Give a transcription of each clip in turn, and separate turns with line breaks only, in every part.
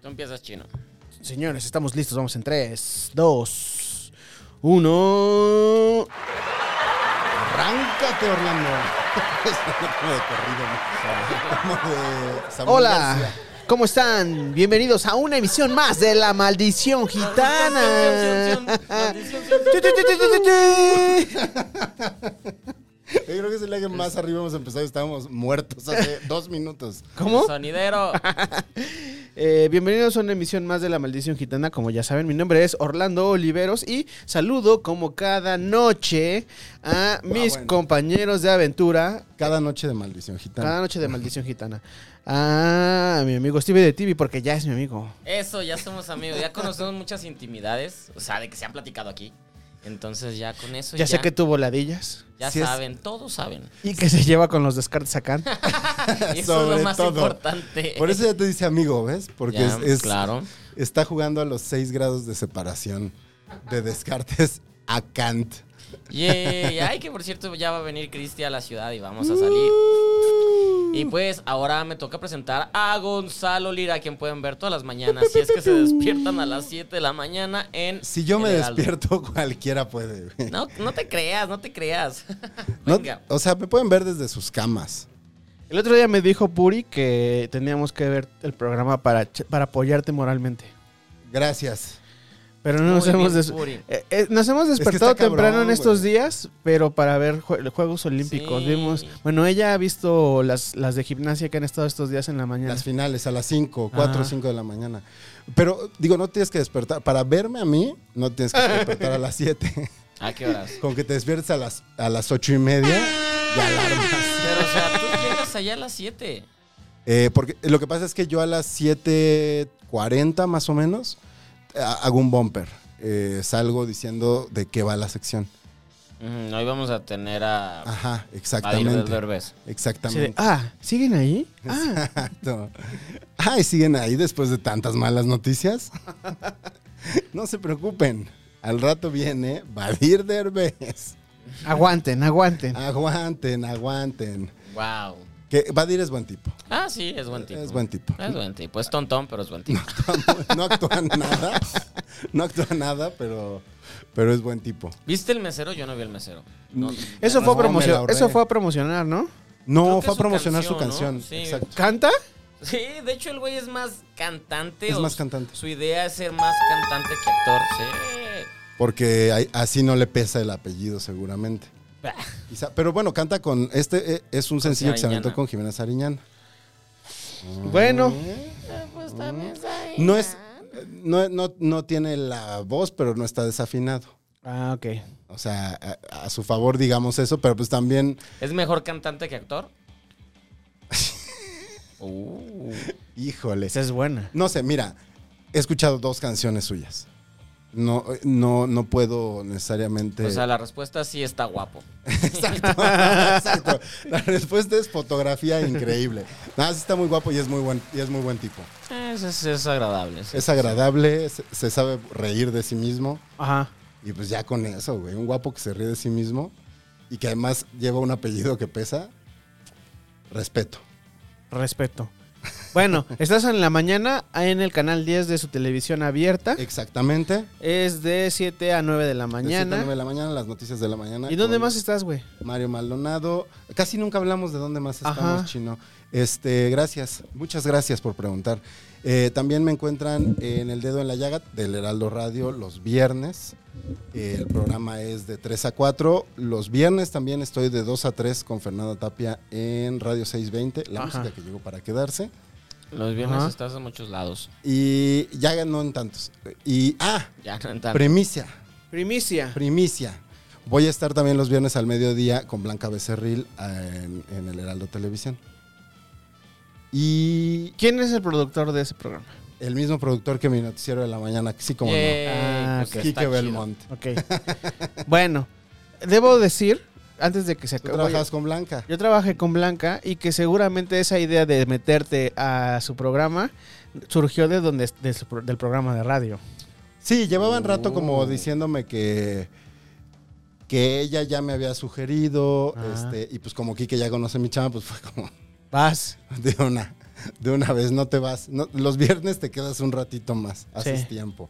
Tú empiezas chino.
Señores, estamos listos. Vamos en 3, 2, 1.
¡Arráncate, Orlando! Está como de corrido, ¿no? Como de Samuel
Hola,
García.
¿cómo están? Bienvenidos a una emisión más de La Maldición Gitana. Tu, tu, tu, tu, tu, tu.
Yo creo que es el año más arriba hemos empezado y estábamos muertos hace dos minutos.
¿Cómo?
Sonidero.
Eh, bienvenidos a una emisión más de La Maldición Gitana. Como ya saben, mi nombre es Orlando Oliveros y saludo como cada noche a mis
bueno.
compañeros de aventura,
Cada noche de maldición gitana.
Cada noche de maldición gitana. Ah, mi amigo Steve de TV, porque ya es mi amigo.
Eso, ya somos amigos. Ya conocemos muchas intimidades. O sea, de que se han platicado aquí. Entonces ya con eso
Ya sé que tuvo ladillas.
ya
sí es-
saben, todos saben.
Y que se lleva con los descartes acá.
Y Ah, eso es
Sobre
lo más
todo.
importante.
Por eso ya te dice amigo, ¿ves? Porque
Ya,
es, es-
claro.
está jugando a los 6 grados de separación de Descartes a Kant.
Yay. Ay, que por cierto, ya va a venir Cristi a la ciudad y vamos
Uh.
a salir. Y pues ahora me toca presentar a Gonzalo Lira, quien pueden ver todas las mañanas. Si es que se despiertan a las 7 de la mañana en.
Si yo me
El Heraldo.
despierto, cualquiera puede. güey.
No, no te creas, no te creas.
No-
Venga.
o sea, me pueden ver desde sus camas.
El otro día me dijo Puri que teníamos que ver el programa para, ch- para apoyarte moralmente.
Gracias.
Pero no nos
Muy
hemos,
bien,
des-
Puri.
eh, eh, nos hemos
que
despertado
está cabrón,
temprano en estos
güey.
días, pero para ver jue- Juegos Olímpicos.
Sí.
Vimos, bueno, ella ha visto las, las de gimnasia que han estado estos días en la mañana.
Las finales a las 5,
Ah.
4 o
Ajá.
5 de la mañana. Pero digo, no tienes que despertar. Para verme a mí, no tienes que despertar a las 7.
¿A qué horas?
Con que te despiertes a las, a las 8 y media, ya alarmas.
Pero, o sea, tú llegas allá a las 7.
Eh, porque lo que pasa es que yo a las 7.40 más o menos a- hago un bumper. Eh, salgo diciendo de qué va la sección.
hoy vamos a tener a,
Ajá,
a Dirk
exactamente.
Derbez.
Así de,
Exactamente.
ah, ¿siguen ahí? Ah,
Exacto. Ay, siguen ahí después de tantas malas noticias. No se preocupen. Al rato viene Badir Derbez.
aguanten, aguanten.
Ah, Aguanten, aguanten.
Wow.
Que Badir es buen tipo.
Ah, sí, es buen tipo.
Es buen tipo.
Es buen tipo. Es tontón, pero es buen tipo.
No actúa nada. No actúa nada, pero, pero es buen tipo.
¿Viste el mesero? Yo no vi el mesero. No.
Eso fue, a
No, me la
promocio-
ahorré.
eso fue a promocionar, ¿no?
Creo
No,
que
fue a
su
promocionar su
canción,
canción.
¿no? Sí.
Exacto.
¿Canta?
Sí, de hecho el güey es más cantante.
Es
o
más
su-
cantante.
Su idea es ser más cantante que actor. Sí.
Porque ahí- así no le pesa el apellido, seguramente.
Bah.
Quizá- pero bueno, canta con. Este eh, es un sencillo que se aventó
Sariñana.
con Jimena Sariñana. Mm.
Bueno,
No es. No, no, no tiene la voz, pero no está desafinado.
ah, ok.
O sea, a, a su favor digamos eso, pero pues también.
¿Es mejor cantante que actor? Uh.
Híjole.
Esa es buena.
No sé, mira, he escuchado dos canciones suyas. No, no, no puedo necesariamente.
O sea, la respuesta sí está guapo.
exacto, exacto. La respuesta es fotografía increíble. Nada, sí está muy guapo y es muy buen, y es muy buen tipo.
Es, es, es agradable. sí.
Es agradable, se, se sabe reír de sí mismo.
Ajá.
Y pues ya con eso, güey. Un guapo que se ríe de sí mismo y que además lleva un apellido que pesa. Respeto.
Respeto. Bueno, estás en la mañana en el canal 10 de su televisión abierta.
Exactamente.
Es de 7 a 9 de la
De siete a nueve
mañana.
de la mañana, las noticias de la mañana.
¿Y dónde
con
más estás, güey?
Mario Maldonado. Casi nunca hablamos de dónde más estamos,
Ajá.
chino. Este, gracias. Muchas gracias por preguntar. Eh, también me encuentran en El Dedo en la Llaga del Heraldo Radio los viernes. Eh, el programa es de 3 a 4. Los viernes también estoy de 2 a 3 con Fernanda Tapia en Radio 620, la
Ajá.
música que llegó para quedarse.
Los viernes
Ajá.
estás en muchos lados.
Y ya ganó en tantos. Y, ah,
Ya no entra.
primicia,
Primicia.
primicia. Voy a estar también los viernes al mediodía con Blanca Becerril eh, en, en el Heraldo Televisión. Y
¿Quién es el productor de ese programa?
el mismo productor que mi noticiero de la mañana, sí como
Yay, pues
Ah,
no,
está
Quique
chido.
Belmont.
Ok. bueno, debo decir, antes de que se
Tú
acabe.
trabajas con Blanca.
Yo trabajé con Blanca y que seguramente esa idea de meterte a su programa surgió de donde de su pro- del programa de radio.
Sí, llevaban rato como diciéndome que que ella ya me había sugerido,
Ah.
este, y pues como Quique ya conoce mi chama, pues fue como
Vas.
de una de una vez no te vas. No, los viernes te quedas un ratito más, haces
Sí.
tiempo.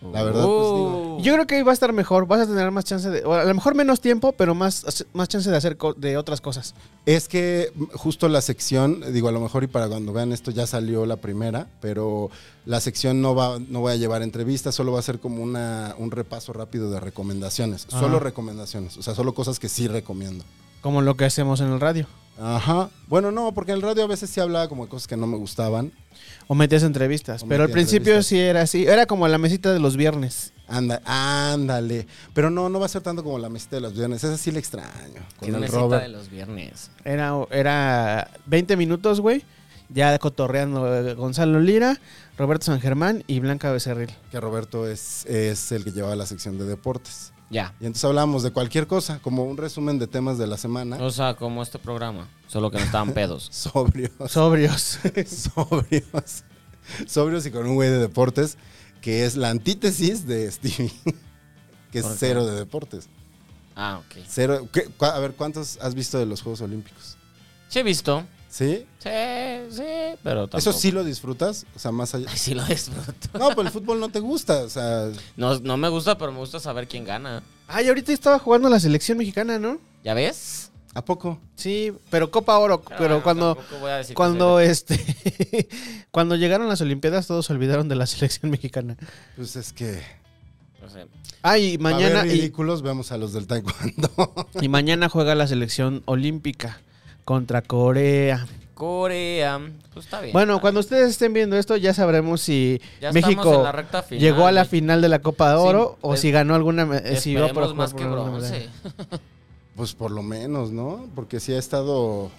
La verdad pues digo,
Uh.
Yo creo que ahí va a estar mejor, vas a tener más chance de o a lo mejor menos tiempo, pero más más chance de hacer co- de otras cosas.
Es que mm, justo la sección, digo, a lo mejor y para cuando vean esto ya salió la primera, pero la sección no va, no voy a llevar entrevistas, solo va a ser como una, un repaso rápido de recomendaciones.
Ajá.
Solo recomendaciones, o sea, solo cosas que sí recomiendo.
Como lo que hacemos en el radio.
Ajá. Bueno, no, porque en el radio a veces sí hablaba como de cosas que no me gustaban.
O metías entrevistas.
O
pero al
metía
principio
entrevistas.
sí era así. Era como la mesita de los viernes.
Anda, ándale. Pero no, no va a ser tanto como la mesita de los viernes. Esa sí le extraño. Con
Tiene
el
una cita de
Robert.
los viernes.
Era, era 20 minutos, güey. Ya cotorreando eh, Gonzalo Lira, Roberto San Germán y Blanca Becerril.
Que Roberto es, es el que llevaba la sección de deportes.
Ya.
Y entonces hablábamos de cualquier cosa, como un resumen de temas de la semana.
Ah.
O sea, como este programa, solo que no estaban pedos.
Sobrios.
Sobrios.
sobrios. Sobrios y con un güey de deportes que es la antítesis de Stevie. Que es
¿Por qué?
cero de deportes.
Ah, ok.
Cero. ¿qué? Cu- A ver, ¿cuántos has visto de los Juegos Olímpicos?
Sí he visto.
¿Sí?
Sí, sí, pero tampoco.
¿Eso sí lo disfrutas? O sea, más allá.
Ay, sí lo disfruto.
No, pero el fútbol no te gusta. O sea,
No, no me gusta, pero me gusta saber quién gana.
Ay, ahorita estaba jugando la selección mexicana, ¿no?
¿Ya ves?
¿a poco?
Sí, pero Copa Oro. Pero,
Ah, bueno,
cuando,
tampoco voy a decir que
cuando
soy
este, cuando llegaron las Olimpiadas, todos se olvidaron de la selección mexicana.
Pues es que.
de- no sé.
Ay, y
Mañana.
mañana y,
ridículos, vemos a los del taekwondo.
y mañana juega la selección olímpica contra Corea.
Corea. Pues está bien.
Bueno,
está
cuando ustedes estén viendo esto, ya sabremos si
bien. Ya estamos en
México
la recta final,
llegó a la
güey.
final de la Copa de
Sí,
Oro o
es-
si ganó alguna. eh, si iba
Esperemos
por jugar
más
por
que
alguna medalla.
bronce.
Pues por lo menos, ¿no? Porque sí ha estado.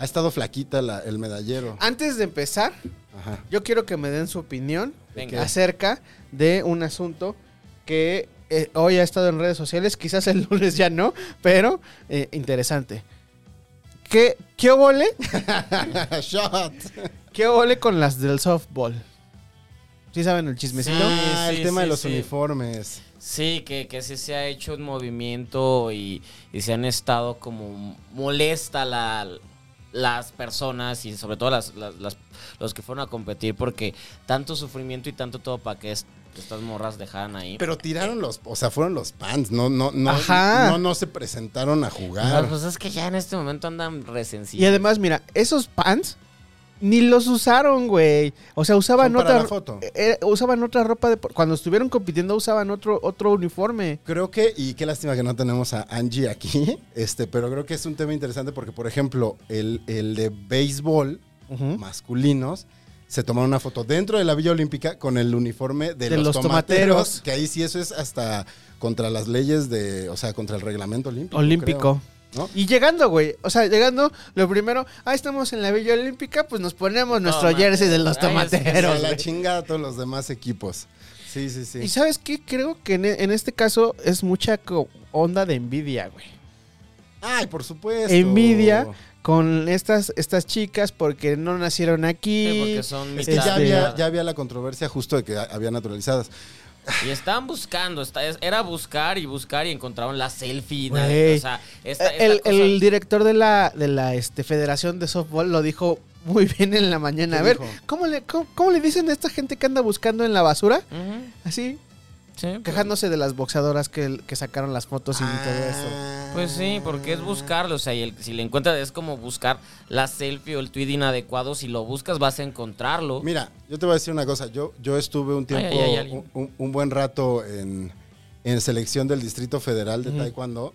Ha estado flaquita la- el medallero.
Antes de empezar,
Ajá.
yo quiero que me den su opinión
Venga.
acerca de un asunto que eh, hoy ha estado en redes sociales, quizás el lunes ya no, pero eh, interesante. ¿Qué, qué ole?
Shot.
¿Qué ole con las del softball? ¿Sí saben el chismecito?
Sí.
Ah, el tema
sí,
de los
sí.
uniformes.
Sí, que, que sí se ha hecho un movimiento y, y se han estado como molesta la, las personas y sobre todo las, las- las- los que fueron a competir porque tanto sufrimiento y tanto todo para que es- estas morras dejaran ahí.
Pero tiraron los, o sea, fueron los pants, no, no, no,
Ajá.
no, no se presentaron a
Ah,
jugar.
pues es que ya en este momento andan resencillos.
Y además, mira, esos pants ni los usaron, güey. O sea, usaban
Son para
otra
la foto.
eh, eh, usaban otra ropa de por- cuando estuvieron compitiendo usaban otro otro uniforme.
Creo que, y qué lástima que no tenemos a Angie aquí, este, pero creo que es un tema interesante porque, por ejemplo, el, el de béisbol masculinos se tomaron una foto dentro de la Villa Olímpica con el uniforme de,
De
los,
los
tomateros,
tomateros.
que ahí sí eso es hasta contra las leyes de, o sea, contra el reglamento olímpico.
Olímpico.
creo, ¿no?
Y llegando, güey, o sea, llegando, lo primero, ah, estamos en la Villa Olímpica, pues nos ponemos nuestro
Tomateros.
jersey de los
Ay, es que
Pero
tomateros.
sí,
la
güey.
chingada a todos los demás equipos. Sí, sí, sí.
Y sabes qué, creo que en, e- en este caso es mucha co- onda de envidia, güey.
Ay, por supuesto.
Envidia. Con estas, estas chicas porque no nacieron aquí.
Sí, porque son
Es
Es que
mitad
eh, ya
Este-
había, ya había la controversia justo de que ha- había naturalizadas.
Y estaban buscando, esta- es- era buscar y buscar y encontraron la selfie.
Güey.
nadie- o sea, esta- esta
Eh, el,
cosa-
el director de la, de la este, Federación de Softball lo dijo muy bien en la mañana.
¿Qué
A ver,
dijo?
¿cómo le, cómo, cómo le dicen a esta gente que anda buscando en la basura?
Ujú,
Así,
sí, pues-
quejándose de las boxeadoras que, que sacaron las fotos y
Ah.
todo eso.
Pues sí, porque es buscarlo. O sea, y el- si le encuentras, es como buscar la selfie o el tweet inadecuado. Si lo buscas, vas a encontrarlo.
Mira, yo te voy a decir una cosa. Yo, yo estuve un tiempo,
Oh. ay, ay, alguien.
un, un buen rato en, en selección del Distrito Federal de Taekwondo.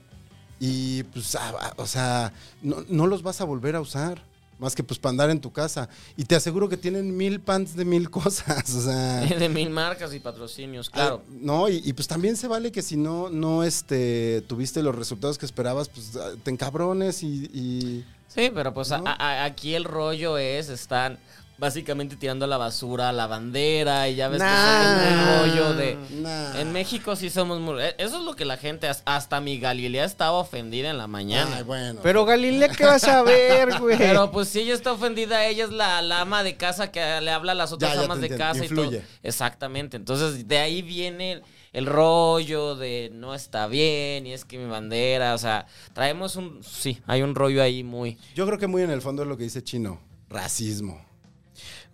Y pues, ah, ah, o sea, no, no los vas a volver a usar. Más que pues para andar en tu casa. Y te aseguro que tienen mil pants de mil cosas. O sea,
De mil marcas y patrocinios, claro.
Ay, no, y, y, pues también se vale que si no, no este, tuviste los resultados que esperabas, pues ah, te encabrones y. y-
Sí, pero pues a-
¿No?
a- aquí el rollo es, están básicamente tirando a la basura, la bandera, y ya ves
Nah.
que es un rollo de...
Nah.
En México sí somos muy... eh, Eso es lo que la gente... has- Hasta mi Galilea estaba ofendida en la mañana.
Ay, bueno.
Pero Galilea, ¿qué vas a ver, güey?
Pero pues si ella está ofendida, ella es la, la ama de casa que le habla a las otras
Ya, ya te
amas de
entiendo.
casa y
Influye.
todo. Exactamente. Entonces, de ahí viene el, el rollo de no está bien y es que mi bandera, o sea, traemos un sí, hay un rollo ahí muy
Yo creo que muy en el fondo es lo que dice Chino: racismo.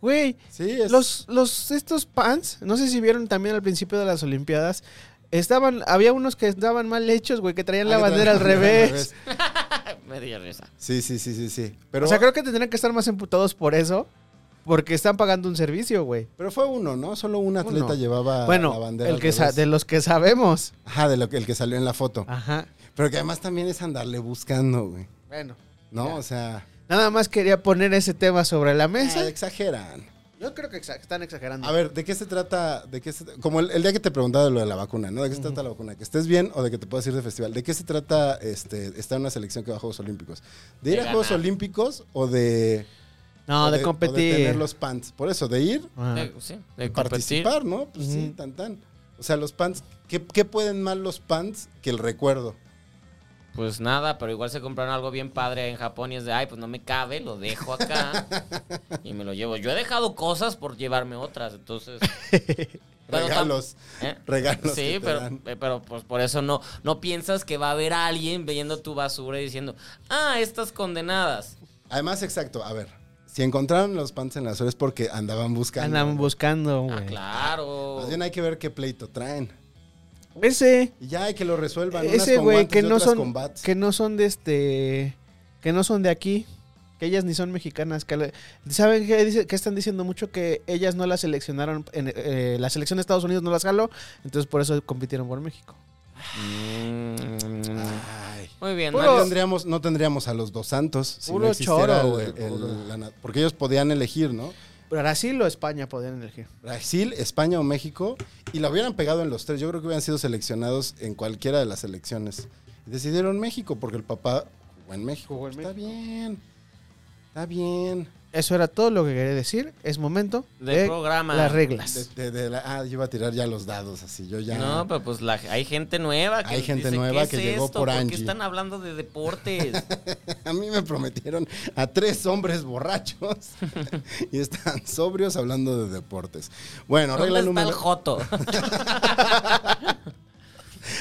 Güey,
Sí, es.
los, los, estos pants, no sé si vieron también al principio de las Olimpiadas, estaban, había unos que estaban mal hechos, güey, que traían la
Ah, que
bandera al
traen la bandera
revés.
me dio risa.
Sí, sí, sí, sí, sí. Pero,
O sea, creo que tendrían que estar más emputados por eso, porque están pagando un servicio, güey.
pero fue uno, ¿no? Solo un atleta
Uno.
llevaba la
Bueno,
bandera.
el
al
que sa- Ah.
revés.
de los que sabemos.
Ajá, de lo que, el que salió en la foto.
Ajá.
Pero que además también es andarle buscando, güey.
Bueno.
¿No?
Ya. Eh,
O sea.
Nada más quería poner ese tema sobre la mesa.
ah, exageran.
Yo creo que exa- están exagerando.
A ver, ¿de qué se trata? De qué se- como el, el día que te preguntaba de lo de la vacuna, ¿no? ¿De qué se trata la vacuna? ¿Que estés bien o de que te puedas ir de festival? ¿De qué se trata este, estar en una selección que va a Juegos Olímpicos? ¿De
De
ir a Juegos
ganar.
Olímpicos o de.
no,
o
de,
o
competir. Ah,
tener los pants. Por eso, de ir,
Ajá.
De- sí, de competir.
participar, ¿no? Pues sí,
Ujú.
tan tan. O sea, los pants. ¿qué, qué pueden más los pants que el recuerdo?
Pues nada, pero igual se compraron algo bien padre en Japón y es de, ay, pues no me cabe, lo dejo acá y me lo llevo. Yo he dejado cosas por llevarme otras, entonces. Pero tam-
Regalos.
¿Eh?
Regalos. que
Sí,
te
pero,
dan.
eh, pero pues por eso no, no piensas que va a haber alguien viendo tu basura y diciendo, ah, estas condenadas.
Además, exacto. A ver, si encontraron los pants en las horas es porque andaban buscando.
Andan buscando,
Ah,
güey.
claro.
Más bien hay que ver qué pleito traen.
Ese,
Y ya hay que lo resuelvan. unas
ese
con
güey
guantes
que
y
no
otras
son,
con bats.
que no son de este, que no son de aquí, que ellas ni son mexicanas, que le- saben qué dice- qué están diciendo mucho que ellas no las seleccionaron, en, eh, la selección de Estados Unidos no las jaló, entonces por eso compitieron por México.
Mm.
Ay.
Muy bien,
No
Puro-
Mario.
tendríamos, no tendríamos a los dos santos. Si
Puro
no existiera
choro,
el-
güey,
el-
puro.
la na- porque ellos podían elegir, ¿no?
Brasil o España podían elegir.
Brasil, España o México. Y la hubieran pegado en los tres. Yo creo que hubieran sido seleccionados en cualquiera de las elecciones. Y decidieron México porque el papá jugó en México.
Jugó en
Está bien. Está bien.
Eso era todo lo que quería decir. Es momento
Del
de
programa.
las reglas.
De- de- de la- ah, yo iba a tirar ya los dados así. Yo ya.
No, pero pues la- hay gente nueva que
Hay gente
dice,
nueva
"¿Qué
que
es
llegó
esto?
por
qué
Angie?"
están hablando de deportes?
A mí me prometieron a tres hombres borrachos y están sobrios hablando de deportes. Bueno,
¿Dónde
regla
está el
número.
joto?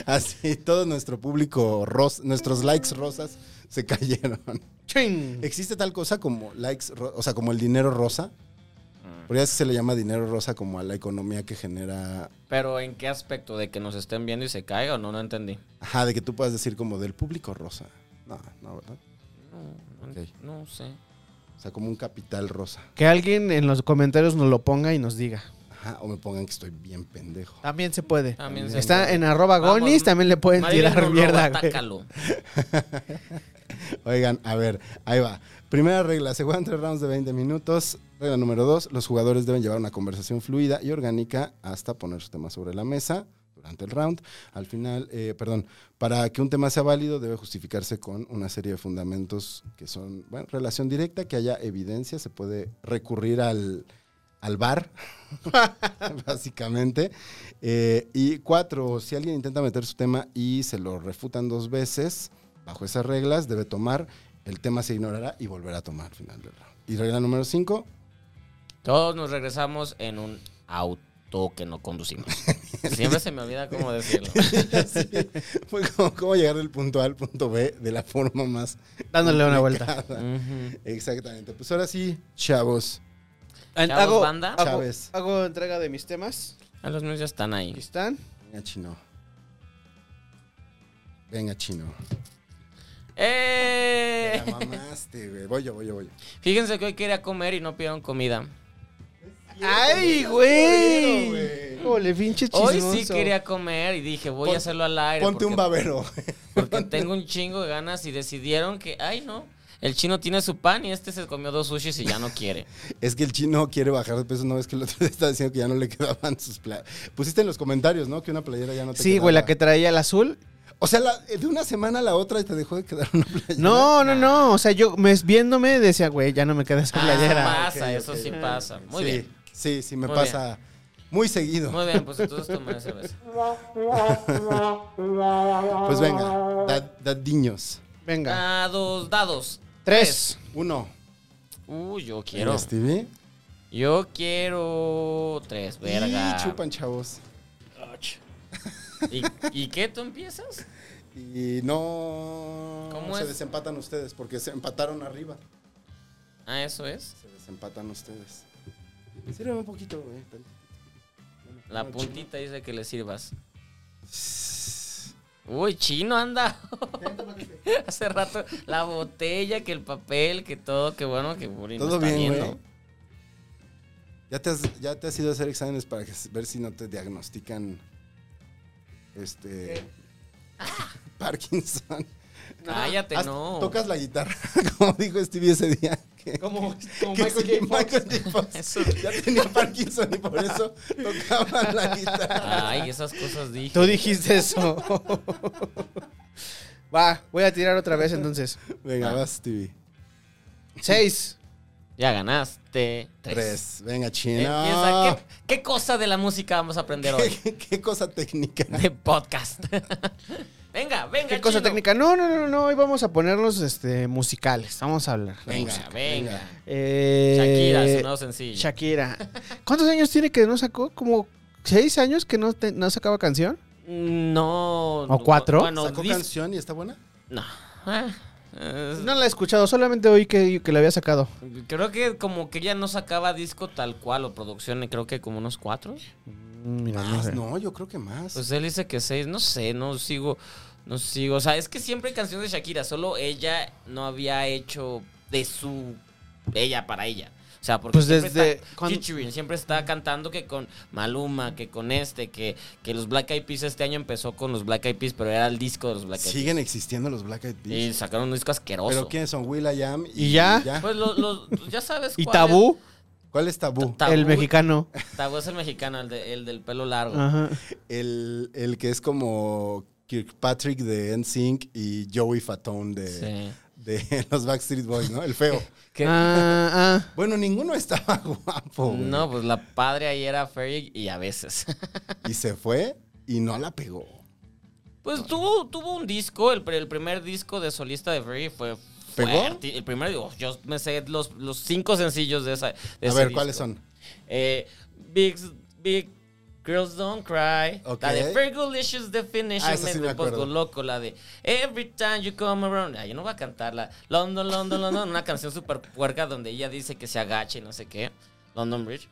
Así todo nuestro público, ros- nuestros likes rosas se cayeron.
Ching.
¿Existe tal cosa como likes, ro- o sea, como el dinero rosa? Porque es que se le llama dinero rosa como a la economía que genera.
pero ¿en qué aspecto? ¿De que nos estén viendo y se caiga o no? No entendí.
Ajá, de que tú puedas decir como del público rosa. No, no, ¿verdad?
No, no,
Ok.
no sé.
O sea, como un capital rosa.
Que alguien en los comentarios nos lo ponga y nos diga.
Ajá, o me pongan que estoy bien pendejo.
También se puede.
También se
Está
puede.
en arroba
Vamos,
gonis, también le pueden
Más bien
tirar
no, no,
mierda. güey.
atácalo.
Oigan, a ver, ahí va. Primera regla, se juegan tres rounds de 20 minutos. Regla número dos, los jugadores deben llevar una conversación fluida y orgánica hasta poner su tema sobre la mesa durante el round. Al final, eh, perdón, para que un tema sea válido debe justificarse con una serie de fundamentos que son, bueno, relación directa, que haya evidencia, se puede recurrir al, al bar, básicamente. Eh, y cuatro, si alguien intenta meter su tema y se lo refutan dos veces, bajo esas reglas debe tomar, el tema se ignorará y volverá a tomar al final del round. Y regla número cinco,
Todos nos regresamos en un auto que no conducimos. Siempre se me olvida cómo decirlo.
sí, fue como, como llegar del punto A al punto B de la forma más...
Dándole una vuelta.
complicada.
Ujú.
Exactamente, pues ahora sí, chavos.
Chavos, banda.
hago-
Chávez.
hago entrega de mis temas.
A los míos ya están
Aquí
ahí.
están.
Venga, chino. Venga, chino. Te
¡Eh!
la mamaste, güey. Voy yo, voy yo, voy yo.
Fíjense que hoy quería comer y no pidieron comida.
¡Ay, güey! Ole, pinche chismoso.
Hoy sí quería comer y dije, voy
Pon-
a hacerlo al aire.
Ponte un
porque-
babero.
Porque tengo un chingo de ganas y decidieron que, ay, no. El chino tiene su pan y este se comió dos sushis y ya no quiere.
Es que el chino quiere bajar de peso, no es que el otro día estaba diciendo que ya no le quedaban sus playeras. Pusiste en los comentarios, ¿no? Que una playera ya no te
Sí, güey, la
quedaba.
que traía el azul.
O sea, la- eh, de una semana a la otra te dejó de quedar una playera.
No, no, no. O sea, yo me, viéndome decía, güey, ya no me queda esa
Ah,
playera.
pasa,
ok,
eso
ok.
sí pasa. Muy
Sí,
bien.
Sí, sí, me
Muy
pasa muy seguido.
Muy bien, pues entonces tomaré cerveza.
Pues venga, dad- dadiños.
ah,
Venga.
Dados, dados.
Tres.
Uno.
Uh, yo quiero.
¿En Stevie?
Yo quiero tres, verga.
Y chupan, chavos.
¿Y, ¿Y qué tú empiezas?
Y no
¿Cómo
se
es?
desempatan ustedes porque se empataron arriba.
Ah, eso es.
Se desempatan ustedes. Sírveme un poquito, eh, güey.
La puntita dice que le sirvas. Uy, chino anda. Hace rato la botella, que el papel, que todo, que bueno, que Buri no
Todo
está
bien,
viendo.
güey. Ya te, has, ya te has ido a hacer exámenes para que- ver si no te diagnostican este Parkinson.
Cállate,
Haz-
no.
Tocas la guitarra, como dijo Stevie ese día. que-
Como,
que sí, Michael J. Fox.
Eso.
Ya tenía Parkinson y por eso tocaba la guitarra.
Ay, esas cosas dije.
Tú dijiste eso. Va, voy a tirar otra vez entonces.
Venga, vas, Stevie.
Seis.
Ya ganaste tres. Eh,
Tres. Venga,
Empieza.
China.
¿Qué, qué cosa de la música vamos a aprender hoy?
¿Qué, qué cosa técnica?
De podcast. venga, venga.
¿Qué cosa
chino.
técnica? No, no, no, no. Hoy vamos a ponernos este, musicales. Vamos a hablar.
Venga, venga.
Eh,
Shakira, su nuevo sencillo.
Shakira. ¿Cuántos años tiene que no sacó? ¿Como seis años que no, te- no sacaba canción?
No.
¿O cuatro?
Bueno,
¿Sacó
dis-
canción y está buena?
No. Ah, es-
No la he escuchado, solamente oí que, que la había sacado.
Creo que como que ella no sacaba disco tal cual o producción, creo que como unos cuatro.
Mm, Mira, Ah,
Ah,
no
Más,
sé.
no, yo creo que más.
Pues él dice que seis, no sé, no sigo, no sigo. O sea, es que siempre hay canciones de Shakira, solo ella no había hecho de su, de ella para ella. O sea, porque
Pues
siempre,
desde
está,
cuando-
featuring, siempre está cantando que con Maluma, que con este, que, que los Black Eyed Peas este año empezó con los Black Eyed Peas, pero era el disco de los Black Eyed Peas.
Siguen existiendo los Black Eyed
Y
Peas.
sacaron un disco asqueroso.
Pero ¿quiénes son? Will I Am
¿Y ya?
Pues los, los- ya sabes
Y
cuál es.
Tabú,
¿Cuál es tabú?
Ta- Tabú.
el mexicano. Ah.
Tabú es el mexicano, el, de- el del pelo largo.
Ajá.
El, el que es como Kirkpatrick de NSYNC y Joey Fatone de,
Sí.
de los Backstreet Boys, ¿no? El feo.
¿Qué?
Ah, ah.
Bueno, ninguno estaba guapo. Oh, güey.
No, pues la padre ahí era Fergie y a veces.
Y se fue y no la pegó.
Pues tuvo, tuvo un disco, el, pre- el primer disco de solista de Fergie fue
¿Pegó?
fuerte. El primero, digo, yo me sé los, los cinco sencillos de esa. de
A
ese
ver, ¿cuáles
disco.
son?
Eh, Big, Big Girls Don't Cry.
Ok.
La de Fergalicious Definition.
Ah, esa sí me
me
acuerdo.
pongo loco. La de Every Time You Come Around. Ay, yo no voy a cantarla. London, London, London. una canción súper puerca donde ella dice que se agache y no sé qué. London Bridge.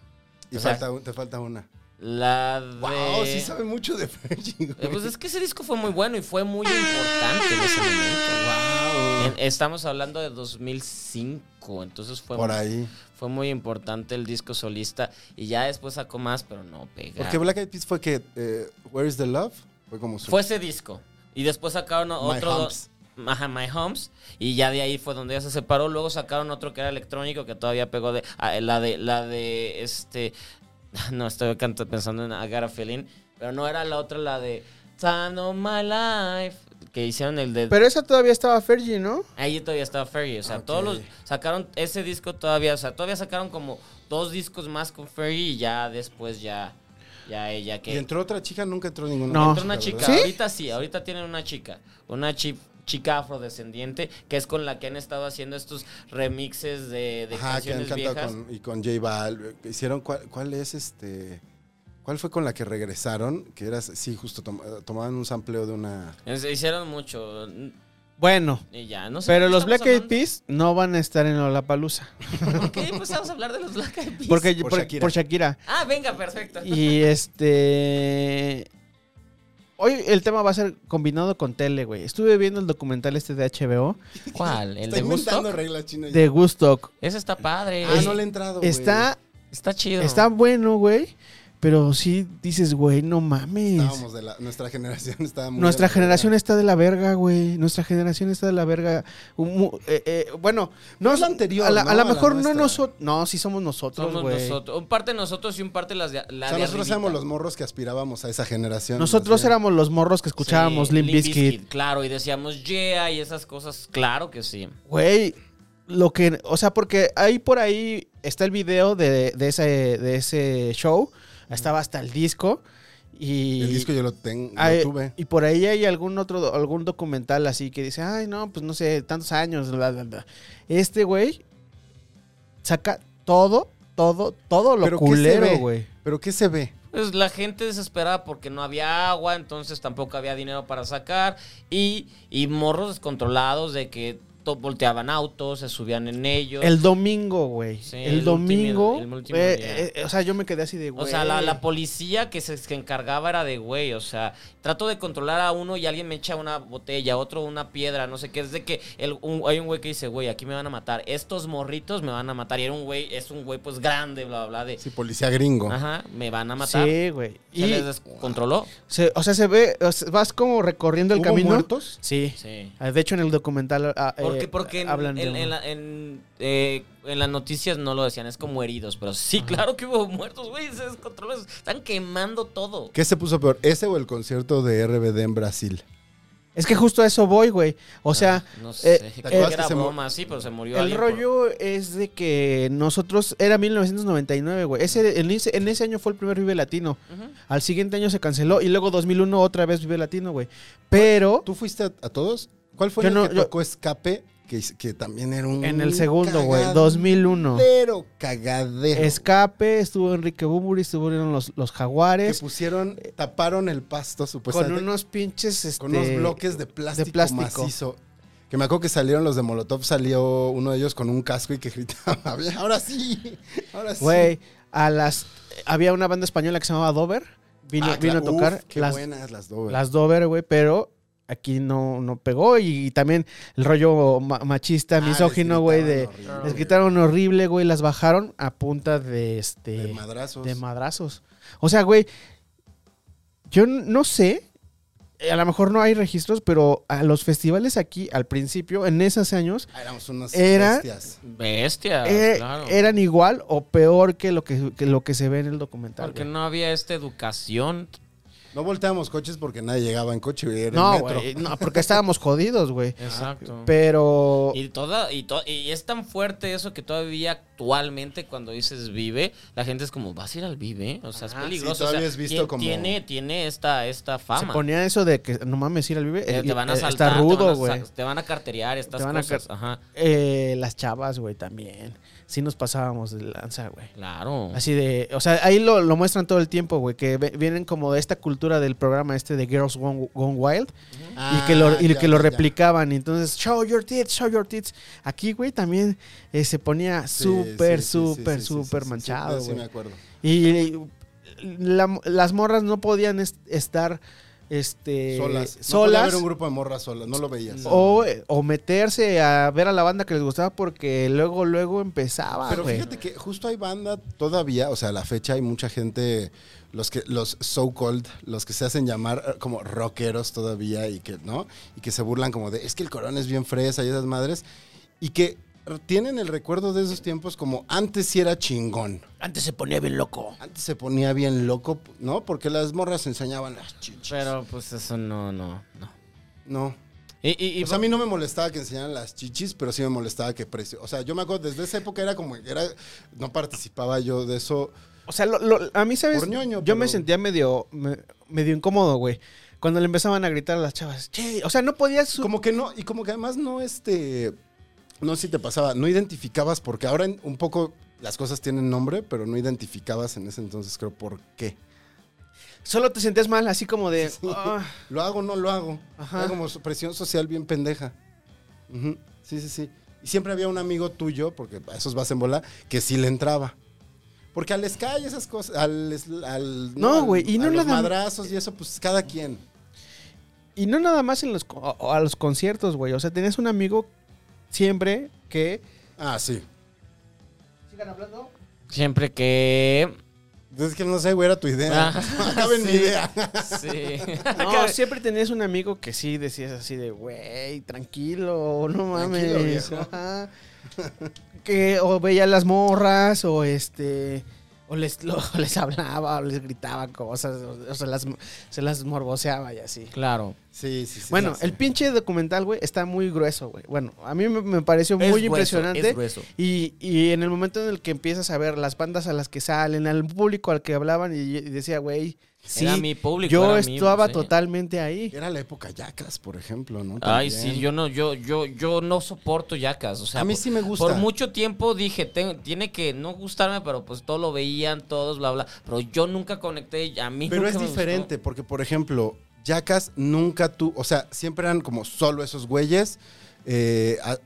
Y
O sea,
falta un- te falta una.
La de.
Wow, sí sabe mucho de Fergie.
Eh,
güey.
Pues es que ese disco fue muy bueno y fue muy importante en ese momento.
Wow.
En- Estamos hablando de 2005, entonces fue,
Por
muy-
ahí.
fue muy importante el disco solista y ya después sacó más, pero no pega.
Porque Black Eyed Peas fue que eh, Where is the Love fue como su
Fue ese disco y después sacaron
My
otro...
Humps.
Ajá, My Homes y ya de ahí fue donde ya se separó. Luego sacaron otro que era electrónico que todavía pegó de ah, la de la de este no estoy canta- pensando en I Got a Feeling, pero no era la otra la de Time of My Life que hicieron el de
Pero esa todavía estaba Fergie, ¿no?
Ahí todavía estaba Fergie, o sea,
Ok.
todos los sacaron ese disco todavía, o sea, todavía sacaron como dos discos más con Fergie y ya después ya ya ella que
Y entró otra chica, nunca entró ninguna.
No.
entró una chica,
¿verdad?
¿Sí?
ahorita sí, ahorita tienen una chica, una chi- chica afrodescendiente que es con la que han estado haciendo estos remixes de, de
Ajá, que han
canciones
cantado
viejas.
con, y con J Bal. Hicieron cuál, cuál es este. ¿Cuál fue con la que regresaron? Que era, sí, justo tom- tomaban un sampleo de una.
Es- Hicieron mucho
Bueno,
y ya, no sé.
pero
¿de qué
los
estamos
Black Eyed
hablando?
Peas no van a estar en Lollapalooza.
¿Por qué empezamos a hablar de los Black Eyed Peas?
Porque,
Por
por-
Shakira.
por Shakira.
Ah, venga, perfecto.
Y este. Hoy el tema va a ser combinado con tele, güey. Estuve viendo el documental este de HBO,
¿Cuál? ¿El
Está
de
inventando
gusto?
reglas chinas.
de Gustock.
Ese está padre.
Ah, no le he entrado. güey.
Está,
Está chido.
está bueno, güey. Pero sí dices, güey, no mames.
Estábamos de la, nuestra generación estaba muy
Nuestra
de la
generación está de la verga, güey. Nuestra generación está de la verga. Un mu- eh, eh, bueno, no
Es la anterior,
A la-
¿no?
a lo
A la
mejor no
nuestra.
nosotros. No, sí somos nosotros,
Somos
güey. Nosotros,
nosotros. Un parte nosotros y un parte las de, la
O sea,
de
nosotros
arribita.
éramos los morros que aspirábamos a esa generación. más bien.
éramos los morros que escuchábamos
Sí,
Limp
Limp
Bizkit.
Claro, y decíamos yeah y esas cosas. Claro que sí.
Güey, lo que. O sea, porque ahí por ahí está el video de, de ese, de ese show. Estaba hasta el disco. Y,
El disco yo lo, tengo, lo
Ay,
tuve.
Y por ahí hay algún otro algún documental así que dice, ay, no, pues no sé, tantos años, bla, bla, bla". Este güey saca todo, todo, todo lo
¿Pero qué se
culero,
ve?
güey.
¿Pero qué se ve?
Pues la gente desesperada porque no había agua, entonces tampoco había dinero para sacar. Y, y morros descontrolados de que to- volteaban autos, se subían en ellos.
El domingo, güey.
Sí,
el,
el
domingo.
último- el último
eh,
día.
eh, eh, o sea, yo me quedé así de,
o
güey.
sea, la, la policía que se que encargaba era de güey. O sea, trato de controlar a uno y alguien me echa una botella, otro una piedra, no sé qué. Es de que el- un- hay un güey que dice, güey, aquí me van a matar. Estos morritos me van a matar. Y era un güey, es un güey pues grande, bla, bla, bla. De,
Sí, policía gringo.
Ajá, me van a matar.
Sí, güey.
Se
Y,
les descontroló.
se- o sea, se ve, o sea, vas como recorriendo el
¿Hubo
camino.
muertos?
Sí.
Sí.
Ah, De hecho, en el documental ah, eh,
Porque, porque en,
hablan de
en- en
uno.
la- en, eh, en las noticias no lo decían, es como heridos, pero sí, claro que hubo muertos, güey, se descontroló, se están quemando todo.
¿Qué se puso peor? ¿Ese o el concierto de RBD en Brasil?
Es que justo a eso voy, güey. O sea,
No sé,
eh,
creo
¿te
que
acuerdas
era
que se mu-
broma, sí, pero se murió
El
Ah, alguien por-
rollo es de que nosotros era 1999, güey. Ese, en, ese, en ese año fue el primer Vive Latino.
Ujú.
Al siguiente año se canceló y luego 2001 otra vez Vive Latino, güey. Pero
¿Tú fuiste a, a todos? ¿Cuál fue
Yo
el
no-
que
yo-
tocó Escape? Que, que también era un...
en el segundo, güey,
cagadero,
2001.
cagadero.
Escape, estuvo Enrique Bumburi, estuvieron los, los
que
Jaguares.
pusieron, taparon el pasto
eh, con
supuestamente.
unos pinches.
pues, con unos
este,
bloques de plástico,
plástico.
macizo. Que me acuerdo que salieron los de Molotov, salió uno de ellos con un casco y que gritaba, ahora sí, ahora sí.
Güey, a las. Había una banda española que se llamaba Dover. Vino,
Ah,
vino a
claro.
tocar.
Uf, qué
las,
buenas las dos.
Las Dover, güey, pero aquí no, no pegó. Y, también el rollo ma-
Ah,
machista, misógino, güey, de. Les gritaron horrible, güey, las bajaron a punta de este.
de madrazos.
de madrazos. O sea, güey, yo n- no sé. eh, A lo mejor no hay registros, pero a los festivales aquí, al principio, en esos años,
Ah, Éramos unas
Era-
bestias.
Bestias,
eh,
claro.
eran igual o peor que lo que, que lo que se ve en el documental.
Porque
güey.
no había esta educación.
No volteábamos coches porque nadie llegaba en coche. Era
No,
en metro.
güey, no, porque estábamos jodidos, güey.
Exacto.
Pero.
Y, toda, y, to- y es tan fuerte eso que todavía actualmente cuando dices vive, la gente es como, ¿vas a ir al vive? O sea, es
Ajá, sí,
peligroso. o
todavía
sea,
es visto
tien-
como-
Tiene, tiene esta, esta
Se
fama.
ponía eso de que no mames ir al vive.
Te,
eh,
te van a
eh,
saltar,
Está rudo,
te, van
güey.
a, sa- te van a carterear estas
Te van a
cosas. Ajá.
Eh, las chavas, güey, también. Sí nos pasábamos de lanza, güey.
Claro.
Así de, o sea, ahí lo, lo muestran todo el tiempo, güey, que ve- vienen como de esta cultura del programa este de Girls Gone, Gone Wild y que lo, y
Ah,
que
ya,
lo
ya.
replicaban. Y entonces, show your tits, show your tits. Aquí, güey, también eh, se ponía
Sí,
súper,
sí, sí, sí,
súper,
sí, sí, sí,
súper
sí, sí,
manchado,
sí, sí,
güey.
me acuerdo.
Y la- las morras no podían es- estar este,
Solas. No podía
solas
haber un grupo de morras solas, no lo veías.
o, o meterse a ver a la banda que les gustaba porque luego, luego empezaba.
Pero
Ah, güey.
fíjate que justo hay banda todavía, o sea, a la fecha hay mucha gente, los que, los so called, los que se hacen llamar eh, como rockeros todavía y que, ¿no? Y que se burlan como de, es que el corona es bien fresa y esas madres, y que r- tienen el recuerdo de esos tiempos como antes sí era chingón.
Antes se ponía bien loco.
Antes se ponía bien loco, ¿no? Porque las morras enseñaban las chichis.
Pero pues eso no, no, no.
No.
Y, y, y-
O sea, a mí no me molestaba que enseñaran las chichis, pero sí me molestaba que precio. O sea, yo me acuerdo, desde esa época era como, era, no participaba yo de eso.
O sea, lo- lo- a mí, ¿sabes?
Por ñoño,
yo
pero-
me sentía medio, me- medio incómodo, güey. Cuando le empezaban a gritar a las chavas, che, o sea, no podías... su-
Como que no, y como que además no este. No sé si te pasaba, no identificabas, porque ahora en- un poco las cosas tienen nombre, pero no identificabas en ese entonces, creo, por qué.
Solo te sentías mal, así como de... "Ah".
Lo hago, no lo hago.
Ajá.
Era como su- presión social bien pendeja. Ujú, Sí, sí, sí. Y siempre había un amigo tuyo, porque a esos vas en bola, que sí le entraba. Porque al Sky y esas cosas, al. es- al-
No,
al-
güey, y
a
no
los
nada-
madrazos y eso, pues cada quien.
Y no nada más en los, co- o- o a los conciertos, güey. O sea, tenías un amigo siempre que...
Ah, sí.
¿Sigan hablando?
siempre que
Es que no sé, güey, era tu idea.
Ah,
Acaba en mi
sí.
idea.
Sí.
No, siempre tenías un amigo que sí decías así de, güey, tranquilo, no mames.
Tranquilo, viejo.
Ajá. Que o veía las morras o este... O les, lo- o les hablaba, o les gritaba cosas, o, o se, las, se las morboseaba y así.
Claro.
Sí, sí, sí.
bueno,
sí.
el pinche documental, güey, está muy grueso, güey. Bueno, a mí me, me pareció muy
Es grueso,
impresionante.
es grueso.
Y, y en el momento en el que empiezas a ver las bandas a las que salen, al público al que hablaban y, y decía, güey, sí,
Era mi público,
yo
era mío,
estaba
sí.
totalmente ahí.
Era la época Yacas, por ejemplo, ¿no?
Ay,
También.
sí, yo no, yo, yo, yo no soporto yacas. O sea,
A mí
por-
sí me gusta.
Por mucho tiempo dije, "Te- tiene que no gustarme, pero pues todo lo veían, todos, bla, bla. Pero yo nunca conecté, a mí
Pero
nunca
es
me gustó.
diferente, porque, por ejemplo, Yacas nunca tú. O sea, siempre eran como solo esos güeyes. eh, a-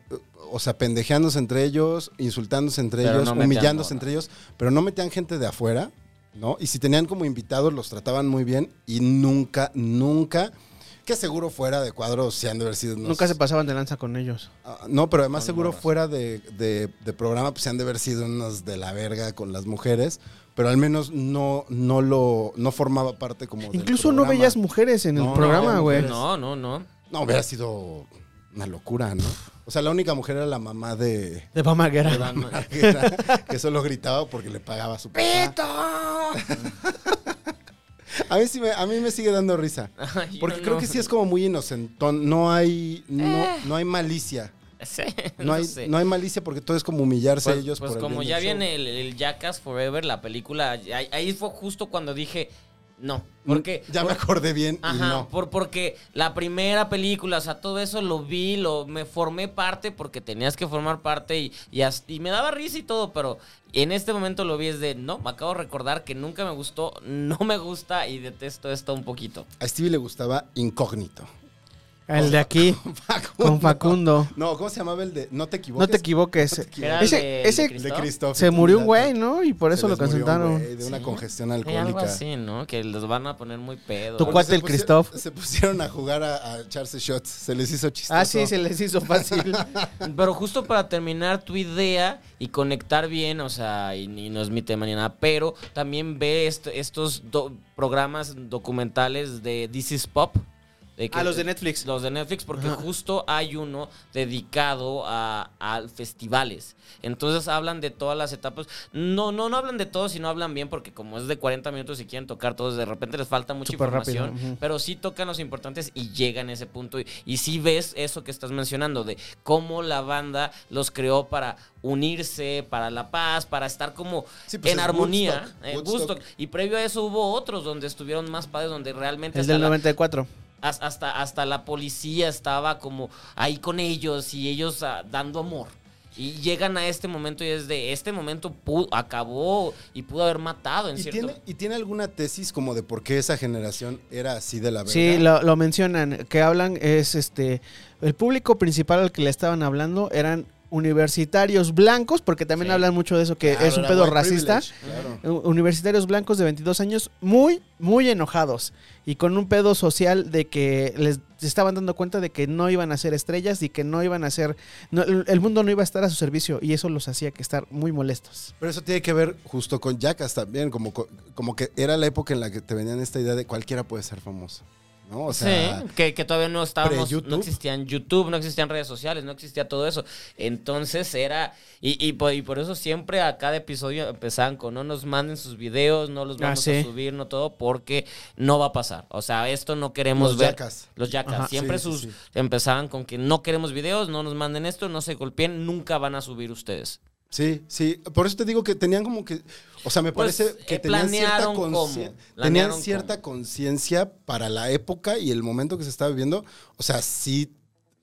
o sea, pendejeándose entre ellos, insultándose entre
Pero
ellos,
no metían
humillándose
morra.
entre ellos, pero no metían gente de afuera, ¿no? Y si tenían como invitados, los trataban muy bien y nunca, nunca, que seguro fuera de cuadros se han de haber sido. unos-
Nunca se pasaban de lanza con ellos.
Ah, No, pero además
Con
seguro
morras.
fuera de, de- de programa pues se han de haber sido unos de la verga con las mujeres, pero al menos no, no lo no formaba parte como del
Incluso no
programa.
veías mujeres en
No,
el
no,
programa,
no,
güey.
No, no, no.
No hubiera sido una locura, ¿no? O sea, la única mujer era la mamá de
De Pamaguera.
Marguera, que solo gritaba porque le pagaba su ¡Pito! A mí, sí me, a mí me sigue dando risa.
Ay, yo
Porque creo
no.
que sí es como muy inocentón. No hay, no,
Eh.
no hay malicia.
Sí,
No hay,
sé.
no hay malicia porque todo es como humillarse
Pues,
a ellos.
pues
por el
como
bien
ya
del show.
viene el, el Jackass Forever, la película, ahí, ahí fue justo cuando dije, no, porque...
Ya me acordé bien y
Ajá,
Mm, no.
por, porque la primera película, o sea, todo eso lo vi, lo, me formé parte porque tenías que formar parte y, y, as- y me daba risa y todo, pero en este momento lo vi es de, no, me acabo de recordar que nunca me gustó, no me gusta y detesto esto un poquito.
A Stevie le gustaba Incógnito.
El de aquí, con Facundo.
No, ¿cómo se llamaba el de No te equivoques?
No te equivoques.
equivoques.
el
Ese-
de- el de
ese-
El de
Cristo.
Christoph.
Se murió un güey,
Se
¿no? Y por eso lo
les murió un
cancelaron.
güey De una
Sí.
congestión
Eh, algo
alcohólica.
así, ¿no? Que los van a poner muy pedo.
Tu
Porque
cuate
se
el
pusie-
Christoph.
Se pusieron a jugar a, a echarse shots. Se les hizo chistoso.
Ah, sí, se les hizo fácil.
Pero justo para terminar tu idea y conectar bien, o sea, y, y no es mi tema ni nada, pero también ve est- estos do- programas documentales de This is Pop. de
Ah, los de Netflix.
Los de Netflix, porque
Ajá.
justo hay uno dedicado a, a festivales. Entonces hablan de todas las etapas. No, no, no hablan de todo, sino hablan bien, porque como es de 40 minutos y quieren tocar todos, de repente les falta mucha
Súper rápido,
información.
ujú.
Pero sí tocan los importantes y llegan a ese punto. Y, y sí ves eso que estás mencionando, de cómo la banda los creó para unirse, para la paz, para estar como
Sí, pues,
en
es
armonía.
Woodstock,
eh,
Woodstock.
Woodstock. Y previo a eso hubo otros donde estuvieron más padres, donde realmente
El
hasta
del
la-
94.
Has- hasta, hasta la policía estaba como ahí con ellos y ellos ah, dando amor. Y llegan a este momento y desde este momento pu- acabó y pudo haber matado en
¿Y
cierto
tiene, ¿Y tiene alguna tesis como de por qué esa generación era así de la verga?
Sí, lo, lo mencionan, que hablan es este, el público principal al que le estaban hablando eran universitarios blancos, porque también
Sí.
hablan mucho de eso, que
Claro,
es un
era
pedo
Ah, white
racista.
privilege, Claro.
U- Universitarios blancos de 22 años muy, muy enojados y con un pedo social de que les se estaban dando cuenta de que no iban a ser estrellas y que no iban a ser, no, el el mundo no iba a estar a su servicio y eso los hacía que estar muy molestos.
Pero eso tiene que ver justo con Jackass también, como, co- como que era la época en la que te venían esta idea de cualquiera puede ser famoso, ¿no? O sea,
sí, que, que todavía no estábamos,
pre-YouTube.
no existían YouTube, no existían redes sociales, no existía todo eso. Entonces era, y, y por, y por eso siempre a cada episodio empezaban con no nos manden sus videos, no los
Ah,
vamos
sí.
a subir, no todo, porque no va a pasar. O sea, esto no queremos
Los
ver.
yacas.
Los yacas.
Ajá.
Siempre
Sí, sí,
sus
sí.
empezaban con que no queremos videos, no nos manden esto, no se golpeen, nunca van a subir ustedes.
sí, sí. Por eso te digo que tenían como que, o sea, me
Pues,
parece que
eh,
tenían cierta
planearon cómo,
conciencia, tenían
planearon
cierta
cómo.
conciencia para la época y el momento que se estaba viviendo. O sea, sí,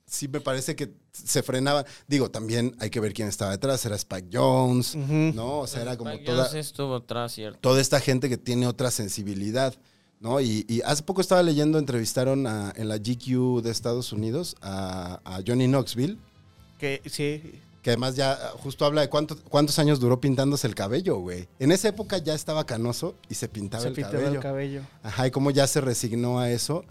sí me parece que se frenaba. Digo, también hay que ver quién estaba detrás. Era Spike Jones,
Ujú.
¿no? O sea, era como
Spike
toda,
Jonze estuvo atrás, ¿cierto?
toda esta gente que tiene otra sensibilidad, ¿no? Y, y hace poco estaba leyendo, entrevistaron a- en la GQ de Estados Unidos a, a Johnny Knoxville,
Que sí,
que además ya ah, justo habla de cuánto- cuántos años duró pintándose el cabello, güey. En esa época ya estaba canoso y se pintaba
se
el
pintaba
cabello.
el cabello.
Ajá, y cómo ya se resignó a eso.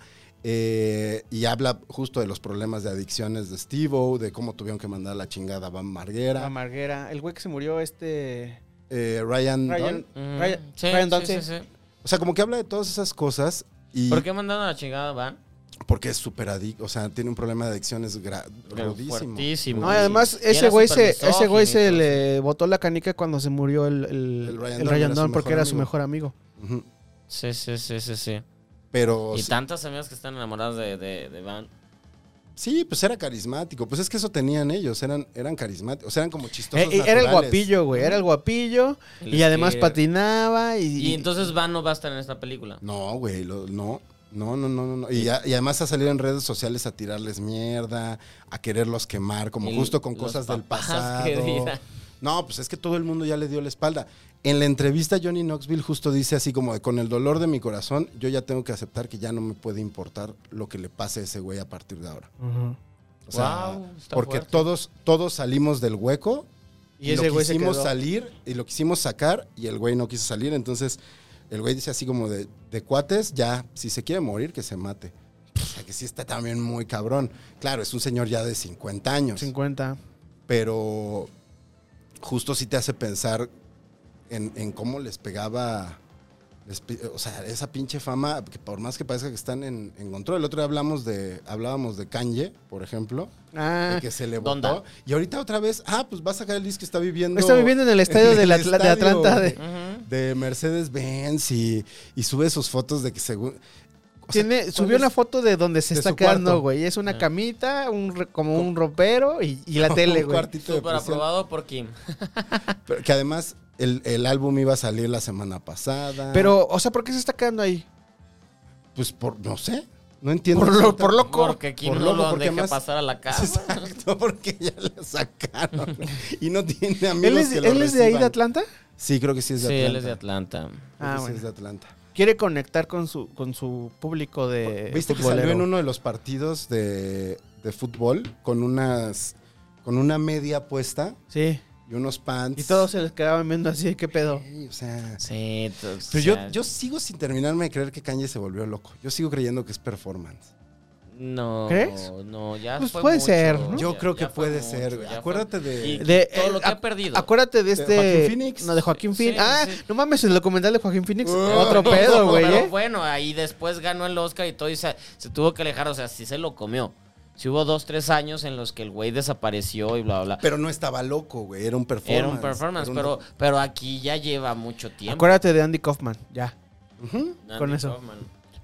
eh, y habla justo de los problemas de adicciones de Steve-O, de cómo tuvieron que mandar a la chingada a Van Marguera.
La Marguera, el güey que se murió este
eh, Ryan,
Ryan,
Dunn.
Ujú.
Ryan,
Sí,
Ryan
sí, sí,
Dunn, sí.
sí.
O sea, como que habla de todas esas cosas y
¿Por qué mandaron a la chingada Van?
porque es súper adicto, o sea, tiene un problema de adicciones gra- rudísimo.
Fuertísimo.
No, y además,
Y
ese
era
güey, se,
súper
ese güey se
misógino,
le botó la canica cuando se murió el, el-
El Ryan
el
Dunn
Ryan
era su
Dunn porque
mejor
era su
amigo.
mejor amigo.
Ujú.
Sí, sí, sí, sí, sí.
Pero
y
sí-
tantas amigas que están enamoradas de, de, de Van.
sí, pues era carismático. Pues es que eso tenían ellos, eran, eran carismáticos, o sea, eran como chistosos.
Eh, y era el
naturales.
guapillo, güey. Era el guapillo.
El
y además
skater.
patinaba. Y,
Y entonces Van no va a estar en esta película.
No, güey, lo- no. No, no, no, no, no. Y, ya- y además a salir en redes sociales a tirarles mierda, a quererlos quemar, como
Y
justo con
los
cosas del
papás
pasado.
que dirán.
No, pues es que todo el mundo ya le dio la espalda. En la entrevista Johnny Knoxville justo dice así como de, con el dolor de mi corazón, yo ya tengo que aceptar que ya no me puede importar lo que le pase a ese güey a partir de ahora.
Ujú.
O sea,
Guau, está
porque
fuerte.
todos todos salimos del hueco
Y
y,
ese
lo
güey se
quisimos
quedó.
salir y lo quisimos sacar y el güey no quiso salir, entonces el güey dice así como de, de cuates, ya, si se quiere morir, que se mate. O sea, que sí está también muy cabrón. Claro, es un señor ya de 50 años
50.
pero justo sí te hace pensar en, en cómo les pegaba, les pe- o sea, esa pinche fama, que por más que parezca que están en, en control. El otro día hablamos de, hablábamos de Kanye, por ejemplo,
Ah,
de que se le
¿Dónda?
botó. Y ahorita otra vez, ah, pues va a sacar el disco que está viviendo.
Está viviendo en el estadio de la- de Atlanta de-
Ujú.
de Mercedes-Benz y, y sube sus fotos de que según... o sea,
Ah, tiene,
¿cuál
subió
es?
una foto de donde se
de
está
su
quedando,
cuarto.
güey. Es una
Ah.
camita, un, re- como un ropero y, y la tele,
Un
güey.
cuartito de
Súper
prisión.
aprobado por Kim.
Pero que además el, el álbum iba a salir la semana pasada.
Pero, o sea, ¿por qué se está quedando ahí?
Pues por, no sé, no entiendo.
Por, lo- por loco.
Porque Kim
Por
no
loco,
lo
porque
deja
más-
pasar a la casa.
Exacto, porque ya la sacaron. Y no tiene amigos
¿Él es,
que lo
él es de ahí de
reciban.
Atlanta?
Sí, creo que sí es de
Sí,
Atlanta.
él es de Atlanta.
Creo que
Ah,
sí
bueno.
es de Atlanta.
Quiere conectar con su, con su público de
Pues, ¿Viste que
eh, futbolero.
salió en uno de los partidos de, de fútbol con unas con una media puesta
Sí.
y unos pants?
Y todos se les quedaban viendo así, ¿qué pedo?
Sí, o sea,
Sí, tú- o
pero yo,
sea,
yo sigo sin terminarme de creer que Kanye se volvió loco. Yo sigo creyendo que es performance.
No,
¿Crees?
no, ya
Pues
fue
puede
mucho,
ser, ¿no?
Yo
ya-
creo
ya
que
fue
puede
mucho,
ser, güey.
ya fue-
Acuérdate
Y
de...
De-
todo lo que
eh,
ha perdido.
Acuérdate de
¿De
este.
Joaquín Phoenix?
No, de Joaquín
Sí,
Phoenix. ah,
sí.
no mames, el documental de Joaquín Phoenix.
Uh,
otro pedo, güey,
Pero
¿eh?
bueno, ahí después ganó el Oscar y todo y se, se tuvo que alejar, o sea, sí se lo comió. Sí hubo dos, tres años en los que el güey desapareció y bla, bla, bla.
Pero no estaba loco, güey. Era un performance.
Era un performance,
Era
pero, pero aquí ya lleva mucho tiempo.
Acuérdate de Andy Kaufman, ya.
Ujú.
Andy
con eso.
Kaufman.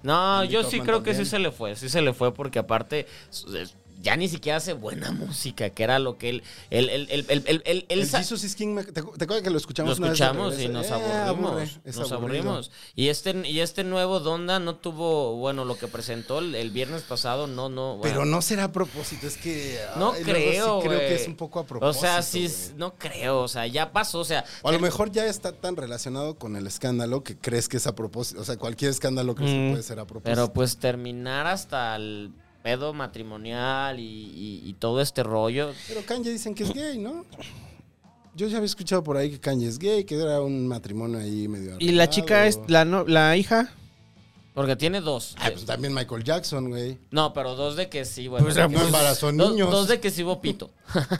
No,
Andy
yo sí
Kaufman
creo que
también.
sí se le fue, sí se le fue porque aparte su- es- ya ni siquiera hace buena música, que era lo que él... él, él, él, él, él- él- él
el
sa-
Jesus is King, me- ¿te, acu- te acuerdas que lo escuchamos
lo
una vez de
escuchamos y
regreso?
nos
Eh,
aburrimos.
aburre, es
nos
aburrido.
aburrimos. Y este, y este nuevo Donda no tuvo, bueno, lo que presentó el, el viernes pasado, no, no. bueno.
Pero no será a propósito, es que...
No
ay, luego sí
creo,
creo
güey.
que es un poco a propósito.
O sea, sí,
güey.
no creo, o sea, ya pasó, o sea,
O a lo mejor ya está tan relacionado con el escándalo que crees que es a propósito. O sea, cualquier escándalo crees
Mm.
que puede ser a propósito.
pero pues terminar hasta el pedo matrimonial y, y- y todo este rollo.
Pero Kanye dicen que es gay, ¿no? Yo ya había escuchado por ahí que Kanye es gay, que era un matrimonio ahí
Y
medio
la
arreglado.
chica es la, no- la hija.
Porque tiene dos.
Ah, pues también Michael Jackson, güey.
No, pero dos de que sí, bueno.
Pues,
porque
no embarazó
dos,
niños.
dos de que sí hubo pito.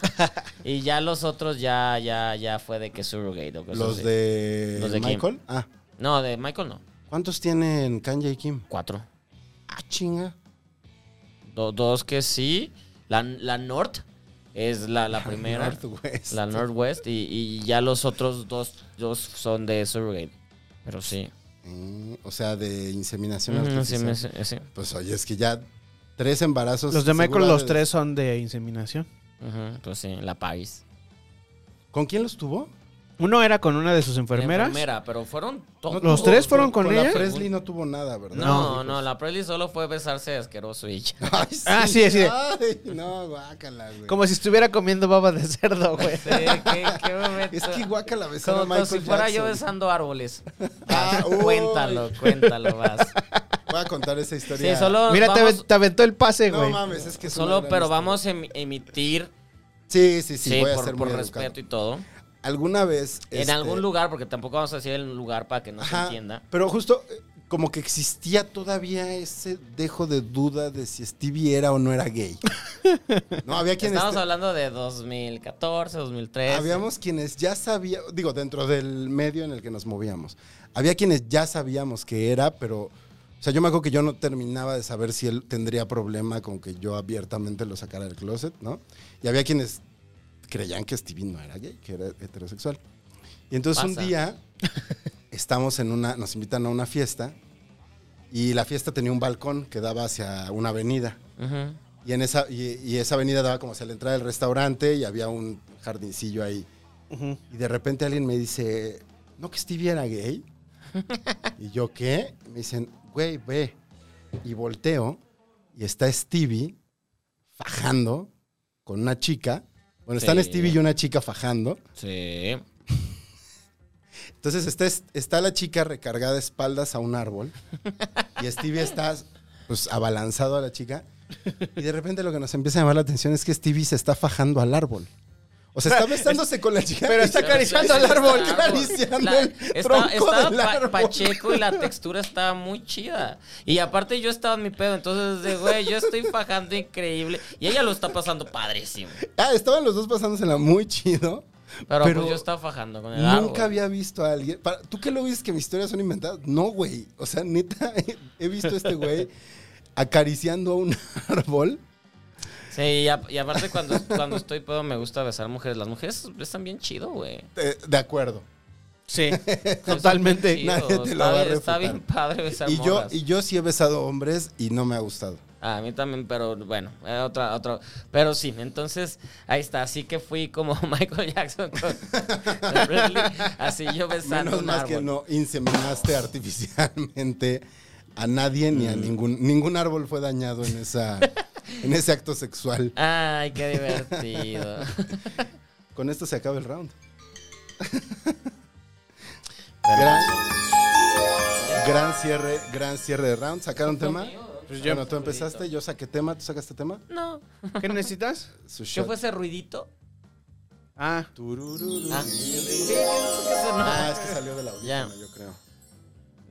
y ya los otros ya, ya, ya fue de que surrogate o
Pues
cosas
Los
así.
de,
Los de Kim.
Michael. Ah,
No, de Michael no.
¿cuántos tienen Kanye y Kim?
Cuatro.
Ah, chinga.
Do- dos que sí. La, la North es la, la primera.
Northwest.
La Northwest. Y, y ya los otros dos, dos son de surrogate. Pero sí.
Mm, o sea, de inseminación
Ujú, sí,
artificial.
me- eh, sí, sí.
Pues oye, es que ya tres embarazos.
Los de Michael, los
seguramente-
tres son de inseminación.
Ujú, pues sí, la Paris.
¿Con quién los tuvo?
Uno era con una de sus enfermeras.
Enfermera, pero fueron todos.
¿Los tres fueron con
la
ella?
Presley no tuvo nada, ¿verdad?
No,
pues.
no, la Presley solo fue besarse asqueroso y ya.
Ay, sí.
Ah, sí, sí.
Ay, no, guácala, güey.
Como si estuviera comiendo baba de cerdo, güey.
Sí, qué, qué momento.
Es que guácala besar
Como,
a
como
Michael
si fuera yo
Jackson.
besando árboles.
Ah, uy.
cuéntalo, cuéntalo más.
Voy a contar esa historia.
Sí, solo.
Mira, te,
vamos-
aven- te aventó el pase,
No
güey.
mames, es que es
Solo,
una gran
pero
historia.
vamos a em- emitir.
Sí, sí, sí,
Sí,
voy a
por,
ser
por
muy
respeto
educado.
y todo.
Alguna vez
En
este,
algún lugar, porque tampoco vamos a decir el lugar para que no se
Ajá,
entienda.
Pero justo eh, como que existía todavía ese dejo de duda de si Stevie era o no era gay. No, había quienes...
Estamos hablando de 2014, 2013.
Habíamos quienes ya sabían, digo, dentro del medio en el que nos movíamos, había quienes ya sabíamos que era, pero, o sea, yo me acuerdo que yo no terminaba de saber si él tendría problema con que yo abiertamente lo sacara del closet, ¿no? Y había quienes creían que Stevie no era gay, que era heterosexual. Y entonces
Pasa.
un día estamos en una, nos invitan a una fiesta y la fiesta tenía un balcón que daba hacia una avenida.
Ujú.
Y, en esa, y, y esa avenida daba como hacia la entrada del restaurante y había un jardincillo ahí.
Ujú.
Y de repente alguien me dice, ¿no que Stevie era gay? y yo, ¿qué? Me dicen, güey, ve. Y volteo y está Stevie fajando con una chica. Bueno, están
Sí.
Stevie y una chica fajando.
Sí.
Entonces está, está la chica recargada de espaldas a un árbol y Stevie está pues abalanzado a la chica y de repente lo que nos empieza a llamar la atención es que Stevie se está fajando al árbol. O sea, está besándose con la chica.
pero está acariciando al árbol,
Está
acariciando
La-
el
está-
tronco
estaba
del
pa-
árbol.
pacheco y la textura estaba muy chida. Y aparte yo estaba en mi pedo, entonces de güey, yo estoy fajando increíble y ella lo está pasando padrísimo.
Ah, estaban los dos pasándosela muy chido.
Pero,
Pero
pues yo estaba fajando con el árbol.
Nunca había visto a alguien. para- ¿Tú qué lo ves que mis historias son inventadas? No, güey. O sea, neta, he, he visto a este güey acariciando a un árbol.
Sí, y, a- y aparte cuando, cuando estoy pedo me gusta besar mujeres. Las mujeres están bien chido, güey.
Eh, de acuerdo.
Sí,
Están
totalmente.
bien chido.
nadie te lo
Está
va
bien- Está
a refutar.
bien padre besar
Y yo,
morras.
y yo sí he besado hombres y no me ha gustado.
A mí también, pero bueno, eh, otra, otra. Pero sí, entonces ahí está. Así que fui como Michael Jackson con con Bradley. Así yo besando
Menos
un
más
árbol.
que no inseminaste artificialmente a nadie ni a ningún ningún árbol fue dañado en esa en ese acto sexual.
Ay, qué divertido.
Con esto se acaba el round.
Pero-
Gran, gran cierre, gran cierre de round. ¿Sacaron tema?
Pues yo-
Bueno, tú empezaste, yo saqué tema, tú sacaste tema.
no.
¿Qué necesitas?
Su
¿Qué
shot.
fue ese ruidito?
Ah,
Turururu.
Ah. Sí, ¿qué sonó?
Ah, es que salió de la
Ya.
audífono, yo creo.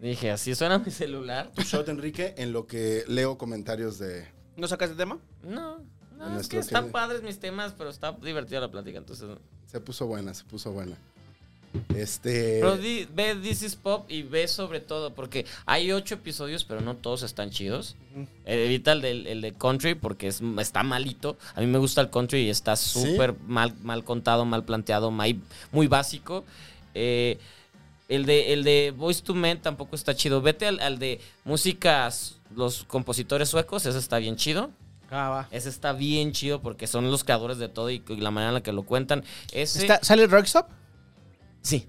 Dije, así suena mi celular.
Tu shot, Enrique, en lo que leo comentarios de
¿no sacaste tema?
No.
A
No, es que
nuestro Eh.
están
querido.
padres mis temas, pero está divertida la plática, entonces... no.
Se puso buena, se puso buena. Este.
Pero di- ve This is Pop y ve sobre todo, porque hay ocho episodios, pero no todos están chidos.
Ujú.
Eh, Evita el de, el de country porque es, está malito. A mí me gusta el country y está
¿Sí?
súper mal, mal contado, mal planteado, muy, muy básico. Eh, el de, el de Voice to Men tampoco está chido. Vete al, al de músicas, los compositores suecos, ese está bien chido.
Ah, va.
Ese está bien chido porque son los creadores de todo y, y la manera en la que lo cuentan. Ese,
¿Está- ¿Sale Rockstop?
sí.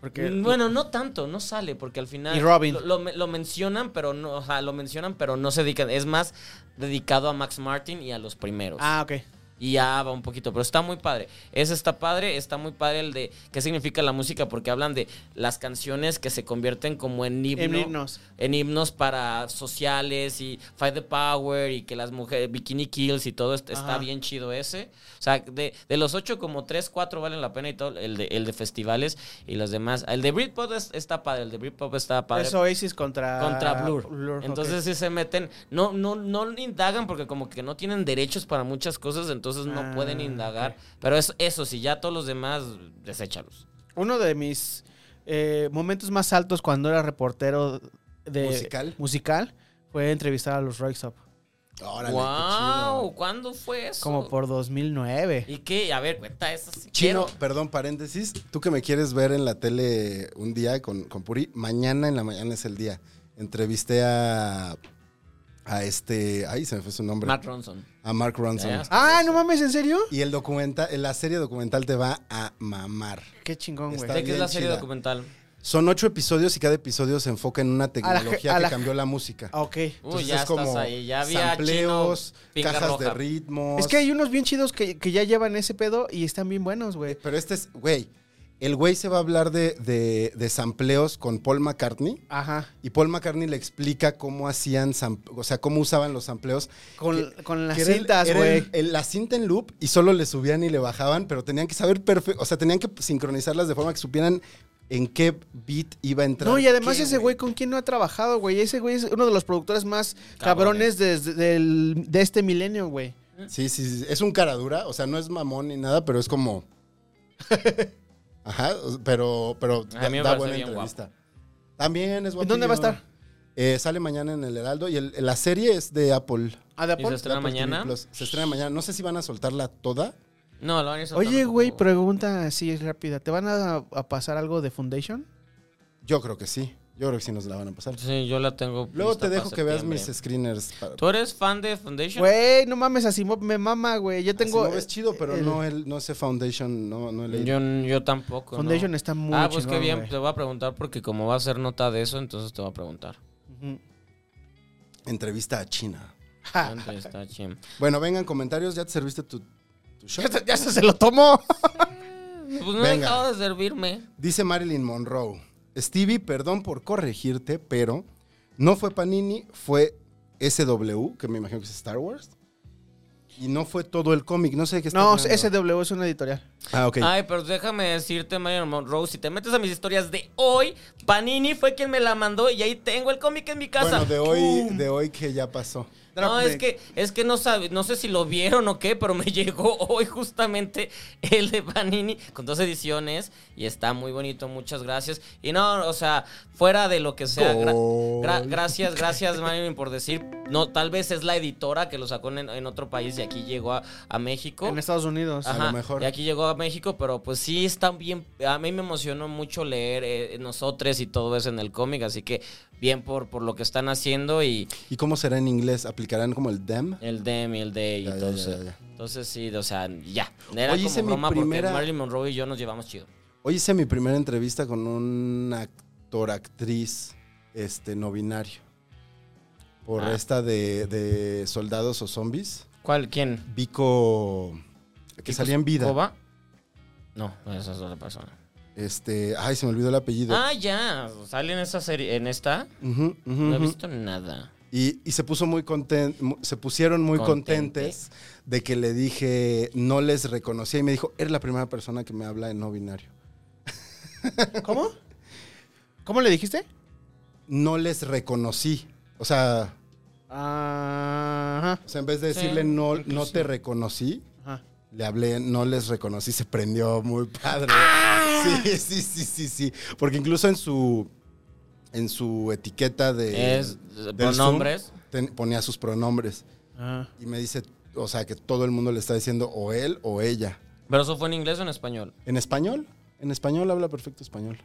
Porque
Bueno, no tanto, no sale, porque al final
Mm, Y Robin.
Lo, lo- lo mencionan, pero no, o sea, lo mencionan, pero no se dedican. Es más dedicado a Max Martin y a los primeros.
Ah, ok.
Y ya va un poquito, pero está muy padre. Ese está padre, está muy padre el de qué significa la música, porque hablan de las canciones que se convierten como en himno
En himnos.
en himnos para sociales y Fight the Power y que las mujeres, Bikini Kills y todo esto, está
Ajá.
bien chido ese. O sea, de, de los ocho como tres, cuatro valen la pena y todo, el de, el de festivales y los demás. El de Britpop es- está padre, el de Britpop está padre.
Es Oasis contra...
Contra Blur.
ok.
Entonces sí se meten, no, no, no indagan porque como que no tienen derechos para muchas cosas, entonces no
Ah,
pueden indagar. Pero es, eso sí, ya todos los demás, deséchalos.
Uno de mis eh, momentos más altos cuando era reportero de...
Musical.
Musical. Fue entrevistar a los Rockstop.
Órale, qué
wow,
chido.
¿cuándo fue eso?
Como por 2009.
¿Y qué? A ver, cuenta eso. si
Chino,
quiero.
perdón, paréntesis. Tú que me quieres ver en la tele un día con, con Puri, mañana en la mañana es el día. Entrevisté a. A este. Ay, se me fue su nombre.
Matt Ronson.
A Mark Ronson.
Ya, ya.
Ah, no mames, ¿en serio?
Y el documental, la serie documental te va a mamar.
Qué chingón, güey.
Está
¿De qué es la
bien
serie
chida.
documental?
Son ocho episodios y cada episodio se enfoca en una
la-
tecnología
a
que
la-
cambió la música.
Ah, Ok.
Uy,
Entonces
ya
es
estás
como
ahí. Ya había
sampleos,
chino, pinga
cajas de
roja.
ritmos.
Es que hay unos bien chidos que, que ya llevan ese pedo y están bien buenos, güey.
Pero este es, güey, el güey se va a hablar de, de, de sampleos con Paul McCartney.
Ajá.
Y Paul McCartney le explica cómo hacían, sam- o sea, cómo usaban los sampleos.
Con, con las
Que era el-
cintas,
era el-
güey.
el- La cinta en loop y solo le subían y le bajaban, pero tenían que saber perfecto, o sea, tenían que sincronizarlas de forma que supieran en qué beat iba a entrar.
No, y además
¿Qué,
ese güey con quién no ha trabajado, güey. Ese güey es uno de los productores más
Cabrones.
cabrones desde del- de este milenio, güey.
Sí, sí, sí. Es un cara dura, o sea, no es mamón ni nada, pero es como. Ajá, o- pero, pero
A
da,
mí me
da
parece
buena
bien
entrevista. También es guapo.
dónde va a estar?
sale mañana en El Heraldo y el- la serie es de Apple.
¿A ¿Ah, de
Y se
Apple?
estrena
Apple TV
mañana.
Plus. Se estrena mañana. No sé si van a soltarla toda.
No, lo van a ir soltando
Oye,
poco a
güey,
poco.
pregunta así rápida. ¿Te van a, a pasar algo de Foundation?
Yo creo que sí. Yo creo que sí nos la van a pasar.
Sí, yo la tengo.
Luego
lista
te dejo
para
que veas mis
septiembre.
screeners. Para...
¿Tú eres fan de Foundation?
Güey, no mames, así mo- me mama, güey. Yo tengo...
Tengo, es chido, pero
el-
no, el, no sé Foundation, no, no he leído.
yo, yo tampoco.
Foundation
no.
está muy
Ah, pues qué
chingón,
bien,
güey.
te voy a preguntar porque como va a ser nota de eso, entonces te voy a preguntar.
Ujú.
Entrevista a China.
Ja.
Entonces, está chim.
Bueno, vengan comentarios. ¿Ya te serviste tu, tu shot?
ya se, se lo tomó.
Pues no he
Venga.
dejado de servirme.
Dice Marilyn Monroe. Stevie, perdón por corregirte, pero no fue Panini, fue SW, que me imagino que es Star Wars. Y no fue todo el cómic, no sé de qué está
No,
hablando.
SW es una editorial.
Ah, ok.
Ay, pero déjame decirte, Marilyn Monroe, si te metes a mis historias de hoy, Panini fue quien me la mandó y ahí tengo el cómic en mi casa.
bueno, de hoy, de hoy que ya pasó.
No,
Drop
es
Mic.
que, es que no sabe, no sé si lo vieron o qué, pero me llegó hoy justamente el de Panini con dos ediciones y está muy bonito, muchas gracias. Y no, o sea, fuera de lo que sea, gra-
Gol.
gra- gracias, gracias Marilyn por decir, no, tal vez es la editora que lo sacó en, en otro país y aquí llegó a, a México.
En Estados Unidos.
Ah.
Ajá,
lo mejor.
Y aquí llegó a México, pero pues sí están bien. A mí me emocionó mucho leer eh, nosotros y todo eso en el cómic, así que bien por, por lo que están haciendo y
¿Y cómo será en inglés? ¿Aplicarán como el E dem?
el dem y el de y
Ya, ya,
todo
ya,
eso.
ya, ya.
Entonces sí, o sea, ya. Era
Oye, hice
como
mi
broma
primera-
porque Marilyn Monroe y yo nos llevamos chido.
Hoy hice mi primera entrevista con un actor, actriz, este, no binario. Por
Ah.
esta de, de soldados o zombies.
¿Cuál? ¿Quién?
Vico, que salía en vida.
¿Coba? No, esa es otra persona.
Este, ay, se me olvidó el apellido.
Ah, ya. Sale en esa serie, en esta.
Ujú, ujú,
No he
ujú.
visto nada.
Y, y se puso muy conten- mu- se pusieron muy
Contente.
contentes de que le dije, no les reconocía y me dijo, eres la primera persona que me habla en no binario.
¿Cómo? ¿Cómo le dijiste?
No les reconocí. O sea,
Ajá.
o sea, en vez de
Sí,
decirle no, no
inclusive.
te reconocí,
Ajá.
le hablé, no les reconocí, se prendió muy padre. Sí, sí, sí, sí, sí. Porque incluso en su en su etiqueta de
es.
Eh, del
Por nombres.
Zoom, ten- ponía sus pronombres.
Ah.
Y me dice, o sea, que todo el mundo le está diciendo o él o ella.
Pero eso fue en inglés o en español.
¿En español? En español habla perfecto español.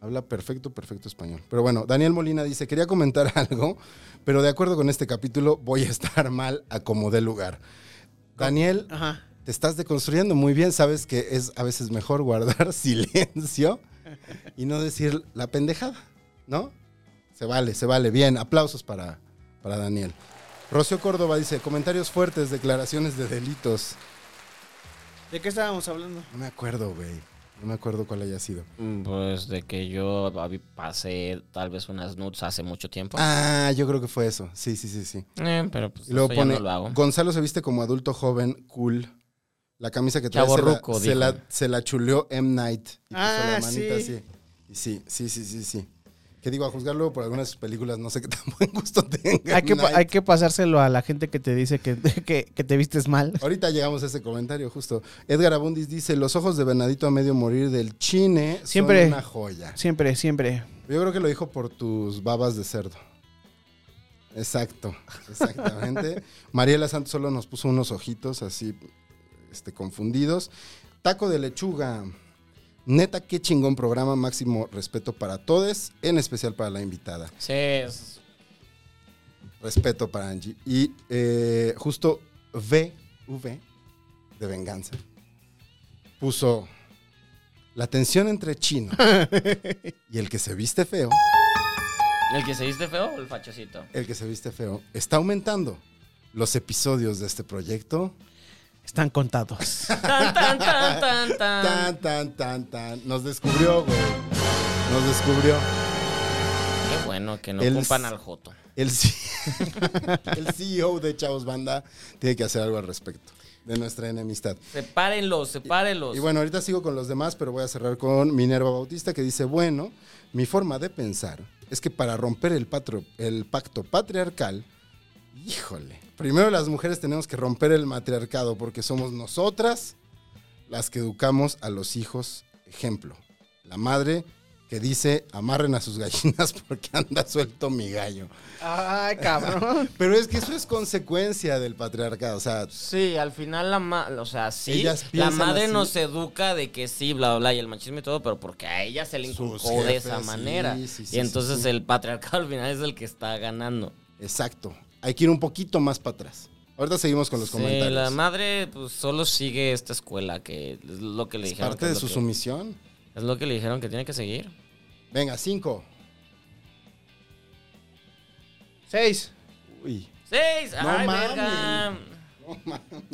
Habla perfecto, perfecto español. Pero bueno, Daniel Molina dice, quería comentar algo, pero de acuerdo con este capítulo voy a estar mal a como dé lugar. Daniel,
Ajá.
te estás deconstruyendo muy bien, sabes que es a veces mejor guardar silencio y no decir la pendejada, ¿no? Se vale, se vale, bien, aplausos para, para Daniel. Rocío Córdoba dice, comentarios fuertes, declaraciones de delitos.
¿De qué estábamos hablando?
No me acuerdo, güey, no me acuerdo cuál haya sido.
Mm, Pues de que yo hab- pasé tal vez unas nudes hace mucho tiempo.
Ah, yo creo que fue eso, sí, sí, sí, sí.
Eh, pero pues
Y luego
eso ya
pone,
no lo hago.
Gonzalo se viste como adulto joven, cool. La camisa que trae se la,
Chavorruco,
se, la-
dijo.
se la chuleó M. Night. Y
Ah,
puso la manita
sí.
así. Y sí, sí, sí, sí, sí. Que digo, a juzgarlo por algunas de sus películas, no sé qué tan buen gusto tenga.
Hay que,
M.
pa-
Night.
hay que pasárselo a la gente que te dice que, que, que te vistes mal.
Ahorita llegamos a ese comentario, justo. Edgar Abundis dice: Los ojos de Bernadito a medio morir del chine
Siempre.
son una joya.
Siempre, siempre.
Yo creo que lo dijo por tus babas de cerdo. Exacto, exactamente. Mariela Santos solo nos puso unos ojitos así, este, confundidos. Taco de lechuga. Neta, qué chingón programa. Máximo respeto para todos, en especial para la invitada.
Sí, es-
Respeto para Angie. Y eh, justo V, V, de venganza, puso la tensión entre chino y el que se viste feo.
¿El que se viste feo o el fachocito?
El que se viste feo está aumentando los episodios de este proyecto.
Están contados.
Tan, tan, tan, tan, tan.
Tan, tan, tan, tan. Nos descubrió, güey. Nos descubrió.
Qué bueno que no
El-
ocupan al Joto.
E El, C- el CEO de Chaos Banda tiene que hacer algo al respecto. de nuestra enemistad.
Sepárenlos, sepárenlos.
Y bueno, ahorita sigo con los demás, pero voy a cerrar con Minerva Bautista que dice, bueno, mi forma de pensar es que para romper el, patro- el pacto patriarcal, híjole, primero las mujeres tenemos que romper el matriarcado porque somos nosotras las que educamos a los hijos. Ejemplo, la madre que dice, amarren a sus gallinas porque anda suelto mi gallo.
Ay, cabrón.
Pero es que eso es consecuencia del patriarcado, o sea...
Sí, al final la madre, o sea, sí,
Ellas
la
piensan
madre
así.
nos educa de que sí, bla, bla, bla, y el machismo y todo, pero porque a ella se le
Sus
inculcó de
jefes,
esa
sí,
manera.
sí, sí,
y
sí,
entonces
sí.
el patriarcado al final es el que está ganando.
Exacto. Hay que ir un poquito más para atrás. Ahorita seguimos con los
Sí,
comentarios.
la madre pues, solo sigue esta escuela que es lo que le
es
dijeron.
parte
que
de
es
su
lo que-
sumisión.
Es lo que le dijeron que tiene que seguir.
Venga, cinco.
Seis.
Uy.
¡Seis!
No
¡Ay,
mames.
verga!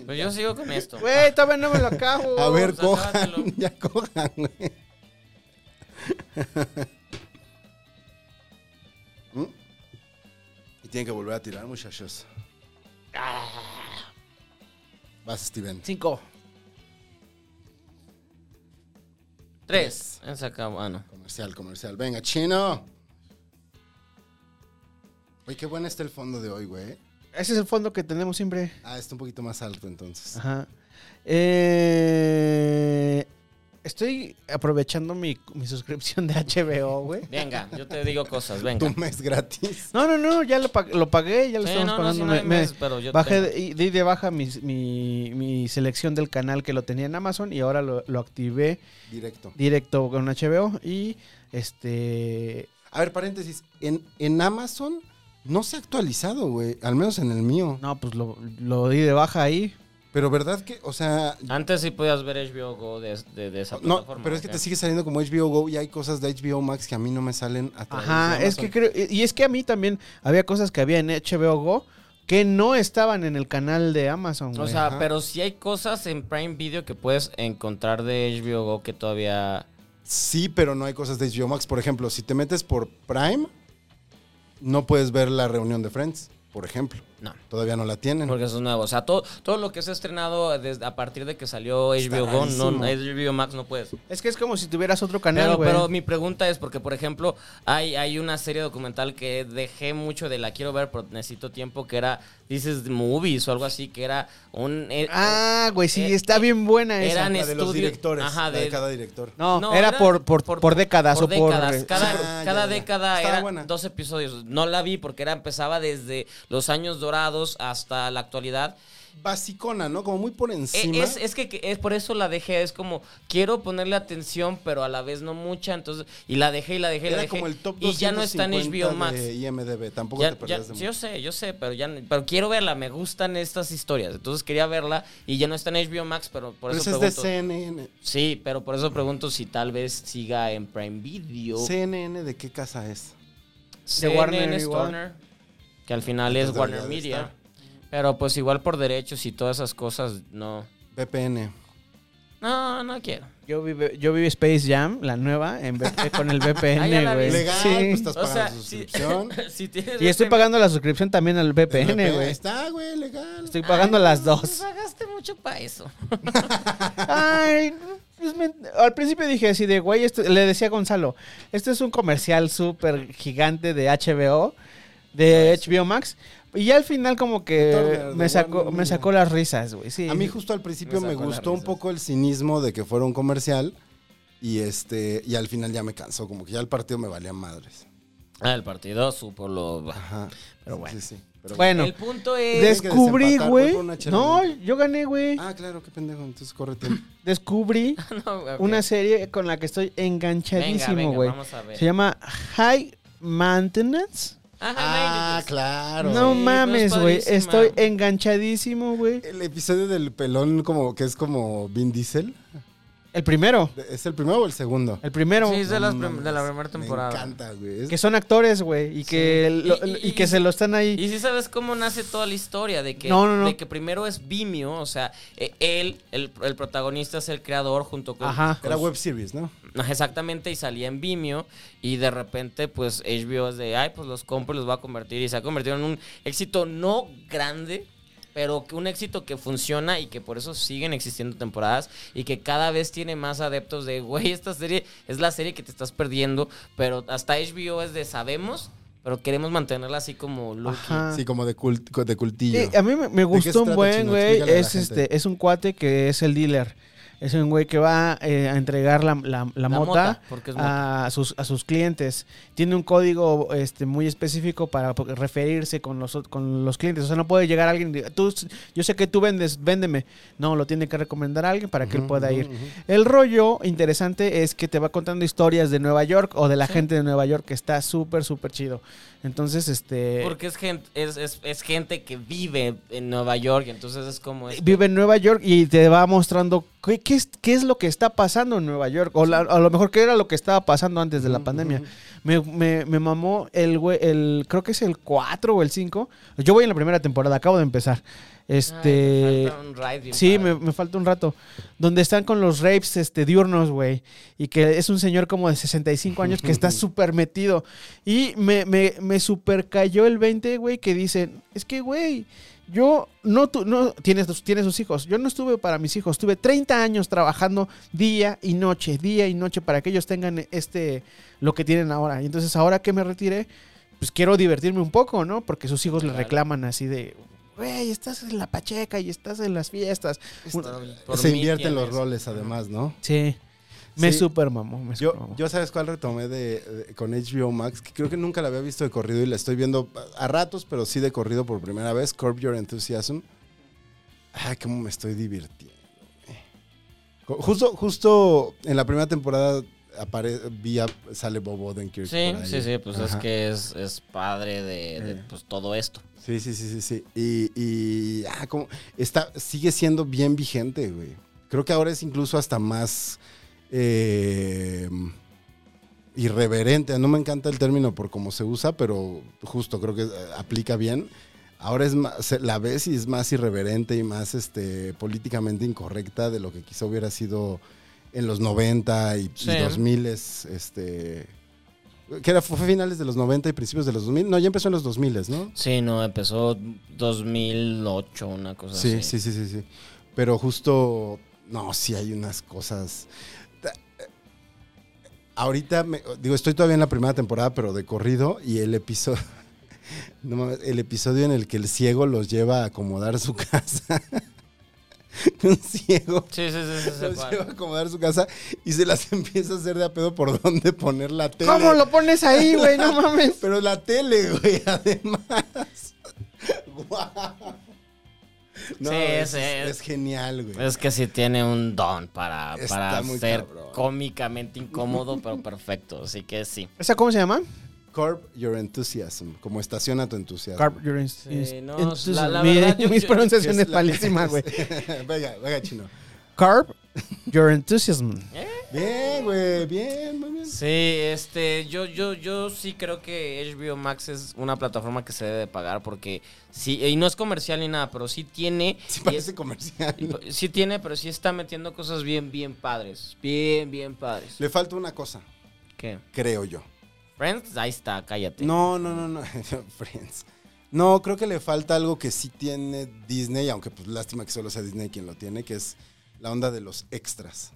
Pues yo sigo con esto.
Güey, todavía no me lo acabo.
A ver,
pues,
cojan.
acábatelo.
Ya cojan, güey. ¿Mm? Y tienen que volver a tirar, muchachos. Ah. Vas, Steven.
Cinco.
Tres. Se acabó. Ah, no.
Comercial, comercial. Venga, chino. Oye, qué bueno está el fondo de hoy, güey.
Ese es el fondo que tenemos siempre.
Ah, está un poquito más alto entonces.
Ajá. Eh, estoy aprovechando mi, mi suscripción de HBO, güey.
Venga, yo te digo cosas, venga.
Tu mes gratis.
No, no, no, ya lo, pag- lo pagué, ya lo
Sí,
estamos
no, no,
pagando.
sí, no
Me-
hay
me
mes, pero yo
bajé
tengo.
de- y di de baja mi, mi- mi selección del canal que lo tenía en Amazon y ahora lo, lo activé
Directo.
directo con HBO y este...
A ver, paréntesis. En, en Amazon no se ha actualizado, güey. Al menos en el mío.
No, pues lo, lo di de baja ahí.
Pero verdad que, o sea.
Antes sí podías ver HBO Go de, de- de esa
No,
plataforma.
pero es que
¿ok?
te sigue saliendo como HBO Go y hay cosas de HBO Max que a mí no me salen a través
Ajá,
de
es que
Amazon.
creo... Y y es que a mí también había cosas que había en HBO Go que no estaban en el canal de Amazon,
O
güey.
sea,
Ajá.
pero sí hay cosas en Prime Video que puedes encontrar de HBO Go que todavía...
Sí, pero no hay cosas de HBO Max. Por ejemplo, si te metes por Prime, no puedes ver la reunión de Friends, por ejemplo.
No.
Todavía no la tienen.
Porque eso es nuevo. O sea, todo, todo lo que se ha estrenado desde, a partir de que salió
Está
HBO Go, no,
rarísimo.
HBO Max no puedes.
Es que es como si tuvieras otro canal,
Pero,
güey.
pero mi pregunta es porque, por ejemplo, hay, hay una serie documental que dejé mucho de la quiero ver, pero necesito tiempo, que era This is the Movies o algo así, que era un... eh,
Ah, güey, sí,
eh,
está
eh,
bien buena esa.
eran
La de los
estudio-
directores.
Ajá,
la de
de-
cada director.
No, era por, por, por, décadas o por...
décadas. Cada,
Ah,
cada
ya, ya.
década
Estaba
eran
buena.
dos episodios. No la vi porque era empezaba desde los años dorados hasta la actualidad.
Basicona, ¿no? Como muy por
E-
encima.
Es, es que que es por eso la dejé. Es como quiero ponerle atención, pero a la vez no mucha. Entonces, y la dejé y la dejé y la
Era
dejé.
como el top 250
y ya no está en HBO Max.
de IMDb, tampoco
Ya-
te
ya-
perdías de
sí,
mucho.
yo sé, yo sé, pero ya pero quiero verla, me gustan estas historias. Entonces quería verla y ya no está en HBO Max, pero por
Pero
eso
ese es
pregunto.
de CNN.
sí, pero por eso pregunto si tal vez siga en Prime Video.
CNN, ¿de qué casa es?
De Warner
es
igual.
Turner, que al final es
Entonces
Warner
debería de
Media. Pero pues igual por derechos y todas esas cosas, no.
VPN.
No, no quiero.
Yo vi, yo vi Space Jam, la nueva, en VP con el
Ah, ya
VPN,
la
güey.
vi.
Legal,
Sí.
pues estás
O
pagando
sea,
tu
si,
suscripción.
si tienes este
Y estoy
VPN,
pagando la suscripción también al VPN,
VPN,
güey.
Está, güey, legal.
Estoy pagando las dos.
Pagaste mucho para eso.
Ay, pues me- al principio dije así de, güey, esto- le decía a Gonzalo, este es un comercial súper gigante de HBO, de HBO Max. Y ya al final como que
Turner,
me
Ah, de
sacó,
Warner
me sacó las risas, güey. Sí.
A mí justo al principio
Me
me
sacó las
gustó un
risas.
poco el cinismo de que fuera un comercial y este y al final ya me cansó, como que ya el partido me valía madres.
Ah, el partido supo lo.
Ajá.
Pero bueno.
Sí, sí, pero
Bueno,
El punto es.
Tienen que
descubrí,
desempatar,
güey.
voy por una chela.
No, yo gané, güey.
Ah, claro, qué pendejo, entonces córrete.
Descubrí
No, ok.
una serie con la que estoy
Venga, venga,
enganchadísimo, güey.
Vamos a ver.
Se llama High Maintenance.
Ajá,
ah,
Maintenance.
claro.
No
Sí,
mames,
pues,
güey.
padrísima.
Estoy enganchadísimo, güey.
El episodio del pelón como que es como Vin Diesel,
El primero.
¿es el primero o el segundo?
El primero.
Sí, es de, las
No
prim-
mames,
de la primera temporada.
Me encanta, güey. Es-
Que son actores, güey. Y que,
Sí.
lo-
Y- y-
y que
y-
se lo están ahí.
Y sí sabes cómo nace toda la historia, de que,
No, no, no.
de que primero es Vimeo, o sea, eh, él, el, el protagonista es el creador junto con...
Ajá.
con
Era
su-
web series, ¿no?
Ajá, Exactamente, y salía en Vimeo y de repente pues HBO es de, ay, pues los compro y los va a convertir y se ha convertido en un éxito no grande, pero que un éxito que funciona y que por eso siguen existiendo temporadas y que cada vez tiene más adeptos de, güey, esta serie es la serie que te estás perdiendo, pero hasta HBO es de sabemos, pero queremos mantenerla así como low-key.
Ajá.
Sí, como de, cult- de cultillo.
Sí, Eh, em, a mí me, me gustó un
trata,
buen
chino?
güey.
Explícale a la
Es,
gente.
este, es un cuate que es el dealer. Es un güey que va eh, a entregar la, la- la
La
mota,
mota, porque es
a, sus, a sus clientes. Tiene un código este, muy específico para po- referirse con los, ot- con los clientes. O sea, no puede llegar alguien y diga, tú, yo sé que tú vendes, véndeme. No, lo tiene que recomendar a alguien para que él pueda ir. El rollo interesante es que te va contando historias de Nueva York o de la gente de Nueva York que está súper, súper chido. Entonces, este...
Porque es gente, es, es- es gente que vive en Nueva York, entonces es como... este-
vive en Nueva York y te va mostrando qué, qué es, qué es lo que está pasando en Nueva York. O la- a lo mejor qué era lo que estaba pasando antes de la pandemia. Me, me- me mamó el, güey- el, creo que es el 4 o el 5. Yo voy en la primera temporada, acabo de empezar.
Ay,
Este...
me falta un ride bien
Sí,
padre.
me, me falta un rato. Donde están con los rapes este, diurnos, güey. Y que es un señor como de 65 años que está súper metido. Y me, me, me super cayó el 20, güey, que dicen, es que, güey, yo no, tu, no tienes, tus- tienes sus hijos. Yo no estuve para mis hijos. Tuve 30 años trabajando día y noche, día y noche, para que ellos tengan este, lo que tienen ahora. Y entonces ahora que me retiré, pues quiero divertirme un poco, ¿no? Porque sus hijos le
Claro.
reclaman así de, güey, estás en la pacheca y estás en las fiestas.
Está- por
Se
mí
invierten los
tienes.
roles además, ¿no?
Sí. Me
Sí.
super mamó, me
Yo,
supermamó.
yo sabes cuál retomé de, de- con HBO Max, que creo que nunca la había visto de corrido y la estoy viendo a ratos, pero sí de corrido por primera vez, Curb Your Enthusiasm. Ay, cómo me estoy divirtiendo. güey. Ju- Justo, justo en la primera temporada apare, vi a- sale Bob Odenkirk.
Sí,
por ahí.
sí, sí, pues es
Ajá.
que es, es padre de, de,
Eh.
pues, todo esto.
Sí, sí, sí, sí, sí. Y, y, ah, como está, sigue siendo bien vigente, güey. Creo que ahora es incluso hasta más eh, irreverente. No me encanta el término por cómo se usa, pero justo creo que eh, aplica bien. Ahora es más, se- la ves y es más irreverente y más este, políticamente incorrecta de lo que quizá hubiera sido en los 90 y,
Sí.
y 2000. Este, que era, fue finales de los 90 y principios de los 2000. No, ya empezó en los 2000, ¿no?
Sí, no, empezó 2008, una cosa
Sí,
así.
sí, sí, sí, sí. Pero justo, no, sí hay unas cosas. Ta- eh, Ahorita, me- digo, estoy todavía en la primera temporada, pero de corrido, y el episodio, no mames, el episodio en el que el ciego los lleva a acomodar su casa. Un ciego
Sí, sí, sí, sí, sí,
los
sí,
lleva a acomodar su casa y se las empieza a hacer de a pedo por dónde poner la tele.
¿Cómo lo pones ahí, güey? No mames.
Pero la tele, güey, además. Guau. No,
Sí,
es,
sí.
es genial, güey.
Es que sí tiene un don para,
Está
para
muy
ser
cabrón.
cómicamente incómodo, pero perfecto. Así que sí.
¿Esa cómo se llama?
Curb your enthusiasm, como estaciona tu entusiasmo.
Carp Your Inst-
Sí,
Inst-
no,
Inst-
la- la
Mi-
verdad, yo-
Mis
yo-
pronunciaciones
Es la-
malísimas, güey.
venga, venga, chino.
Carp Your Enthusiasm.
Bien, güey, bien, muy bien.
Sí, este, yo, yo, yo sí creo que HBO Max es una plataforma que se debe de pagar porque sí, y no es comercial ni nada, pero sí tiene.
Sí,
y
parece
es-
comercial.
y pa- sí tiene, pero sí está metiendo cosas bien, bien padres. Bien, bien padres.
Le falta una cosa,
¿Qué?
creo yo.
Friends, ahí está, cállate.
No, no, no, no. Friends. No, creo que le falta algo que sí tiene Disney, aunque pues lástima que solo sea Disney quien lo tiene, que es la onda de los extras.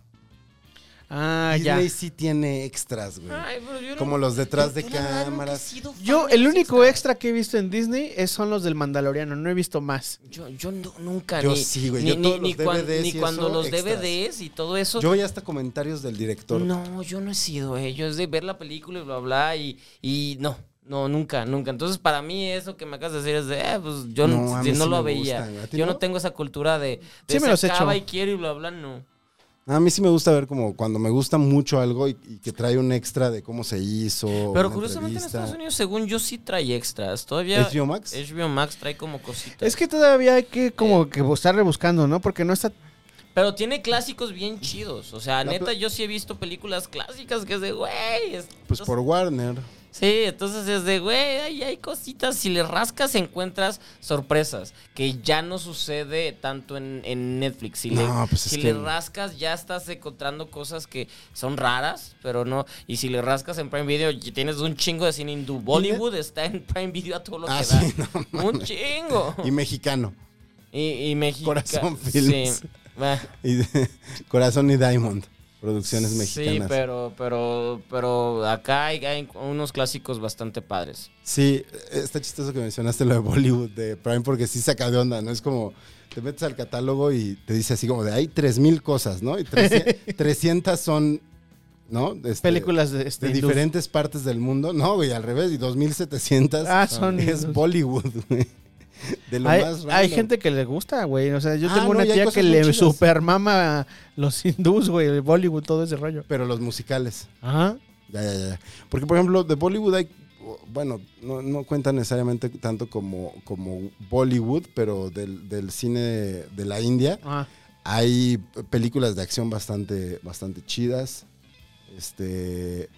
Ah, ya.
Disney sí tiene extras, güey.
Ay, pero yo no-
Como los detrás de
yo la verdad nunca he
cámaras.
sido fan
Yo,
de
el
los
único
extras.
extra que he visto en Disney es, son los del Mandaloriano. No he visto más.
Yo, yo no- nunca.
Yo
ni,
sí, güey,
ni-
yo todos
ni-
los
ni cuan-
DVDs
ni
y
cuando
eso,
los
extras.
DVDs y todo eso.
Yo veía hasta comentarios del director.
No, yo no he sido, eh. Yo es de ver la película y bla, bla, y, y no. No, nunca, nunca. Entonces, para mí, eso que me acabas de decir es de, eh, pues yo
No,
no,
a
si
mí
no
sí
lo
me
veía.
gustan. ¿A ti
Yo
no?
no tengo esa cultura de. de
Sí me los
se
he hecho.
acaba y quiero y bla, bla, no.
A mí sí me gusta ver como cuando me gusta mucho algo y, y que trae un extra de cómo se hizo.
Pero
una
curiosamente en
entrevista.
Estados Unidos, según yo, sí trae extras. Todavía.
¿HBO Max?
HBO Max trae como cositas.
Es que todavía hay que
Eh.
como que estar rebuscando, ¿no? Porque no está...
Pero tiene clásicos bien chidos. O sea,
La
neta,
pla-
yo sí he visto películas clásicas que es de, güey. es-
Pues por Warner.
Sí, entonces es de, güey, ahí hay cositas. Si le rascas, encuentras sorpresas. Que ya no sucede tanto en, en Netflix. Si, le,
No, pues es
si
que-
le rascas, ya estás encontrando cosas que son raras, pero no. Y si le rascas en Prime Video, y tienes un chingo de cine hindú. Bollywood está en Prime Video a todo lo
Ah,
que
sí,
da. un chingo.
Y mexicano.
Y, y México.
Corazón Films.
Sí. Bah,
Y de- Corazón y Diamond, producciones
sí,
mexicanas.
pero, pero, pero acá hay, hay unos clásicos bastante padres.
Sí, está chistoso que mencionaste lo de Bollywood de Prime porque sí saca de onda, ¿no? Es como, te metes al catálogo y te dice así como de, hay 3.000 cosas, ¿no? Y 300, 300 son, ¿no? Este,
Películas de, este,
De
hindú.
diferentes partes del mundo. No, güey, al revés. Y 2.700
Ah, son
es
hindús.
Bollywood, güey. De lo
Hay,
más random.
hay gente que le gusta, güey. O sea, yo
Ah,
tengo una
no, y hay
tía
cosas
que
muy
le
chidas.
supermama los hindús, güey, el Bollywood, todo ese rollo.
Pero los musicales.
Ajá.
Ya, ya, ya. Porque, por ejemplo, de Bollywood hay. Bueno, no, no cuenta necesariamente tanto como, como Bollywood, pero del, del cine de la India
Ah,
hay películas de acción bastante, bastante chidas. Este.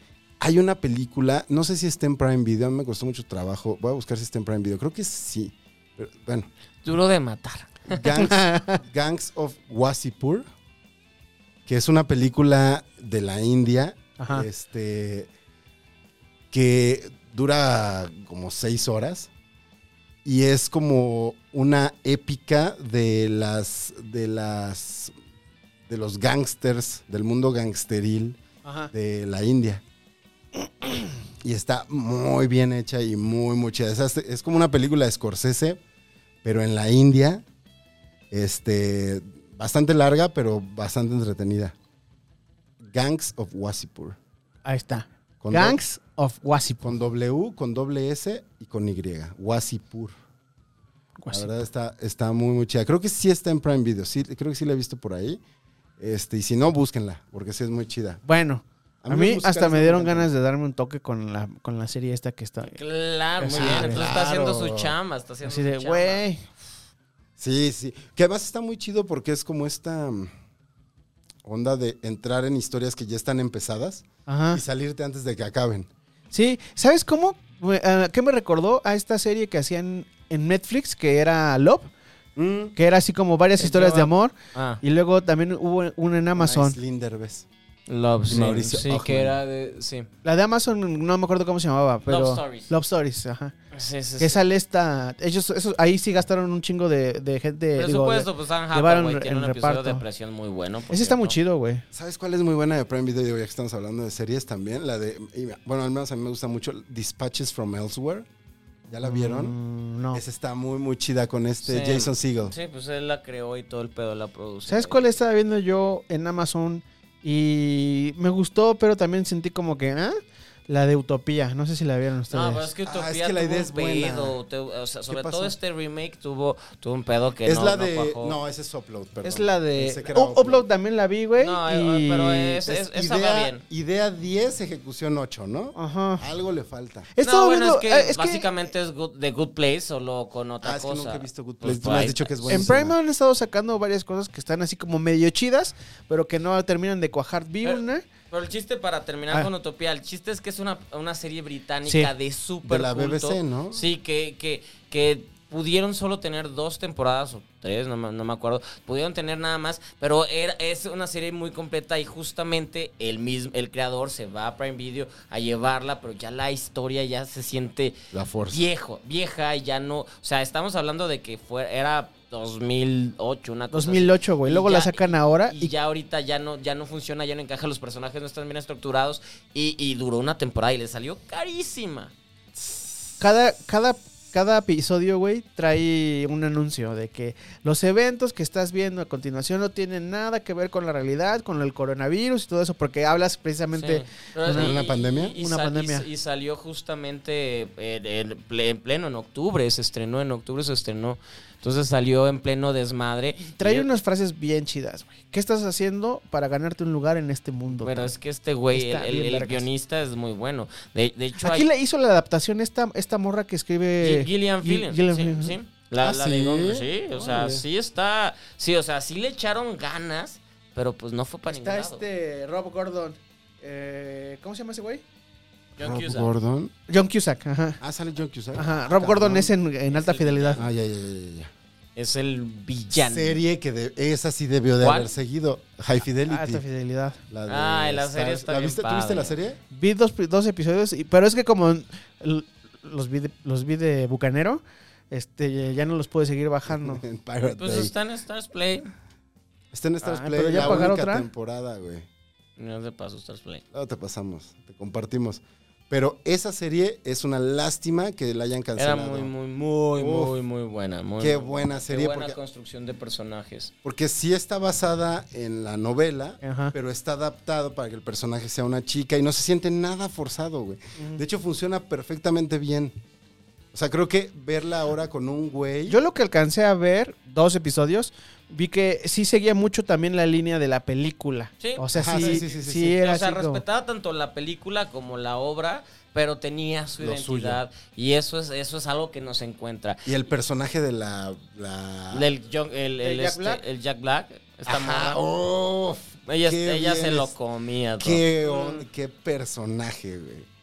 Hay una película, no sé si está en Prime Video, a mí me costó mucho trabajo. Voy a buscar si está en Prime Video, creo que sí. Pero, bueno,
Duro de matar.
Gangs, Gangs of Wasipur, que es una película de la India,
Ajá.
este, que dura como seis horas y es como una épica de las, de las, de los gangsters del mundo gangsteril
ajá.
de la India. Y está muy bien hecha y muy, muy chida. Esa Es, es como una película de Scorsese, pero en la India. Este, bastante larga, pero bastante entretenida. Gangs of Wasipur.
Ahí está.
Con do-
Gangs of Wasipur.
Con W, con doble S y con Y. Wasipur. La
Wasipur.
verdad está, está muy, muy chida. Creo que sí está en Prime Video. Sí, creo que sí la he visto por ahí. Este, y si no, búsquenla, porque sí es muy chida.
Bueno,
A
a
mí
mí,
los musicales
hasta
no me
me dieron
encantan.
ganas de darme un toque con la, con la serie esta que está.
Claro, muy
Sí,
bien. Entonces está
claro.
haciendo su chamba, está haciendo
Así
su
de,
chamba.
güey.
Sí, sí. Que además está muy chido porque es como esta mm, onda de entrar en historias que ya están empezadas
Ajá.
y salirte antes de que acaben.
Sí, ¿sabes cómo? Me- ¿A ¿Qué me recordó a esta serie que hacían en Netflix que era Love? Que era así como varias
Es
historias de
Love.
amor.
Ah,
Y luego también hubo una en Amazon.
Slinder, ¿ves?
Love,
Y
sí.
Mauricio
sí,
Ockman.
que era de. Sí.
La de Amazon, no me acuerdo cómo se llamaba, pero...
Stories.
Love Stories, ajá.
Sí, sí,
Que
sí.
sale esta... Ellos, esos, ahí sí gastaron un chingo de... de, gente-
Por
digo, de-
supuesto, pues Anne
llevaron
Hathaway tiene
en
un episodio de
reparto.
depresión muy bueno. por
ese está
cierto.
muy chido, güey.
¿Sabes cuál es muy buena de Prime Video? Digo, ya que estamos hablando de series también. La de, y me- bueno, al menos a mí me gusta mucho Dispatches from Elsewhere. ¿Ya la vieron?
Mm, no.
Esa está muy, muy chida con este
Sí.
Jason Segel.
Sí, pues él la creó y todo el pedo la produce.
¿Sabes cuál estaba viendo yo en Amazon? Y me gustó, pero también sentí como que... ¿ah? La de Utopía. No sé si la vieron ustedes.
No, pero es que
Ah, es
Utopía
que la
tuvo
idea
un
es buena.
pedo. te- o sea, sobre
pasó?
todo este remake tuvo, tuvo un pedo que
Es
no,
la
no
de.
cuajó.
No, ese es Upload, perdón.
Es la de...
Pensé que era
U- Upload. también la vi, güey.
No,
y-
eh, pero es, es, esa va
idea,
bien.
idea 10, ejecución 8, ¿no?
Ajá.
Algo le falta.
He
No,
estado
bueno,
viendo-
es que
eh, es que
básicamente es good- de Good Place, solo con otra
Ah, es que
cosa.
nunca he visto Good
Pues,
Place. Tú me has
ahí
dicho que es
está.
bueno.
En
buenísima.
Prime han estado sacando varias cosas que están así como medio chidas, pero que no terminan de cuajar. Vi
Pero-
una.
Pero el chiste para terminar
Ah.
con Utopía, el chiste es que es una, una serie británica
Sí.
de super
De la
culto.
BBC, ¿no?
Sí, que, que, que pudieron solo tener dos temporadas o tres, no me, no me acuerdo. Pudieron tener nada más, pero era- es una serie muy completa y justamente el mismo, el creador se va a Prime Video a llevarla, pero ya la historia ya se siente
La Force.
viejo, vieja y ya no, o sea, estamos hablando de que fue, era 2008, una cosa así.
2008, güey.
Y
Luego
ya-
la sacan ahora.
Y, ya ahorita ya no, ya no funciona, ya no encaja, los personajes no están bien estructurados. Y, y duró una temporada y le salió carísima.
Cada, cada, cada episodio, güey, trae un anuncio de que los eventos que estás viendo a continuación no tienen nada que ver con la realidad, con el coronavirus y todo eso, porque hablas precisamente.
Sí. Pero-
una-
¿Una pandemia?
Una
sal-
pandemia.
y- y salió justamente en, en ple- en pleno, en octubre, se estrenó, en octubre se estrenó. Entonces salió en pleno desmadre.
Trae
Y-
unas frases bien chidas, güey. ¿Qué estás haciendo para ganarte un lugar en este mundo?
Pero es que este güey, el,
Está
el-
bien
el
vergas.
guionista es muy bueno. De, de hecho,
Aquí
hay-
le hizo la adaptación esta, esta morra que escribe.
Gi- Gillian
Gi-
Flynn.
Gillian
sí,
Flynn,
sí.
¿no?
La,
Ah,
la
¿sí?
de Gomez, sí, o sea,
Órale.
sí está. Sí, o sea, sí le echaron ganas, pero pues no fue para
Está
ningún lado.
este Rob Gordon. Eh, ¿Cómo se llama ese güey?
John
Rob
Cusack.
Gordon.
John Cusack, ajá.
Ah, sale John Cusack.
Ajá, Rob Gordon
Cabrón.
es en, en alta
el-
fidelidad.
Ah, ya, ya, ya, ya,
Es el
ya.
villano.
Serie que de- esa sí debió de
¿Cuál? Ah,
haber seguido. High Fidelity.
Alta fidelidad.
La de
Ay, la
Star-
serie está
¿La
bien
viste? ¿Tú viste
padre.
la serie?
Vi dos, dos episodios, y- pero es que como l- los vi de, los vi de Bucanero, Este, ya no los puede seguir bajando.
En Pirate
Pues
Bay.
está en Stars Play.
Está en Stars
Ah,
Play
¿pero ya
la
pagaron
única
otra?
temporada, güey.
No te paso Stars Play.
Luego te pasamos, te compartimos. Pero esa serie es una lástima que la hayan
Era
cancelado.
muy, muy, muy,
Uf.
muy, muy buena. Muy,
Qué
muy
buena serie,
Qué buena
porque-
construcción de personajes.
Porque sí está basada en la novela,
Ajá.
pero está adaptado para que el personaje sea una chica y no se siente nada forzado, güey. De hecho, funciona perfectamente bien. O sea, creo que verla ahora con un güey.
Yo lo que alcancé a ver, dos episodios, vi que sí seguía mucho también la línea de la película.
Sí.
O sea,
Ajá,
sí,
sí,
sí,
sí, sí, sí, sí.
era
o sea,
así como-
respetaba tanto la película como la obra, pero tenía su
Lo
identidad. Y eso es, eso es algo que nos encuentra.
Y el personaje de la. la-
El, John- el- el
¿El Jack
este-
Black?
el Jack Black, esta
Ah. Ajá,
morra,
uf,
ella
qué
ella
bien
se lo
es-
comía. todo.
Mm.
Qué, on- qué personaje, güey.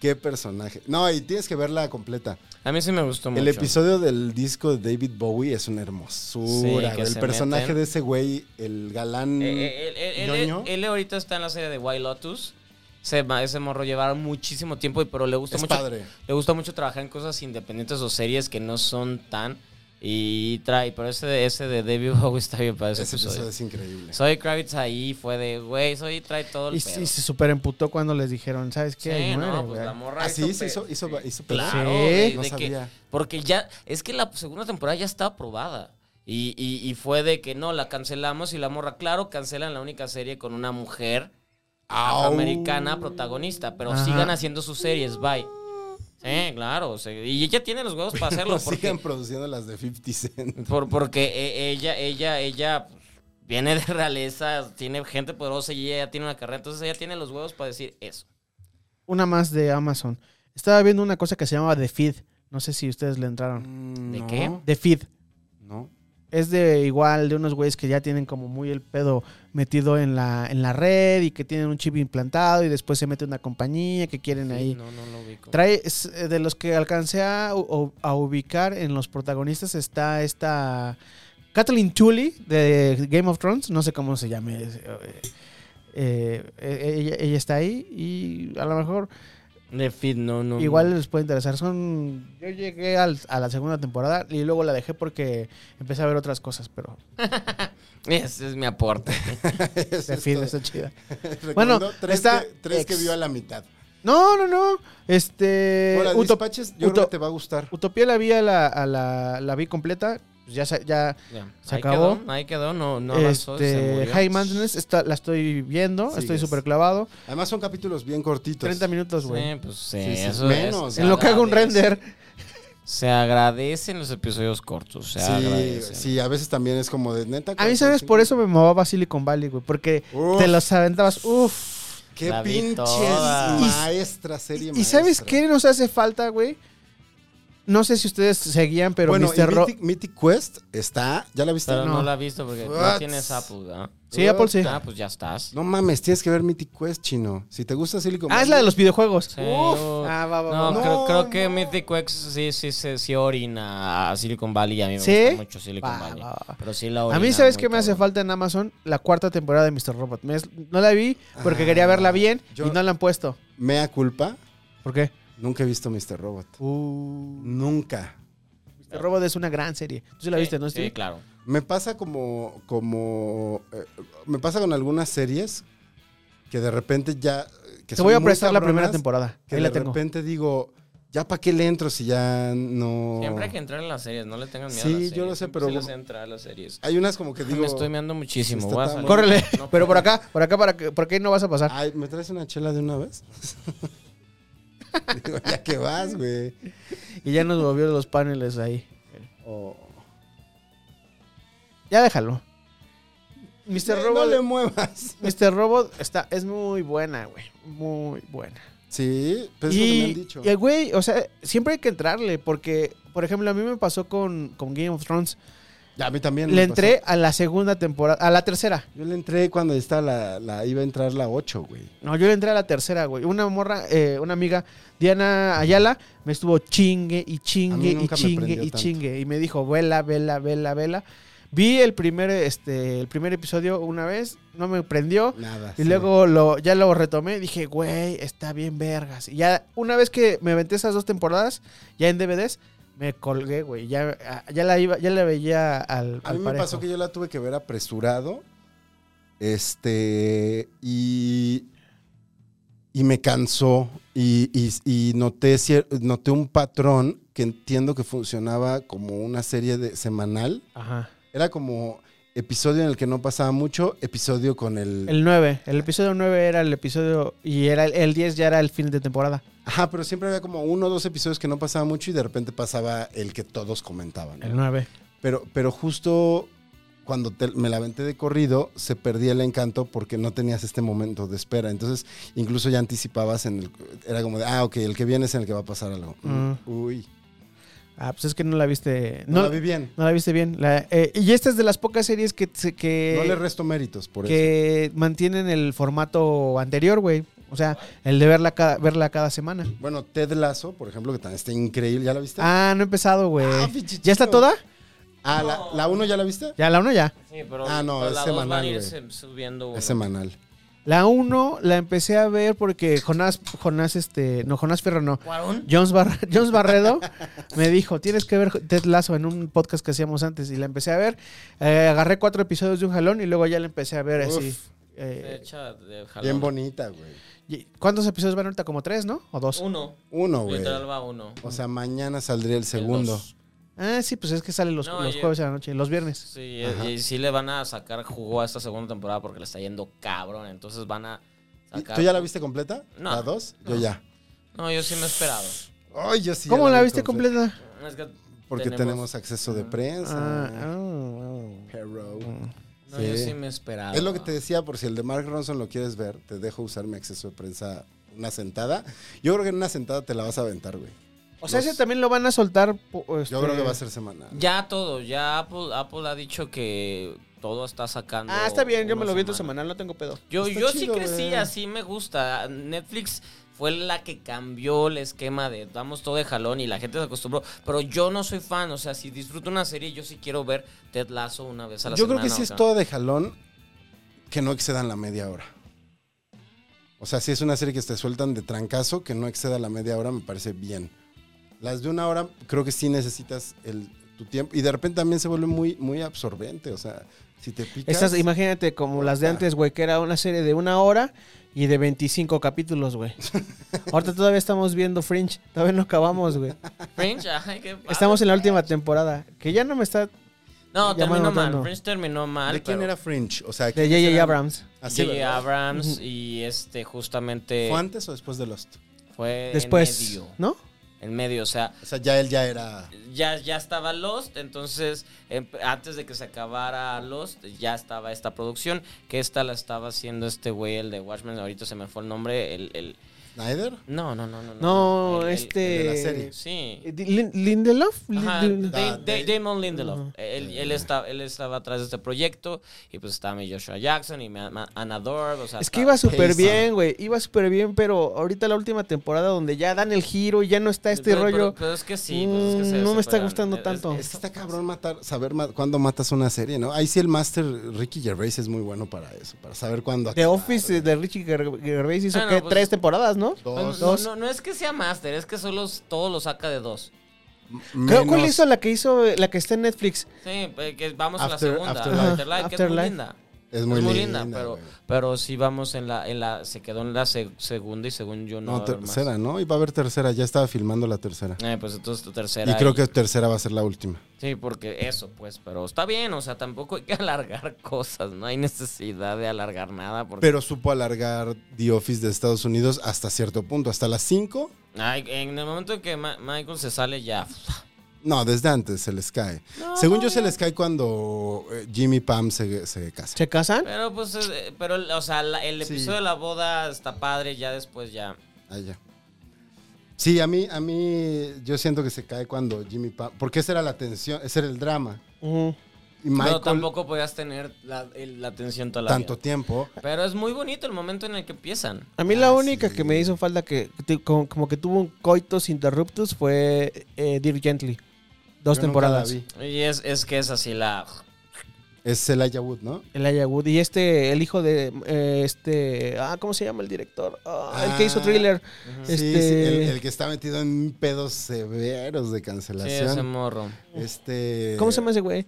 Qué personaje. No, y tienes que verla completa.
A mí sí me gustó mucho.
El episodio del disco de David Bowie es
Sí, que
una hermosura. güey. el
se
personaje
meten.
de ese güey, el galán.
Eh, eh, él, él- él-
Mm, ñoño.
él ahorita está en la serie de White Lotus. Se, ma- ese morro llevaba muchísimo tiempo, pero le gusta
es
mucho.
padre.
Le gusta mucho trabajar en cosas independientes o series que no son tan. Y trae, pero ese, de- ese de David Bowie está bien para ese,
Ese
episodio.
episodio es increíble.
Soy Kravitz ahí, fue de, güey, soy trae todo el
Y,
pedo.
y se superemputó cuando les dijeron, ¿sabes
Sí,
qué? Ahí muere,
no, pues
güey".
la morra.
Ah, sí, se
pe-
hizo, hizo, hizo
Claro,
Sí.
de-
No
de que-
sabía.
porque ya, es que la segunda temporada ya está aprobada. Y, y- y fue de que no, la cancelamos y la morra, claro, cancelan la única serie con una mujer
Au.
afroamericana protagonista, pero
Ajá.
sigan haciendo sus series, bye. Sí, claro, se- y ella tiene los huevos para hacerlo.
Pero
porque,
sigan produciendo las de 50 Cent.
por- porque e- ella, ella, ella pues, viene de realeza, tiene gente poderosa y ella tiene una carrera, entonces ella tiene los huevos para decir eso.
Una más de Amazon. Estaba viendo una cosa que se llamaba The Feed. No sé si ustedes le entraron.
¿De
no, qué?
The Feed.
No.
es de igual de unos güeyes que ya tienen como muy el pedo metido en la, en la red y que tienen un chip implantado y después se mete una compañía que quieren ahí.
No, no lo ubico.
Trae, es, eh, de los que alcancé a, u- a ubicar en los protagonistas está esta Kathleen Tully de Game of Thrones, no sé cómo se llame. es, eh, eh, eh, ella, ella está ahí y a lo mejor
De Fit, no, no.
Igual les puede interesar. Son. Yo llegué al- a la segunda temporada y luego la dejé porque empecé a ver otras cosas, pero
Ese es mi aporte.
se fin está chida. Bueno,
bueno, tres,
está-
que, tres que
ex-
vio a la mitad.
No, no, no. Este.
Ahora,
Utop-
Dispaches, yo creo
Uto-
que te va a gustar.
Utopía la vi a la, a la, la vi completa. Pues ya, sa- ya
Ya,
Se
ahí
acabó.
quedó, ahí quedó, no, no avanzó, se
este,
murió.
High Maintenance está, la estoy viendo, estoy
Sigues.
súper clavado.
Además son capítulos bien cortitos.
30 minutos, güey.
Sí, pues sí,
Sí, sí,
eso
menos,
es.
sí.
se
en lo que hago un
agradece.
render.
Se agradecen los episodios cortos, se
Sí,
agradecen.
sí, a veces también es como de neta.
A mí, ¿sabes? Por eso me movaba Silicon Valley, güey. Porque
Uf.
te los aventabas. Uf.
Qué
La vi
pinche
toda. Y-
maestra serie.
¿Y
maestra.
sabes qué nos hace falta, güey? No sé si ustedes seguían, pero
bueno, y
Mr. Ro...
Mythic, Mythic Quest está. ¿Ya la viste?
Pero no.
No.
la he visto porque
What?
no tienes Apple, ¿ah?
Sí, Apple sí.
Ah, pues ya estás.
No mames, tienes que ver Mythic Quest, chino. Si te gusta Silicon
Ah, es la de los videojuegos.
Sí,
Uf.
yo-
Ah, va, va,
No,
va.
no,
creo, creo que
no.
Mythic Quest sí, sí, sí, sí orina a Silicon Valley. A mí me
¿Sí?
gusta mucho Silicon
Va,
Valley.
va, va.
Pero sí la
A mí,
orina
¿sabes
muy
qué me hace
cabrón.
falta en Amazon? La cuarta temporada de Mr. Robot. Me es- No la vi porque
Ah,
quería verla bien
yo-
y no la han puesto.
Mea culpa.
¿Por qué?
Nunca he visto Mr. Robot.
Uh,
Nunca.
Mr. Robot es una gran serie. Tú sí la
Sí,
viste, ¿no,
Sí,
Steve?
claro.
Me pasa como. como eh, me pasa con algunas series que de repente ya. Que
Te
son
voy a
muy
prestar la
cabronas,
primera temporada.
Que
Ahí
de
la tengo.
repente digo, ¿ya para qué le entro si ya no.
Siempre hay que entrar en las series, no le tengan miedo
Sí,
a las series.
yo lo sé,
Siempre
pero-
sí les entra a las series.
Hay unas como que digo.
me estoy meando muchísimo.
está
voy a
tan
salir.
bueno.
Córrele.
No
pero por
puedo.
acá, por acá, para que- por aquí no vas a pasar.
Ay, ¿me traes una chela de una vez? Digo, ya que vas, güey.
Y ya nos volvió los paneles ahí.
O-
Ya déjalo. Mr.
No,
Robot.
No le muevas.
Mr. Robot está, es muy buena, güey. Muy buena.
Sí, pero es lo que me han
y,
dicho.
y, güey, o sea, siempre hay que entrarle. Porque, por ejemplo, a mí me pasó con, con Game of Thrones.
Ya, a mí también.
Le
me pasó.
entré a la segunda temporada, a la tercera.
Yo le entré cuando estaba la, la- iba a entrar la 8, güey.
No, yo le entré a la tercera, güey. Una morra, eh, una amiga, Diana Ayala, me estuvo chingue y chingue y
nunca me
chingue
prendió
y
tanto.
chingue. Y me dijo, vela, vela, vela, vela. Vi el primer, este, el primer episodio una vez, no me prendió.
Nada.
Y
sí.
luego lo, ya lo retomé y dije, güey, está bien vergas. Y ya una vez que me aventé esas dos temporadas, ya en DVDs, Me colgué, güey. Ya, ah, ya la iba, ya la veía al,
A
al
mí me
parejo.
pasó que yo la tuve que ver apresurado. Este. Y. Y me cansó. Y, y- y noté, cier- noté un patrón que entiendo que funcionaba como una serie de, semanal.
Ajá.
Era como episodio en el que no pasaba mucho, episodio con el.
El 9. El episodio 9 era el episodio. Y era el, el 10 ya era el fin de temporada.
Ajá, pero siempre había como uno o dos episodios que no pasaba mucho y de repente pasaba el que todos comentaban.
El 9.
Pero, pero justo cuando te- me la aventé de corrido, se perdía el encanto porque no tenías este momento de espera. Entonces, incluso ya anticipabas en el. Era como de, ah, ok, el que viene es en el que va a pasar algo. Mm, Uy.
Ah, pues es que no la viste.
No,
No,
la vi bien.
no la viste bien. La- eh, y esta es de las pocas series que. se- que
no le resto méritos por eso.
que mantienen el formato anterior, güey. O sea, el de verla cada, verla cada semana.
Bueno, Ted Lasso, por ejemplo, que también está increíble. ¿Ya la viste?
Ah, no he empezado, güey.
Ah, pinche
¿Ya está
chido.
toda?
Ah, la, la uno ya la viste?
Ya, la 1 ya.
Sí, pero
Ah, no,
pero
es
la dos
semanal,
van a ir
güey.
se- subiendo uno.
Es semanal.
La 1 la empecé a ver porque Jonás, Jonás, este, no, Jonás Fierro no.
¿Cuarón?
Jones, Bar- Jones Barredo me dijo, tienes que ver Ted Lasso en un podcast que hacíamos antes y la empecé a ver. Eh, agarré cuatro episodios de un jalón y luego ya la empecé a ver
Uf.
así.
Se
Eh,
echa de jalón.
Bien bonita, güey.
y- ¿Cuántos episodios van ahorita? Como tres, ¿no? ¿O dos?
Uno.
Uno, güey.
Literal va uno.
O sea, mañana saldría el segundo.
dos.
Ah, sí, pues es que sale los,
No,
los
yo-
jueves a la noche, los viernes.
Sí, y, y sí le van a sacar jugo a esta segunda temporada porque le está yendo cabrón. Entonces van a
¿Y
sacar.
¿Tú ya la viste completa?
No.
¿La dos? Yo ya.
No, yo sí me he esperado.
Ay, yo sí. ya
¿Cómo la
vi
viste completa?
Es que
Porque tenemos, acceso de prensa.
Ah, oh, oh.
Pero-
No,
Sí.
yo sí me he esperado.
Es lo que te decía, por si el de Mark Ronson lo quieres ver, te dejo usar mi acceso de prensa una sentada. Yo creo que en una sentada te la vas a aventar, güey.
O sea,
Los-
ese también lo van a soltar. po- este-
Yo creo que va a ser semanal.
Ya todo, ya Apple, Apple ha dicho que todo está sacando.
Ah, está bien, yo
una
me lo vi en tu
semana.
semanal, no tengo pedo.
Yo,
Está
yo sí
chido,
crecí,
güey.
así me gusta. Netflix fue la que cambió el esquema de damos todo de jalón y la gente se acostumbró. Pero yo no soy fan, o sea, si disfruto una serie, yo sí quiero ver Ted Lasso una vez a la
Yo creo
semana.
que sí
o
es
sea.
toda de jalón que no excedan la media hora. O sea, si es una serie que te sueltan de trancazo, que no exceda la media hora, me parece bien. Las de una hora, creo que sí necesitas el, tu tiempo. Y de repente también se vuelve muy, muy absorbente. O sea, si te picas.
Estas, imagínate, como las de antes, güey, que era una serie de una hora y de 25 capítulos, güey. Ahorita todavía estamos viendo Fringe, todavía no acabamos, güey.
Fringe, ay, qué padre.
Estamos en la última temporada, que ya no me está...
No,
llamando
terminó mal.
tanto.
Fringe terminó mal.
¿De quién
pero-
era Fringe? O sea,
De
¿quiénes
J.J.
eran?
Abrams.
Así,
J.J.
¿verdad?
Abrams y este justamente
¿Fue antes o después de Lost?
fue en
Después,
medio.
¿no?
En medio, o sea,
O sea, ya él ya era.
ya, ya estaba Lost, entonces em- antes de que se acabara Lost, ya estaba esta producción, que esta la estaba haciendo este güey, el de Watchmen, ahorita se me fue el nombre, el... el-
¿Snyder?
no, no, no, no.
No,
el- el-
este...
el de la serie.
sí.
Eh, Lin- Lindelof? Lin-
Ajá,
Lin-
Da-
Ah,
Da- Damon Lindelof.
Ajá.
Él, él está, él estaba atrás de este proyecto y pues estaba mi Joshua Jackson y mi Ana- Ana Dorr, o sea,
Es que iba
estaba-
súper
Jason.
bien, güey. Iba súper bien, pero ahorita la última temporada donde ya dan el giro y ya no está este
Pero- pero-
rollo.
pero es que sí, pues, es que se-
Mm, no
se
me está
juegan.
gustando
Es-
tanto.
es-
Es que está cabrón matar, saber ma- cuándo matas una serie, ¿no? Ahí sí el máster Ricky Gervais es muy bueno para eso, para saber cuándo.
The
acabar.
Office eh, de Richie Ger- Gervais hizo
Ah, no,
¿qué?
pues-
tres temporadas, ¿no?
Pues,
Dos.
no, no, no es que sea master, es que solo s- todo lo saca de dos.
Creo cuál
menos-
hizo la que hizo eh, la que está en Netflix.
Sí, eh, que vamos a la
After-
segunda,
Afterlife.
Afterlife, que es muy
Afterlife.
linda.
Es muy,
es muy linda,
linda,
pero,
güey.
pero sí vamos en la, en la, se quedó en la se- segunda y según yo no.
No,
va a haber más.
tercera, ¿no? Iba a haber tercera, ya estaba filmando la tercera.
Eh, pues entonces tu tercera.
Y creo que tercera va a ser la última.
Sí, porque eso, pues, pero está bien, o sea, tampoco hay que alargar cosas, no hay necesidad de alargar nada. Porque,
Pero supo alargar The Office de Estados Unidos hasta cierto punto, hasta las 5.
Ay, en el momento en que Ma- Michael se sale ya.
No, desde antes se les cae.
No,
Según yo se les cae cuando eh, Jimmy y Pam se, se casan.
¿Se casan?
Pero pues, eh, pero, o sea, la- el
Sí.
episodio de la boda está padre, ya después ya.
Allá. Sí, a mí, a mí, yo siento que se cae cuando Jimmy Pam, porque esa era la tensión, ese era el drama.
Ujú.
Y Michael,
pero tampoco podías tener la, el- la atención toda la
tanto
vida.
tiempo.
Pero es muy bonito el momento en el que empiezan.
A mí la
Ah,
única
sí.
que me hizo falta que que tu- como, como que tuvo un coitus interruptus fue eh, Dear Gently. Dos
Yo nunca la
temporadas.
vi.
Y es, es que es así la...
Es Elijah Wood, ¿no?
El Ayawood. Y este, el hijo de eh, este. Ah, ¿cómo se llama el director? Ah, el que hizo
Ah.
thriller.
Sí,
Este,
sí, el, el que está metido en pedos severos de
Sí, ese
cancelación.
morro.
este.
¿Cómo se llama ese güey?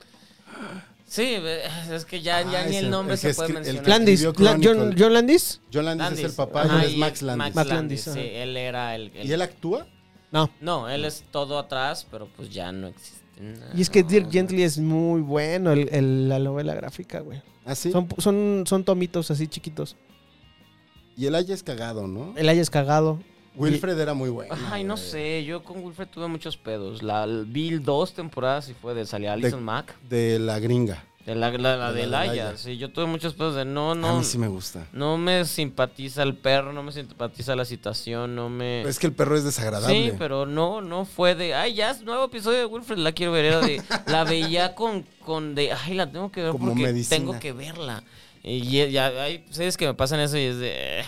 Sí, es que ya, ya
Ah,
ni
ese-
el nombre
el
se
que
puede
escri- el
mencionar.
que
Landis.
escribió
La- John,
Chronicle.
John Landis.
John Landis, es el
Landis.
papá,
Ajá,
él es
y
Max Landis.
Max Landis,
Landis,
ajá.
sí, él era el... el-
¿Y él actúa?
No.
No, él es todo atrás, pero pues ya no existe. nada.
Y es que
Ah.
Dirk Gently es muy bueno, el- el- la novela gráfica, güey.
Ah, sí.
Son, son, son tomitos así chiquitos.
Y Elijah es cagado, ¿no?
El hayas cagado.
Wilfred era muy bueno. Eh,
Ay, no
güey.
sé, yo con Wilfred tuve muchos pedos. La, vi dos temporadas y fue de salir Alison Mack,
De la gringa.
de la, la, la
De
de
la de
Laia.
Laia.
Sí, yo tuve muchos pedos de no,
A
no.
mí sí me gusta.
No me simpatiza el perro, no me simpatiza la situación, no me...
Es que el perro es desagradable.
Sí, pero no, no fue de, ay, ya es nuevo episodio de Wilfred, la quiero ver, era de, la veía con, con de, ay, la tengo que ver
Como
porque
medicina.
tengo que verla. Y ya, ya hay series que me pasan eso y es de, eh.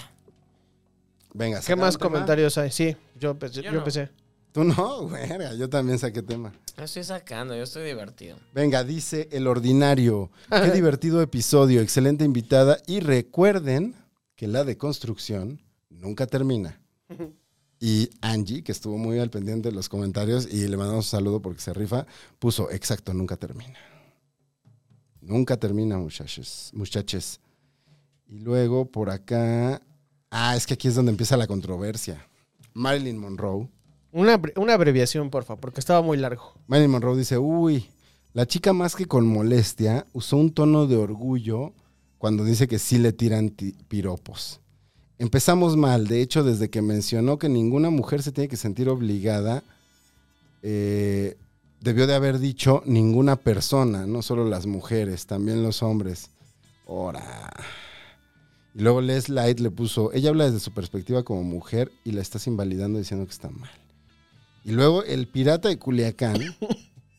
Venga,
¿Qué
saca
más
un tema.
comentarios hay? Sí, yo empecé.
Yo
Yo,
no.
empecé.
Tú no, verga, yo también saqué tema.
la estoy sacando, yo estoy divertido.
Venga, dice el ordinario. Qué divertido episodio, excelente invitada. Y recuerden que la deconstrucción nunca termina. Y Angie, que estuvo muy al pendiente de los comentarios y le mandamos un saludo porque se rifa, puso, exacto, nunca termina. Nunca termina, muchachos. Muchaches. Y luego por acá... Ah, es que aquí es donde empieza la controversia. Marilyn Monroe.
Una, abre- una abreviación, porfa, porque estaba muy largo.
Marilyn Monroe dice, uy, la chica más que con molestia usó un tono de orgullo cuando dice que sí le tiran ti- piropos. Empezamos mal, de hecho, desde que mencionó que ninguna mujer se tiene que sentir obligada, eh, debió de haber dicho ninguna persona, no solo las mujeres, también los hombres. Ora. Y luego Les Light le puso, ella habla desde su perspectiva como mujer y la estás invalidando diciendo que está mal. Y luego el pirata de Culiacán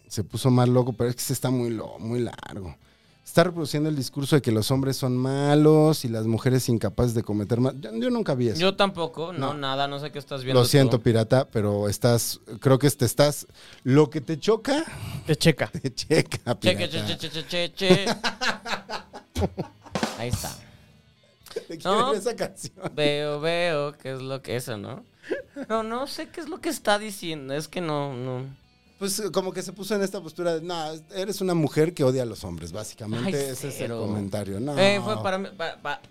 se puso más loco, pero es que se está muy, lo- muy largo. Está reproduciendo el discurso de que los hombres son malos y las mujeres incapaces de cometer mal. Yo, yo nunca vi eso.
Yo tampoco, no,
No.
nada, no sé qué estás viendo.
Lo siento,
tú.
pirata, pero estás, creo que te estás, lo que te choca,
Te checa.
te checa,
Cheque,
pirata.
che, che, che, che, che, che. Ahí está.
Te quiero
No.
esa canción.
Veo, veo, qué es lo que eso, ¿no? No, no sé qué es lo que está diciendo, es que no, no.
Pues como que se puso en esta postura de, no, eres una mujer que odia a los hombres, básicamente
Ay,
ese es el
cero.
comentario. No.
Eh, fue para mí, pa- pa-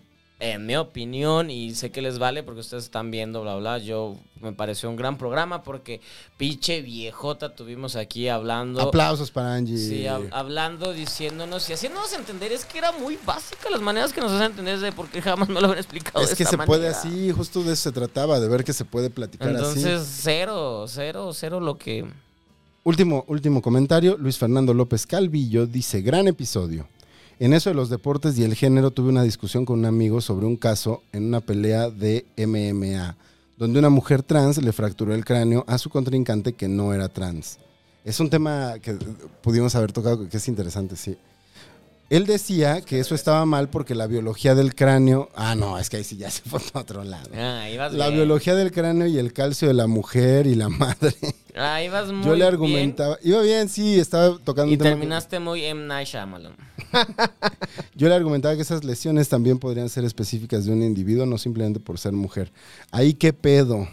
en mi opinión, y sé que les vale porque ustedes están viendo, bla, bla, yo me pareció un gran programa porque pinche viejota tuvimos aquí hablando.
Aplausos para Angie.
Sí, hab- hablando, diciéndonos y haciéndonos entender, es que era muy básica las maneras que nos hacen entender de por qué jamás me lo habían explicado.
es
de
que
esta
se puede
manera.
así, justo de eso se trataba, de ver que se puede platicar
Entonces,
así.
cero, cero, cero lo que...
Último, último comentario, Luis Fernando López Calvillo dice, gran episodio. En eso de los deportes y el género tuve una discusión con un amigo sobre un caso en una pelea de MMA, donde una mujer trans le fracturó el cráneo a su contrincante que no era trans. Es un tema que eh, pudimos haber tocado, que es interesante, sí. Él decía que eso estaba mal porque la biología del cráneo... Ah, no, es que ahí sí ya se fue a otro lado.
Ah, ibas
La
bien.
biología del cráneo y el calcio de la mujer y la madre.
Ah, ibas muy
Yo le
bien
argumentaba, iba bien, sí, estaba tocando
Y
un tema que-
terminaste muy M. Night Shyamalan.
Yo le argumentaba que esas lesiones también podrían ser específicas de un individuo, no simplemente por ser mujer. Ahí qué pedo.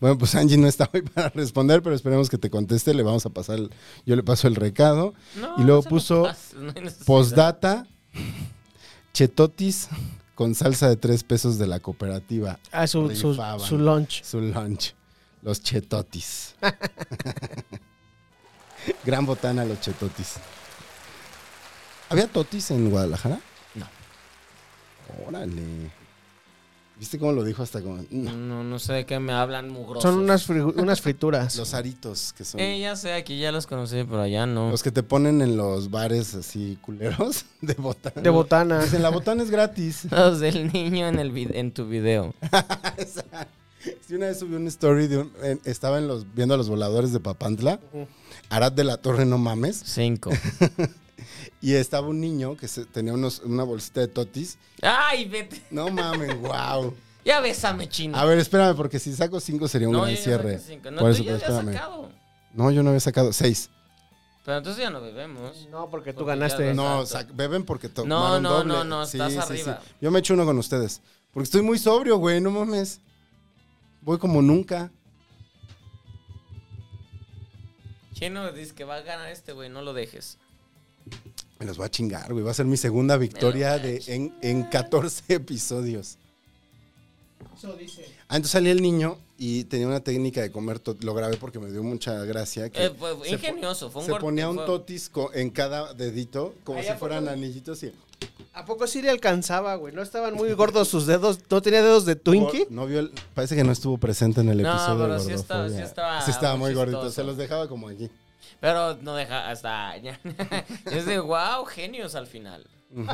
Bueno, pues Angie no está hoy para responder, pero esperemos que te conteste, le vamos a pasar, el- yo le paso el recado.
No,
Y luego
se lo
puso
pases, no hay necesidad.
Postdata, chetotis con salsa de tres pesos de la cooperativa,
Ah, su, su,
Rifaban.
su lunch.
su lunch, los chetotis. Gran botana los chetotis. ¿Había totis en Guadalajara?
No.
Órale. ¿Viste cómo lo dijo hasta como... "Mm, No.
No, no sé de qué me hablan mugrosos.
Son unas, fri- unas frituras.
Los aritos que son...
Eh, ya sé, aquí ya los conocí, pero allá no.
Los que te ponen en los bares así culeros de botana.
de botana.
Dicen, la botana es gratis.
Los del niño en, el vid- en tu video.
Si una vez subí una story, de un- en- estaba en los, viendo a los voladores de Papantla, Arad de la Torre, no mames,
Cinco.
y estaba un niño que se- tenía unos, una bolsita de totis.
¡Ay, vete!
No mames, wow.
Ya bésame, chino.
A ver, espérame, porque si saco cinco sería un
no,
gran
yo ya
cierre.
saqué cinco. No,
Por
tú
eso, pues,
ya
pero
habías
espérame.
sacado.
No, yo no había sacado seis.
Pero entonces ya no bebemos.
No, porque tú
Porque ya
ganaste.
los-
No,
Exacto.
sa- beben porque tomaron
no,
doble.
no, no, estás arriba.
Yo me echo uno con ustedes. Porque estoy muy sobrio, güey, no mames. Voy como nunca.
Chino dice que va a ganar este, güey, no lo dejes.
Me los voy a chingar, güey. Va a ser mi segunda victoria de, en, en 14 episodios. Ah, entonces salí el niño y tenía una técnica de comer tot- Lo grabé porque me dio mucha gracia. Que
Eh, fue
se po-
ingenioso, fue un
Se
gor-
ponía un
fue-
totisco en cada dedito, como
Ahí
si
a poco.
fueran anillitos y...
¿A poco sí le alcanzaba, güey? ¿No estaban muy gordos sus dedos? ¿No tenía dedos de Twinkie?
Gor- No vio el- parece que no estuvo presente en el
No,
episodio.
pero
de
sí estaba-
Gordofobia.
sí estaba
Sí estaba
muy
muy gordito.
chistoso.
Se los dejaba como aquí.
Pero no deja hasta. es de wow, genios al final.
Ujú.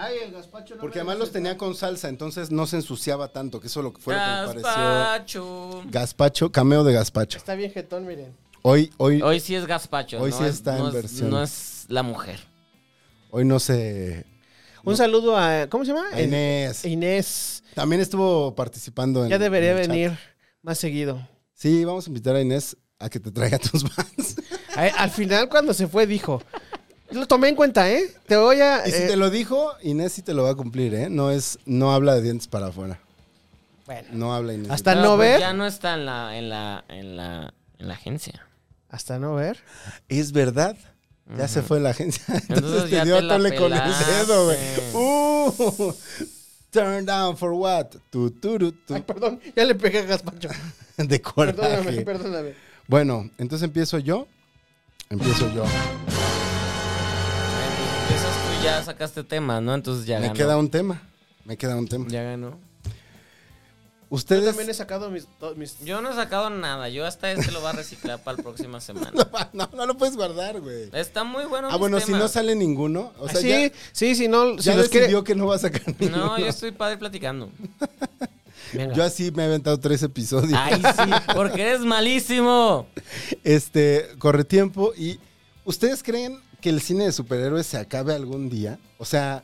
Ay, el gazpacho no
Porque además los tenía con salsa, entonces no se ensuciaba tanto, que eso lo que fue lo que me pareció.
Gaspacho.
Gazpacho, cameo de gazpacho.
Está bien jetón, miren.
Hoy, hoy, hoy,
Hoy sí es gazpacho.
Hoy
no
sí
es-
está
no
en
es-
versión.
No es la mujer.
no se.
Un saludo a... ¿Cómo se llama?
a Inés.
Inés.
También estuvo participando en.
Ya debería
en el chat.
venir más seguido.
Sí, vamos a invitar a Inés a que te traiga tus fans.
A- al final, cuando se fue, dijo... Lo tomé en cuenta, ¿eh? Te voy a...
y si
eh,
te lo dijo, Inés sí te lo va a cumplir, ¿eh? No es, no habla de dientes para afuera.
Bueno,
No habla Inés.
Hasta
Pero,
no
pues,
ver.
Ya no está en la, en la, en la, en la agencia.
hasta no ver.
Es verdad. Ya se fue la agencia. Entonces,
Entonces ya
te dio
te la
tole con el
pelaste.
dedo, güey. Uh, turn down for what? Tu, tu, ru, tu.
Ay, perdón, ya le pegué a Gaspacho.
De
Perdóname,
coraje.
perdóname.
Bueno, entonces empiezo yo. Empiezo yo.
Empiezas pues, tú ya sacaste tema, ¿no? Entonces ya
Me
ganó.
queda un tema. Me queda un tema.
Ya ganó.
Yo
Ustedes.
también he sacado mis... to- mis-
Yo no he sacado nada. Yo hasta este lo voy a reciclar para la próxima semana.
No, no lo puedes guardar, güey.
Está muy bueno.
Ah,
mis
bueno, si no
temas.
sale ninguno. O sea,
Ah, sí,
ya,
sí, si no... Si
ya
los quiere...
decidió que no va a sacar ninguno.
No, yo estoy padre platicando.
Venga.
Yo así me he aventado tres episodios.
Ay, sí, porque eres malísimo.
Este, corre tiempo y ¿ustedes creen que el cine de superhéroes se acabe algún día? O sea,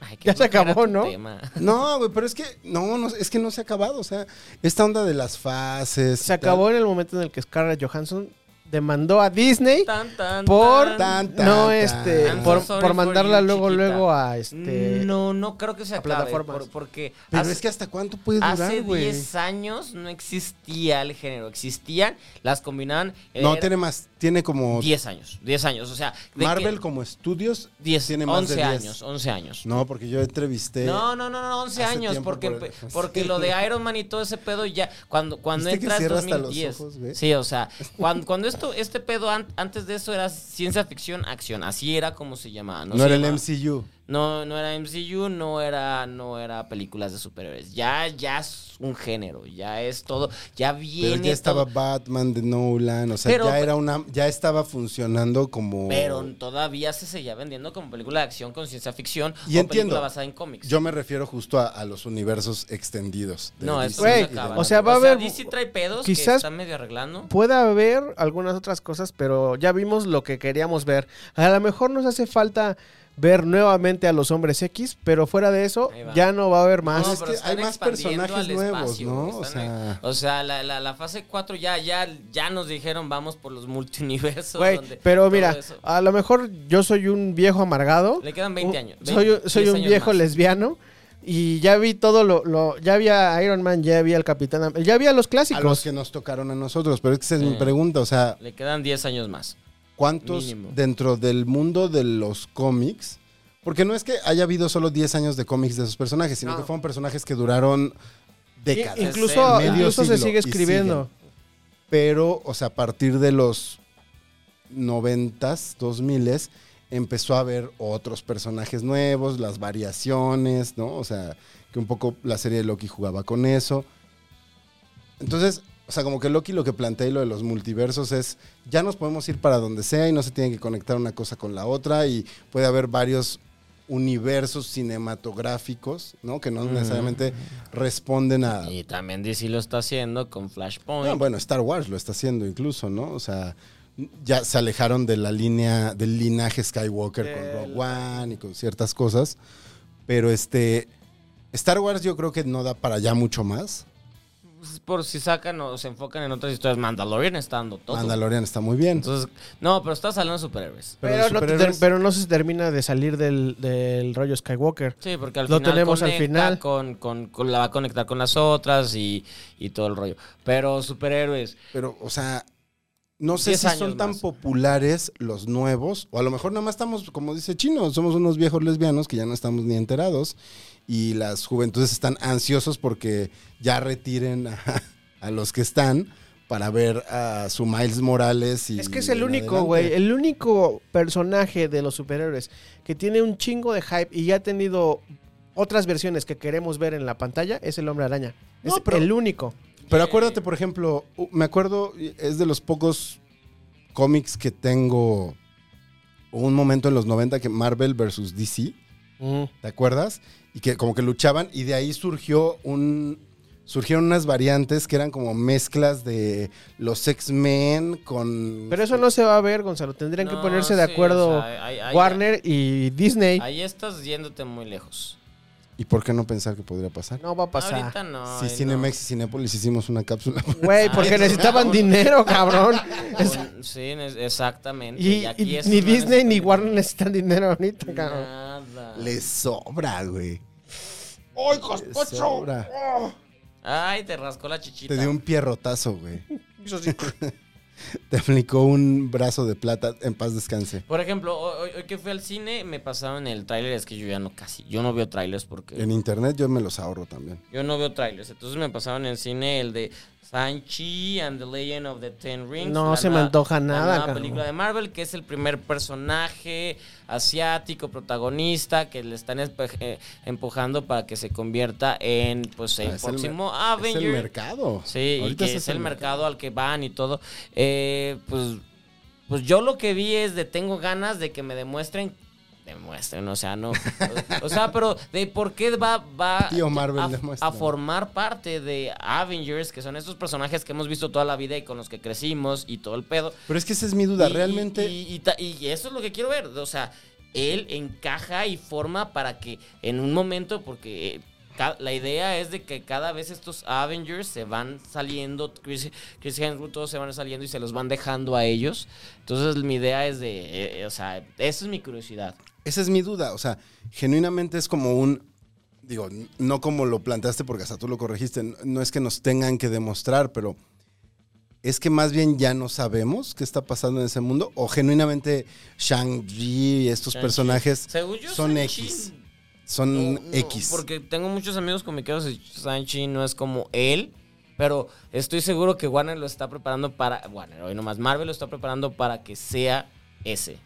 Ay, qué
Ya se
flojera
acabó,
tu
¿no?
tema.
no, güey, pero es que no, no, es que no se ha acabado, o sea, esta onda de las fases. y
Se
tal.
acabó en el momento en el que Scarlett Johansson demandó a Disney
Tan, tan,
por
tan.
Tan, tan,
no
tan.
este
I'm so
por,
sorry for
por mandarla
you,
luego
chiquita.
luego a este
No, no creo que se
a
acabe.
plataformas.
por- porque
Pero
hace-
es que hasta cuánto puede
hace
durar, güey.
10 años no existía el género. Existían, las combinaban.
No
era
tiene más, tiene como
10 años. 10 años. O sea, er, de
Marvel
que-
como estudios
10,
tiene más
11
de 10.
años. 11 años.
No, porque yo entrevisté
No, no, no, no, 11
hace
años,
tiempo
porque,
por el-
empe- porque lo de Iron Man y todo ese pedo ya, cuando, cuando
¿Viste que
entra es
cierra hasta los
2010.
ojos, güey?
sí, o sea, cuando, cuando esto, este pedo an- antes de eso era ciencia ficción, acción, así era como se llamaba.
no,
se
era el
llamaba-
MCU.
No, no era MCU, no era, no era películas de superhéroes. Ya, ya es un género, ya es todo, ya viene.
Pero ya estaba
todo-
Batman de Nolan, o sea,
Pero-
ya era una ya estaba funcionando como
pero todavía se seguía vendiendo como película de acción con ciencia ficción
Y
o
entiendo.
película basada en cómics.
Yo me refiero justo a, a los universos extendidos. de
no,
Disney
eso
Güey,
no se acaba.
o sea, va a haber-
DC trae pedos que
quizás-
está medio arreglando.
puede haber algunas otras cosas pero ya vimos lo que queríamos ver a lo mejor nos hace falta ver nuevamente a los hombres X pero fuera de eso
Ahí va.
ya no va a haber más
No, es que
están
hay más
expandiendo
personajes
al
nuevos, ¿no?
güey,
O
están en-
sea-
o sea, la, la- la fase 4 ya, ya, ya nos dijeron vamos por los multiversos.
Güey,
donde
pero
todo
mira
eso-
a lo mejor yo soy un viejo amargado
Le quedan 20 años.
soy,
20,
soy
10
un
años
viejo
más.
lesbiano y ya vi todo lo, lo- ya vi a Iron Man ya vi al Capitán Am- ya vi a los
a
clásicos
los que nos tocaron a nosotros. Pero es que esa es mi
Sí.
pregunta, o sea,
Le quedan 10 años más.
¿cuántos
Mínimo.
dentro del mundo de los cómics? Porque no es que haya habido solo 10 años de cómics de esos personajes, sino
No.
que fueron personajes que duraron décadas.
I- incluso
Medio
incluso se
siglo,
sigue
y
escribiendo.
pero, o sea, a partir de los 90s, 2000 empezó a haber otros personajes nuevos, las variaciones, ¿no? O sea, que un poco la serie de Loki jugaba con eso. Entonces, o sea, como que Loki lo que plantea y lo de los multiversos es, ya nos podemos ir para donde sea y no se tiene que conectar una cosa con la otra y puede haber varios universos cinematográficos, ¿no? Que no necesariamente responden a...
Ah.
Y también DC lo está haciendo con Flashpoint.
Ah, bueno, Star Wars lo está haciendo incluso, ¿no? O sea, ya se alejaron de la línea, del linaje Skywalker con Rogue One y con ciertas cosas. Pero este. Star Wars yo creo que no da para ya mucho más.
por si sacan o se enfocan en otras historias. Mandalorian está dando todo.
Mandalorian está muy bien.
Entonces, no, pero está saliendo superhéroes.
Pero
Pero,
los
no, te
superhéroes-
ter- pero no se termina de salir del, del rollo Skywalker.
Sí, porque al
Lo
final
tenemos al
conecta
final.
Con, con- con- la va a conectar con las otras y, y todo el rollo. Pero superhéroes.
Pero, o sea, no sé
Diez
si
años
son tan
más.
populares los nuevos, o a lo mejor nada más estamos, como dice Chino, somos unos viejos lesbianos que ya no estamos ni enterados, y las juventudes están ansiosos porque ya retiren a, a los que están para ver a su Miles Morales. Y
Es que es el
en
único,
adelante.
güey, el único personaje de los superhéroes que tiene un chingo de hype y ya ha tenido otras versiones que queremos ver en la pantalla es el Hombre Araña.
No,
es
pero-
el único.
Pero acuérdate, por ejemplo, u- me acuerdo, es de los pocos cómics que tengo un momento en los 90 que Marvel versus DC. ¿te acuerdas? Y que como que luchaban y de ahí surgió un surgieron unas variantes que eran como mezclas de los X-Men con
Pero eso no se va a ver, Gonzalo. Tendrían que
No,
ponerse de
sí,
acuerdo
o sea, ahí- ahí-
Warner y Disney.
Ahí estás yéndote muy lejos.
¿Y por qué no pensar que podría pasar?
no va a pasar.
Ahorita no.
si
ahí
Cinemex y Cinépolis hicimos una cápsula.
Güey, porque
Ay, no.
necesitaban dinero, cabrón.
no.
Es-
Con- sí, ne- exactamente.
y
aquí
y
eso
ni
no
Disney ni
necesita-
Warner necesitan dinero ahorita, cabrón.
Nada.
Les sobra, güey.
¡Ay,
Les
Coscocho!
sobra.
Ay, te rascó la chichita.
Te dio un pierrotazo, güey.
Eso sí.
Te aplicó un brazo de plata en paz descanse.
Por ejemplo, hoy, hoy- hoy que fui al cine me pasaron el tráiler, es que yo ya no casi, yo no veo trailers porque
En internet yo me los ahorro también.
yo no veo trailers. Entonces me pasaron en el cine el de Sanchi and the Legend of the Ten Rings.
No
la
se me
nueva-
antoja nada,
La nueva
cabrón.
película de Marvel que es el primer personaje asiático protagonista que le están espe- eh, empujando para que se convierta en pues el
Ah, es el
próximo
mer- es
Avenger.
el mercado.
Sí, y
Ahorita
que
ese
es el mercado al que van y todo. Eh, pues, pues yo lo que vi es de tengo ganas de que me demuestren. Demuestren, o sea, no. O, o sea, pero de por qué va, va
Tío Marvel,
a,
demuestra.
a formar parte de Avengers, que son estos personajes que hemos visto toda la vida y con los que crecimos y todo el pedo.
Pero es que esa es mi duda.
Y-
Realmente
Y, y ta- y eso es lo que quiero ver. O sea, él encaja y forma para que en un momento, porque eh, ca- la idea es de que cada vez estos Avengers se van saliendo, Chris, Chris Hemsworth, todos se van saliendo y se los van dejando a ellos. Entonces mi idea es de, eh, eh, o sea, esa es mi curiosidad.
Esa es mi duda. O sea, genuinamente es como un. Digo, n- no como lo planteaste porque hasta tú lo corregiste. n- No es que nos tengan que demostrar, pero es que más bien ya no sabemos qué está pasando en ese mundo. O genuinamente Shang-Chi y estos
Shang-Chi.
personajes
Según yo,
son
Sanchi
X. Son
no- no,
X.
Porque tengo muchos amigos comiqueros y Sanchi no es como él. Pero estoy seguro que Warner lo está preparando para. Warner, hoy nomás. Marvel lo está preparando para que sea ese.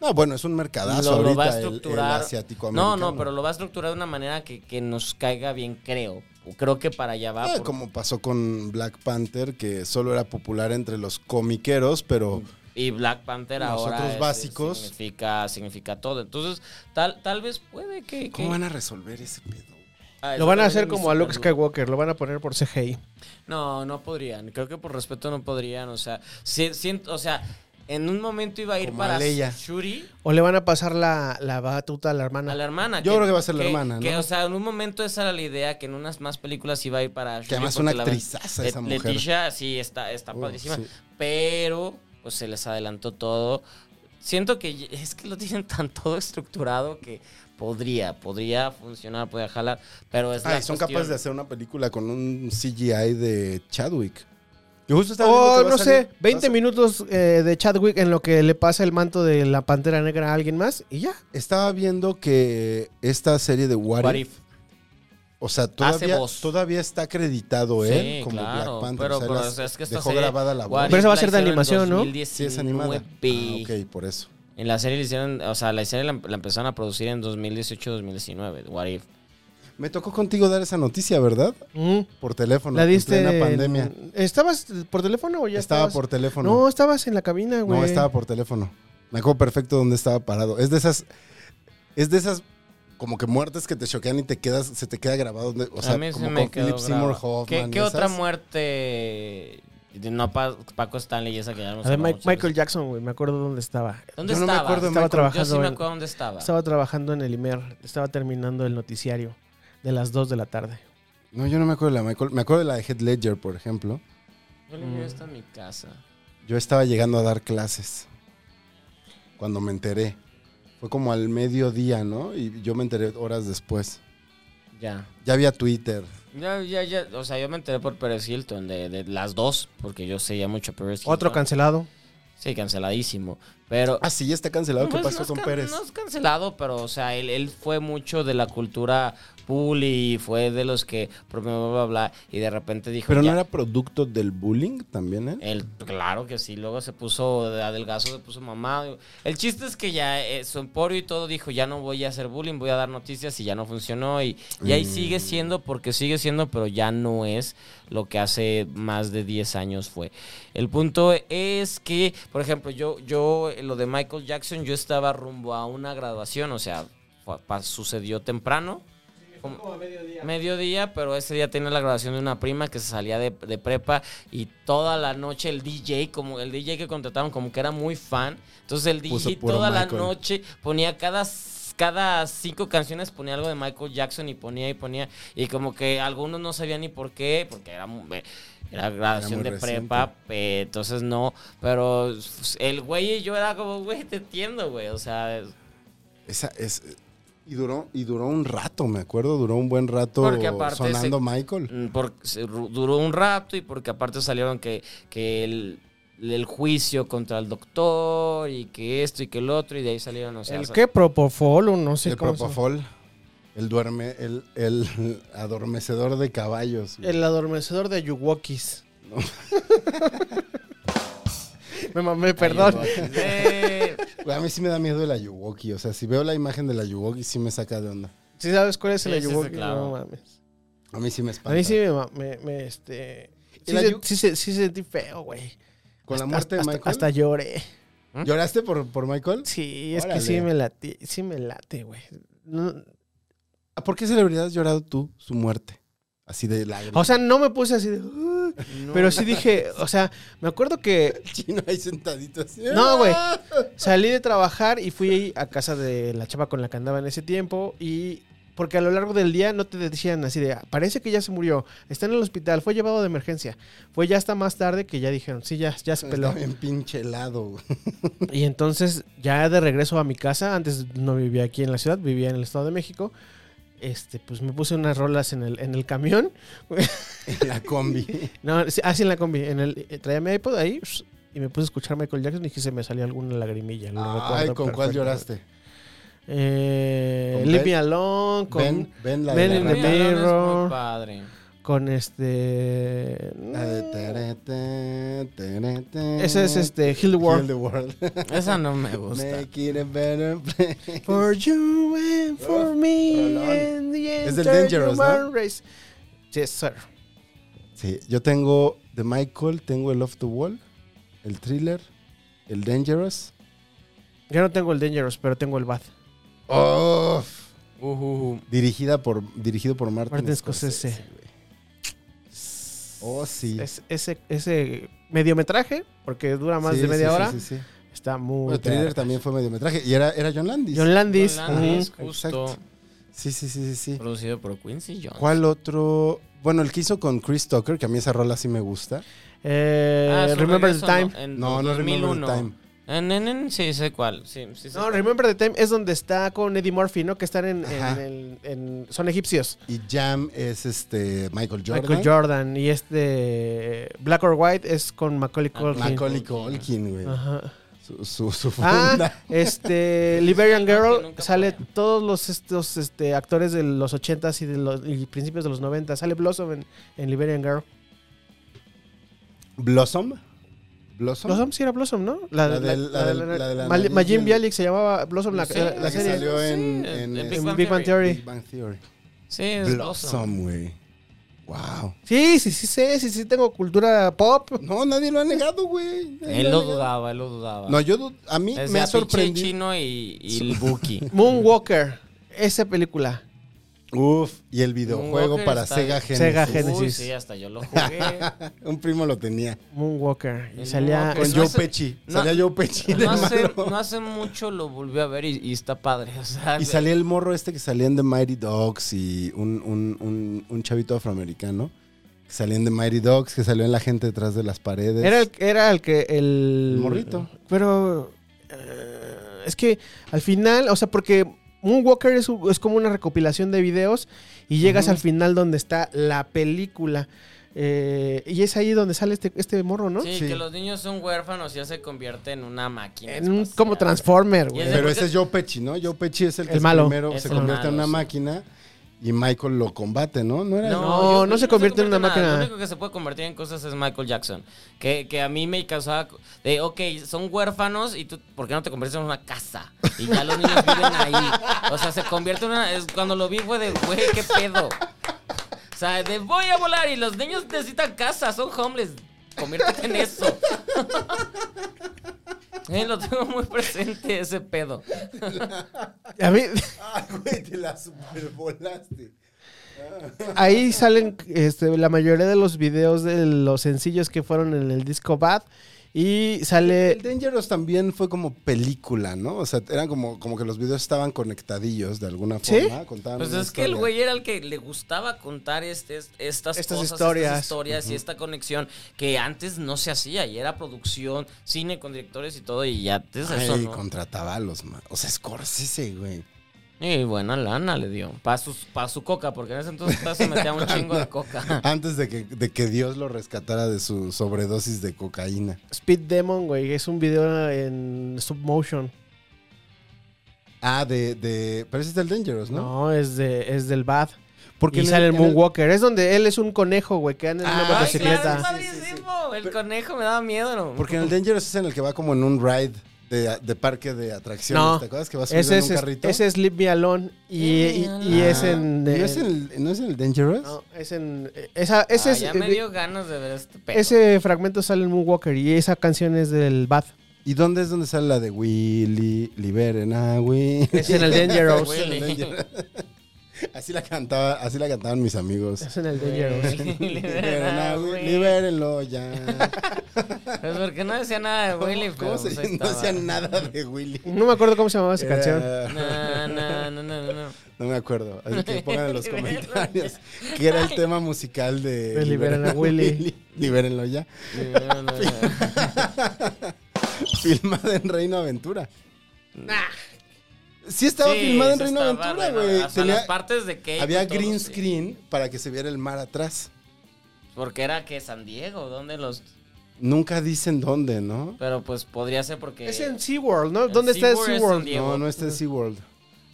No, bueno, es un mercadazo
Lo- lo,
ahorita
va a
el-
estructurar.
el, asiático
no,
americano.
no, pero lo va a estructurar de una manera que, que nos caiga bien, creo. O Creo que para allá va.
Eh,
porque-
como pasó con Black Panther, que solo era popular entre los comiqueros, pero
Y Black Panther
Los
ahora.
otros
es-
básicos.
Significa, significa todo. Entonces, tal, tal vez puede que. que-
¿cómo van a resolver ese pedo?
Ah,
Lo
eso
van a
también
hacer
es mi
como a Luke
super duda.
Skywalker, lo van a poner por CGI.
No, no podrían. Creo que por respeto no podrían. O sea, si- siento, o sea, en un momento iba a ir
Como
para
a Leia.
Shuri
O le van a pasar la, la batuta a la hermana.
a la hermana.
Yo creo que va a ser la hermana,
Que,
¿no?
o sea, en un momento esa era la idea, que en unas más películas iba a ir para Shuri.
Que además es una
porque la ven-
actrizaza
Le-
esa mujer.
Leticia, sí, está, está
Oh,
padrísima.
sí.
Pero, pues se les adelantó todo. Siento que ya- es que lo tienen tan todo estructurado que podría, podría funcionar, podría jalar. Pero es
Ah,
la
y son
cuestión.
capaces de hacer una película con un CGI de Chadwick. Yo justo estaba
Oh,
O
viendo que va a
no
salir-
sé, 20
va a-
minutos eh, de Chadwick en lo que le pasa el manto de la pantera negra a alguien más y ya.
Estaba viendo que esta serie de What,
What
If,
if?
o sea, todavía,
voz.
todavía está acreditado
Sí,
él como
claro,
Black Panther.
pero-
o sea,
pero
las-
es que esta
dejó
serie-
grabada la
What
voz.
Pero
if
esa va a
la
ser de
hicieron en
animación, ¿no?
2019.
Sí, es animada. Ah, ok, por eso.
En la serie le hicieron, o sea, la serie la, la empezaron a producir en 2018-2019, What If.
Me tocó contigo dar esa noticia, ¿verdad?
Mm.
Por teléfono.
La diste.
En
en-
plena pandemia.
¿Estabas por teléfono o ya
Estaba
estabas?
por teléfono.
No, estabas en la cabina, güey.
No, estaba por teléfono. Me acuerdo perfecto dónde estaba parado. Es de esas. Es de esas como que muertes que te choquean y te quedas, se te queda grabado. de- O sea,
a mí
como
se
con
me quedó
Philip Seymour
grabado.
Hoffman.
¿Qué, qué
y
otra
esas.
muerte? de- No, Pa- Paco Stanley y esa que ya no
A ver, Mi- Michael Jackson, güey, me acuerdo dónde estaba.
¿Dónde
Yo no me
estaba?
acuerdo de
Estaba
Michael-
Yo sí
trabajando.
me
en-
acuerdo dónde estaba.
E Estaba trabajando en el Imer, estaba terminando el noticiario de las 2 de la tarde.
No, yo no me acuerdo de la Michael. Me acuerdo de la de Head Ledger, por ejemplo.
Yo le vi esta en mi casa.
Yo estaba llegando a dar clases cuando me enteré. Fue como al mediodía, ¿no? Y yo me enteré horas después.
Ya.
Ya había Twitter.
Ya, ya, ya. O sea, yo me enteré por Pérez Hilton de, de las dos, porque yo seguía mucho a Pérez Hilton.
Otro cancelado.
Sí, canceladísimo. Pero.
Ah, sí, ya está cancelado. ¿Qué
Pues, no
pasó
es
con
can-
Pérez?
No es cancelado, pero, o sea, él, él fue mucho de la cultura bully, fue de los que promovió bla, bla, bla, y de repente dijo.
Pero
"Ya".
no era producto del bullying también, ¿eh?
Él, claro que sí, luego se puso de adelgazo, se puso mamado. El chiste es que ya eh, su emporio y todo dijo, ya no voy a hacer bullying, voy a dar noticias y ya no funcionó. Y, y ahí sigue siendo, porque sigue siendo, pero ya no es lo que hace más de 10 años fue. El punto es que, por ejemplo, yo, yo eh, lo de Michael Jackson, yo estaba rumbo a una graduación, o sea, fa- pa- sucedió temprano. Como- Mediodía, pero ese día tenía la grabación de una prima que se salía de, de prepa y toda la noche el DJ, como el DJ que contrataron, como que era muy fan. Entonces el
Puso
DJ
puro
toda la
Michael.
noche ponía cada cada cinco canciones ponía algo de Michael Jackson y ponía y ponía y como que algunos no sabían ni por qué porque era mu- eh, era grabación
muy
de
reciente.
prepa eh, entonces no pero pues, el güey y yo era como güey te entiendo güey o sea
Esa es. Y duró, y duró un rato, me acuerdo, duró un buen rato
Porque aparte
sonando
se-
Michael.
Mm, por- se ru- duró un rato y porque aparte salieron que, que el, el juicio contra el doctor y que esto y que el otro y de ahí salieron, o sea,
el
sa-
que propofol o no sé
el
cómo se-
Propofol, el duerme, el, el adormecedor de caballos. güey.
El adormecedor de Yuwokis. Me mamé, perdón.
Eh,
Güey, A mí sí me da miedo el Ayuwoki, o sea, si veo la imagen del Ayuwoki sí me saca de onda.
¿Sí sabes cuál es el
Sí, sí, sí,
Ayuwoki?
claro.
No mames.
A mí sí me
A
espanta.
mí sí me, ma- me, me, este... Sí,
El
se-
ayu-
sí, se- sí sentí feo, güey.
Con la
Hasta-
muerte de
hasta-
Michael. ¿Mm?
Hasta lloré.
¿Lloraste por, por Michael?
Sí, es
Órale.
que sí me late, sí me late, güey. No-
¿A ¿Por qué celebridad has llorado tú su muerte? Así de lágrimas.
o sea, no me puse así de... "Uh", Pero sí dije, o sea, me acuerdo que...
el chino ahí sentadito así.
No, güey. Salí de trabajar y fui a casa de la chava con la que andaba en ese tiempo y... Porque a lo largo del día no te decían así de, "Ah, parece que ya se murió, está en el hospital, fue llevado de emergencia. Fue ya hasta más tarde que ya dijeron, sí, ya, ya se
Está
peló.
bien pinche helado, güey.
Y entonces, ya de regreso a mi casa, antes no vivía aquí en la ciudad, vivía en el Estado de México. Este, pues me puse unas rolas en el, en el camión.
en la combi.
No, sí, así en la combi. En el, eh, traía mi iPod ahí y me puse a escuchar Michael Jackson y que se me salió alguna lagrimilla. lo
Ay,
recuerdo
¿con cuál
perfectamente.
lloraste?
Eh,
¿Con
Leave
Ben?
Me Alone, con,
Ben, Ben la
Ben
de
in
la
the
rata.
Alone es muy
Mirror.
padre.
con este...
La de tere, tere, tere, tere.
Ese es este, Heal the
Heal
World.
the World.
Esa no me gusta.
Make it a better place.
For you and for me
rolón.
and the
Es del
entire
Dangerous, ¿no?
human race. Yes, sir.
Sí, yo tengo The Michael, tengo el Off the Wall, el Thriller, el Dangerous.
Yo no tengo el Dangerous, pero tengo el Bad.
Uf.
Ujú.
Dirigida por, dirigido por Martin,
Martin
Scorsese.
Scorsese.
güey. Oh, sí.
Es- ese, ese mediometraje, porque dura más
Sí,
de
sí,
media
sí,
hora,
sí, sí.
está muy...
Bueno, Thriller también fue mediometraje. Y era, era John Landis.
John Landis.
Con Landis,
Ujú,
justo.
exacto. Sí, sí, sí, sí, sí.
Producido por Quincy Jones.
¿Cuál otro? Bueno, el que hizo con Chris Tucker, que a mí esa rola sí me gusta.
Eh,
Ah, su
Remember the
regreso
Time.
en
No, no remember the
2001.
time.
En- en- en- sí, sé cuál. Sí, sí, sé
No,
cuál.
Remember the Time es donde está con Eddie Murphy, ¿no? Que están en, en
Ajá.
el- en- son egipcios.
Y Jam es este Michael Jordan.
Michael Jordan y este Black or White es con Macaulay Culkin.
Ah, Macaulay Culkin, güey.
Ajá.
Su, su, su funda.
Ah, este Liberian Girl
Nunca
sale
falla.
todos los estos este, actores de los 80s y de los y principios de los 90 sale Blossom en, en Liberian Girl.
Blossom. Blossom.
Blossom sí era Blossom, ¿no? La, la,
La del- la
la-
del-
la-
la de la
Mal-
nariz y
Majin
el-
Bialik se llamaba Blossom la,
Sí,
la- la
la que
serie.
salió en-
Sí,
en
en
este-
en Big Bang Theory.
Big Bang Theory.
Sí, es Blossom.
Blossom, güey. Wow.
Sí, sí, sí sé, sí, sí tengo cultura pop.
No, nadie lo ha negado, güey. Nadie
Él
ha
lo
negado.
dudaba, él lo dudaba.
No, yo dud- a mí
Desde
me
a
ha
pinche
sorprendido.
chino y, y el Buki.
Moonwalker, esa película.
Uf, y el videojuego
Moonwalker
para
está
Sega
bien.
Genesis.
Sega Gen-
Uy,
Genesis.
sí, hasta yo lo jugué.
Un primo lo tenía.
Moonwalker. Y
El
salía.
Moonwalker.
Con
Pues no
Joe
hace-
Pesci.
no-
salía Joe Pesci de
No hace,
malo.
no hace mucho lo volví a ver y, y está padre. O sea,
Y salía el morro este que salía en The Mighty Dogs y un, un, un, un chavito afroamericano que salía en The Mighty Dogs, que salió en La gente detrás de las paredes.
Era el, era el que. El,
El morrito.
Pero. eh, es que al final, o sea, porque Moonwalker es, un- es como una recopilación de videos y llegas al final donde está la película. Eh, y es ahí donde sale este, este morro, ¿no?
Sí,
Sí.
que los niños son huérfanos y ya se convierte en una máquina.
En un,
espacial.
como Transformer,
Y
güey.
es de-
Pero ese es Joe Pesci, ¿no? Joe Pesci es el que
El
es
malo.
primero
Es
se
el
convierte
malo,
en una
sí.
máquina y Michael lo combate, ¿no? No era
No,
yo-
no se convierte en una
nada.
máquina.
Lo único que se puede convertir en cosas es Michael Jackson. Que, que a mí me causaba. De, ok, son huérfanos y tú, ¿por qué no te conviertes en una casa? Y ya los niños viven ahí. O sea, se convierte en una. es- cuando lo vi fue de, güey, qué pedo. O sea, de voy a volar y los niños necesitan casa, son homeless. Conviértete en eso. Eh, lo tengo muy presente ese pedo.
A mí-
Ah, güey, te la supervolaste.
ahí salen este, la mayoría de los videos de los sencillos que fueron en el disco Bad. Y sale.
El Dangerous también fue como película, ¿no? O sea, eran como, como que los videos estaban conectadillos de alguna
¿Sí?
forma. contaban
Pues
una
es que el
historia.
güey era el que le gustaba contar este, es- estas,
Estas
cosas,
historias.
estas historias y esta conexión que antes no se hacía y era producción, cine con directores y todo y ya antes eso
Ay,
no.
contrataba a los más. O sea, Scorsese, güey.
Y buena lana le dio. Para pa su coca, porque en ese entonces se metía un chingo de coca.
Antes de que, de que Dios lo rescatara de su sobredosis de cocaína.
Speed Demon, güey. Es un video en Submotion.
Ah, de. de pero ese es del Dangerous,
No,
¿no?
es, de, es del Bad.
Porque
y
en
sale el,
en Ah,
Moonwalker. Es donde él es un conejo, güey, que anda en
Ay,
una
Ay,
motocicleta.
claro, es
Sí, sí, sí.
padrísimo. El conejo me daba miedo. ¿no?
Porque en el Dangerous es en el que va como en un ride de, de parque de atracciones.
No,
¿Te acuerdas que va subiendo
Ese
en
es,
un carrito?
ese es Leave Me Alone. Y, y- y
Ah.
es en.
¿No
eh,
es en el, ¿no es en el Dangerous?
no, es en- eh, esa- ese
Ah,
es-
ya
eh,
me dio ganas de ver este pedo.
ese fragmento sale en Moonwalker y esa canción es del Bad.
¿Y dónde es donde sale la de Willy, liberen a Willy?
Es en el Dangerous.
Es en el Dangerous. así, la cantaba, así la cantaban mis amigos.
Es en el Dangerous.
Liberen a Willy,
Güey,
libérenlo ya.
Pues porque no decía nada de Willy,
¿Cómo
pero
se-
pues, ahí
no hacía
estaba.
nada de Willy.
No me acuerdo cómo se llamaba esa
Era-
canción.
No, no, no, no, no.
Eh, No me acuerdo. Así que pongan en los comentarios que era el tema musical de
De Liberen a Willy.
Libérenlo ya. Filmada en Reino Aventura. Sí estaba filmada en Reino Aventura, güey.
las
Tenía-
partes de Kate.
Había
y todo,
green
sí.
screen para que se viera el mar atrás.
Porque era que San Diego, donde los.
Nunca dicen dónde, ¿no?
Pero pues podría ser porque.
Es en SeaWorld, ¿no?
en
¿Dónde está
SeaWorld es en
SeaWorld?
Diego.
No, no está en SeaWorld.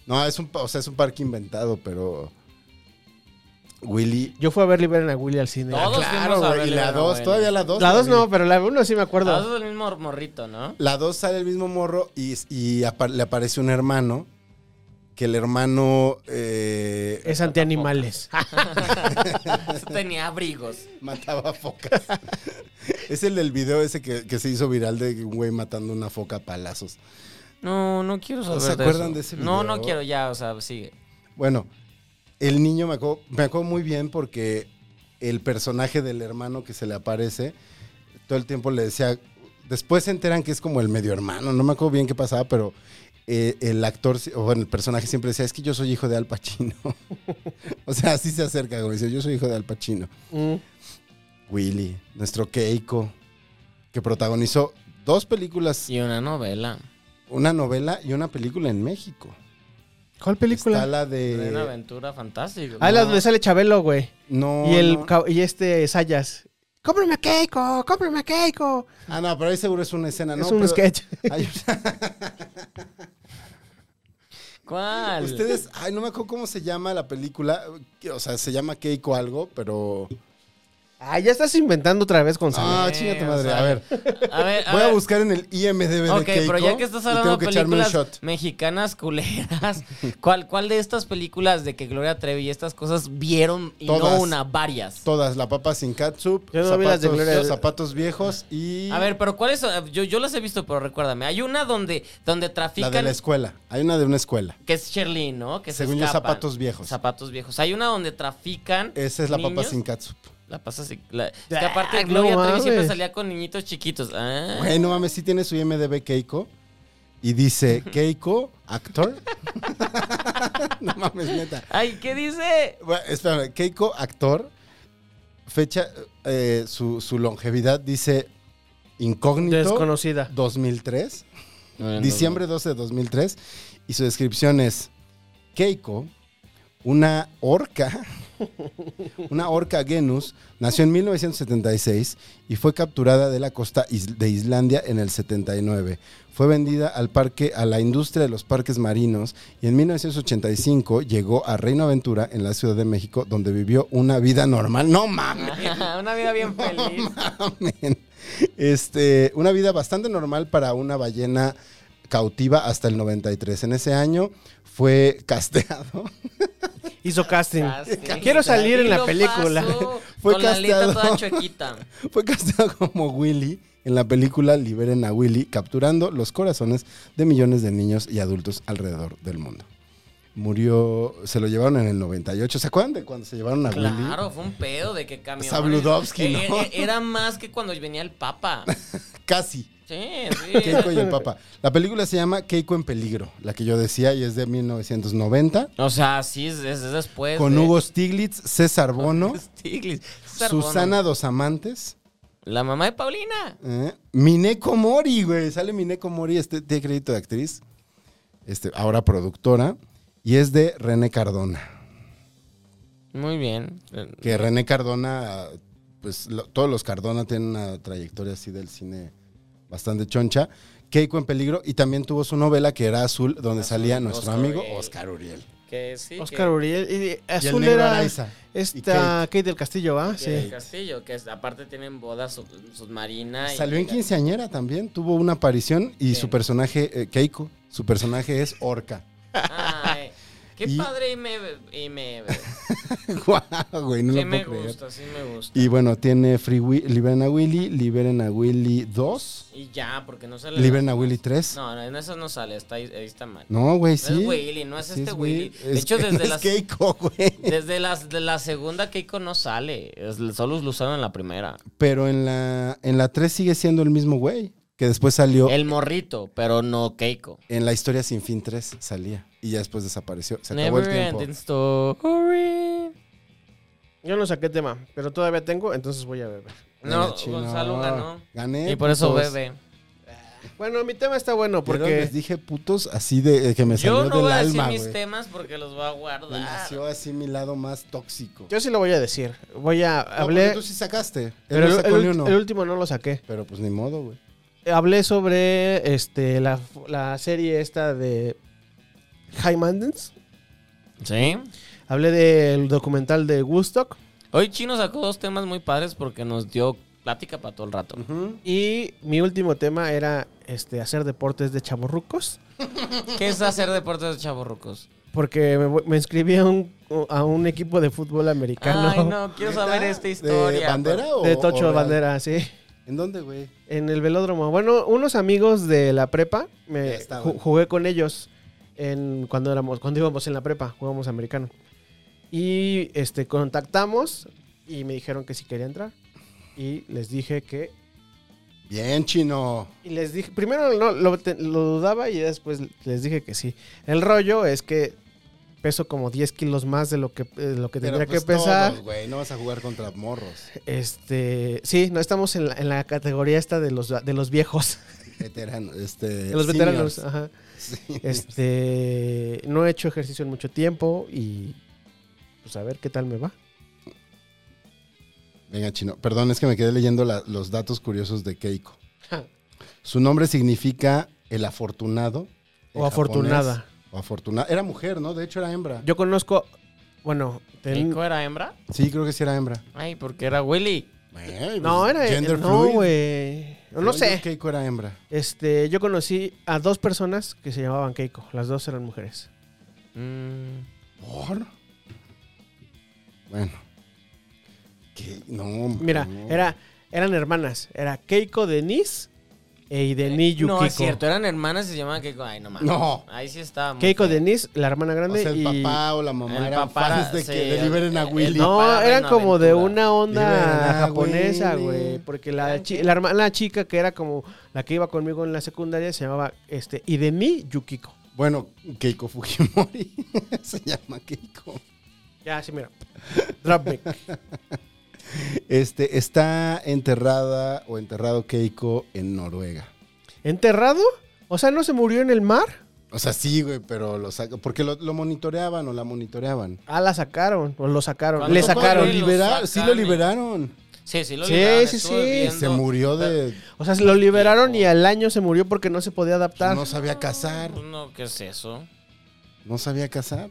No, es un, pa- o sea, es un parque inventado, pero Willy
Yo fui a ver Liberen a Willy al cine.
Todos
Claro,
fuimos a
güey,
ver
y la
Liberen a
2,
Willy.
todavía la 2.
La dos no, pero la uno sí me acuerdo.
Todos el mismo morrito, ¿no?
La 2 sale el mismo morro y, y apa- le aparece un hermano. Que el hermano eh,
es antianimales.
Ah.
Tenía abrigos.
mataba focas. es el del video ese que, que se hizo viral de un güey matando una foca a palazos.
No, no quiero saber.
¿No se
de
acuerdan
eso.
de ese
No,
video?
no quiero ya, o sea, sigue.
Bueno, el niño me acuerdo, me acuerdo muy bien porque el personaje del hermano que se le aparece todo el tiempo le decía. Después se enteran que es como el medio hermano. No me acuerdo bien qué pasaba, pero eh, el actor, o bueno, el personaje siempre decía: Es que yo soy hijo de Al Pacino. o sea, así se acerca, güey. Dice: Yo soy hijo de Al Pacino.
Mm.
Willy, nuestro Keiko, que protagonizó dos películas,
Y una novela.
una novela y una película en México.
¿Cuál película?
Está la
Una
de.
aventura fantástica.
Ah, la
¿no?
donde sale Chabelo, güey.
No.
y el
no.
ca- y este Sayas. ¡Cómprame a Keiko! ¡Cómprame a Keiko!
Ah, no, pero ahí seguro es una escena, Ah, ¿no?
es un
Pero
sketch.
hay-
¿Cuál?
ustedes, ay, no me acuerdo cómo se llama la película. que, O sea, se llama Keiko algo, pero.
Ah, ya estás inventando otra vez, Gonzalo.
Ah,
Eh,
chinga tu
o
madre.
sea,
A ver,
A ver, a
voy a
ver.
buscar en el IMDB
Ok,
de Keiko.
pero ya que estás
y
hablando de
tengo que echarme un
películas
shot.
mexicanas culeras, ¿cuál, ¿cuál de estas películas de que Gloria Trevi y estas cosas vieron y
Todas.
no una, varias?
Todas, la papa sin catsup,
Yo no vi las
zapatos,
de Gloria.
zapatos viejos y
A ver, pero ¿cuáles son? Yo, yo las he visto, pero recuérdame. Hay una donde, donde
la
trafican...
de la escuela. Hay una de una escuela.
que es Sherlyn, ¿no? Que se
Según yo,
escapan.
zapatos viejos.
Zapatos viejos. Hay una donde trafican...
Esa es la papa
niños.
sin catsup.
La pasa así. la- es que
Ah,
aparte
no
Gloria Trevi siempre
mames.
salía con niñitos chiquitos. Ah.
Güey, no mames, sí tiene su IMDB Keiko. Y dice, Keiko, actor. no mames, neta.
Ay, ¿qué dice?
Bueno, espérame, Keiko, actor. Fecha, eh, su, su longevidad dice incógnito.
Desconocida.
2003. Diciembre 12 de 2003. Y su descripción es Keiko, una orca, una orca genus, nació en 1976 y fue capturada de la costa is- de Islandia en el 79. Fue vendida al parque, a la industria de los parques marinos y en 1985 llegó a Reino Aventura en la Ciudad de México donde vivió una vida normal. ¡No mames!
Una vida bien feliz.
Amén. Este, una vida bastante normal para una ballena cautiva hasta el 93. En ese año fue casteado.
Hizo casting.
Casting.
Quiero salir en la
Lo
película.
paso
Fue
con la alita
casteado.
toda chuequita.
Fue casteado como Willy en la película Liberen a Willy, capturando los corazones de millones de niños y adultos alrededor del mundo. Murió, se lo llevaron en el 98. ¿Se acuerdan de cuando se llevaron a Willy?
Claro, fue un pedo de que cambió.
Zabludovsky, ¿no?
eh, Era más que cuando venía el papa.
Casi.
Sí, sí.
Keiko y el Papa. La película se llama Keiko en peligro, la que yo decía, y es de 1990.
O sea, sí, es, es después.
Con
de-
Hugo Stiglitz, César Bono,
Stiglitz. César Bono.
Susana Dos Amantes,
La mamá de Paulina.
¿eh? Mineko Mori, güey. Sale Mineko Mori, este, tiene crédito de actriz, este, ahora productora, y es de René Cardona.
Muy bien.
Que René Cardona, pues lo- todos los Cardona tienen una trayectoria así del cine bastante choncha. Keiko en peligro, y también tuvo su novela que era Azul, donde salía nuestro
Oscar
amigo
Uriel.
Oscar Uriel.
Que sí.
Oscar
que-
Uriel. Y, eh,
Y el
azul
negro
era
Araiza.
esta Kate. del Castillo, ¿va?
que es
Sí.
Castillo, que es- aparte tienen boda sub- submarina. y-
Salió en quinceañera también, tuvo una aparición y su
Bien.
personaje, eh, Keiko, su personaje es Orca.
Ay, qué
Y-
padre y me, y me,
Guau, güey, no
sí
lo
me
puedo creer.
gusta, sí me gusta.
Y bueno, tiene Free Wi- Liberen a Willy, Liberen a Willy 2,
Y ya, porque no sale.
Liberen a Willy 3.
No, no, en eso no sale, está ahí, ahí está mal.
No, güey,
No
sí.
es Willy, no es
Sí
este Willy.
Will.
De
Es-
hecho,
no
desde
es
las-
Keiko, güey.
Desde las, de la segunda Keiko no sale, es- solo lo usaron en la primera.
Pero en la, en la 3 sigue siendo el mismo güey, que después salió
El morrito, pero no Keiko.
en la historia sin fin 3, salía. Y ya después desapareció, se acabó el
Never
tiempo. Eh,
ending story.
Yo no saqué tema, pero todavía tengo, entonces voy a beber.
No,
Venga, chino.
Gonzalo ganó.
Gané.
Y por eso
putos.
bebe.
Bueno, mi tema está bueno
Porque les
porque.
dije putos así de eh, que me salió
Yo no
del
voy a decir
alma,
mis
güey.
temas porque los voy a
Me
guardar.
nació así mi lado más tóxico.
Yo sí lo voy a decir. Voy a.
No,
Hablé.
porque tú sí sacaste.
pero
Él no
el,
sacó
el
ni
ult-
uno.
el último no lo saqué.
Pero pues ni modo, güey.
Hablé sobre este la, la serie esta de High Mountains.
¿Sí?
Hablé del documental de Woodstock.
Hoy Chino sacó dos temas muy padres porque nos dio plática para todo el rato.
Y mi último tema era este, hacer deportes de chavorrucos.
¿Qué es hacer deportes de chavorrucos?
Porque me, voy- me inscribí a un, a un equipo de fútbol americano.
Ay, no, Oh, quiero saber
¿Neta?
esta historia. pues.
¿De bandera o
De
o
Tocho
real?
Bandera, sí.
¿En dónde, güey?
En el velódromo. Bueno, unos amigos de la prepa,
Ya
me
estaban.
ju- jugué con ellos en, cuando, éramos, cuando íbamos en la prepa, jugábamos americano. Y este, contactamos y me dijeron que si quería entrar. Y les dije que...
Bien, chino.
Y les dije, primero no, lo, te- lo dudaba y después les dije que sí. El rollo es que peso como 10 kilos más de lo que, eh, lo que
Pero,
tendría
pues,
que pesar.
todos, güey. No vas a jugar contra morros.
Este, sí, no estamos en la, en la categoría esta de los, de los viejos,
Veteranos. Este,
de los
seniors.
veteranos. Ajá.
Sí.
Este, no he hecho ejercicio en mucho tiempo y pues a ver qué tal me va.
Venga, chino. Perdón, es que me quedé leyendo la- los datos curiosos de Keiko. Su nombre significa el afortunado. en
O afortunada.
japonés. O afortunada. Era mujer, ¿no? De hecho, era hembra.
Yo conozco, bueno, ten-
¿Keiko era hembra?
Sí, creo que sí era hembra.
Ay, porque era Willy.
Eh,
No,
pues,
era.
gender
no,
fluid.
güey. No
Según yo,
sé.
Keiko era hembra.
Este, yo conocí a dos personas que se llamaban Keiko. Las dos eran mujeres.
Mm,
¿Por? Bueno. ¿Qué? No,
Mira,
no.
era, eran hermanas. Era Keiko Denise e y Denise
Eh,
Yukiko.
no, es cierto, eran hermanas y se llamaban Keiko. Ay, no mames.
No.
Ahí sí estaba. muy
Keiko
feo.
Denise, la hermana
O
grande.
sea, el
y...
papá o la
El
mamá eran
papá era-
fans de que
sí,
deliberen a
el- el
Willy.
no,
No,
para
eran
Reino
como de
Aventura.
una onda
Libera,
japonesa,
güey.
güey. Porque la,
¿Eran
chi-
qué?
la hermana chica que era como la que iba conmigo en la secundaria se llamaba este, Idemi Yukiko.
Bueno, Keiko Fujimori se llama Keiko.
Ya, sí, mira. Drop mic.
Este está enterrada o enterrado Keiko en Noruega.
¿Enterrado? O sea, ¿no se murió en el mar?
O sea, sí, güey, pero lo saca porque lo, lo monitoreaban o la monitoreaban.
Ah, la sacaron. O lo sacaron.
¿Cuándo
Le
fue?
sacaron.
Lo
Lo libera- sí lo
sacan y-
liberaron.
Sí, sí, lo
Sí,
liberaron,
sí,
estuve
sí.
viendo.
Se murió de
O sea, lo liberaron y al año se murió porque no se podía adaptar.
no sabía casar.
Pues No, ¿qué es eso?
No sabía cazar.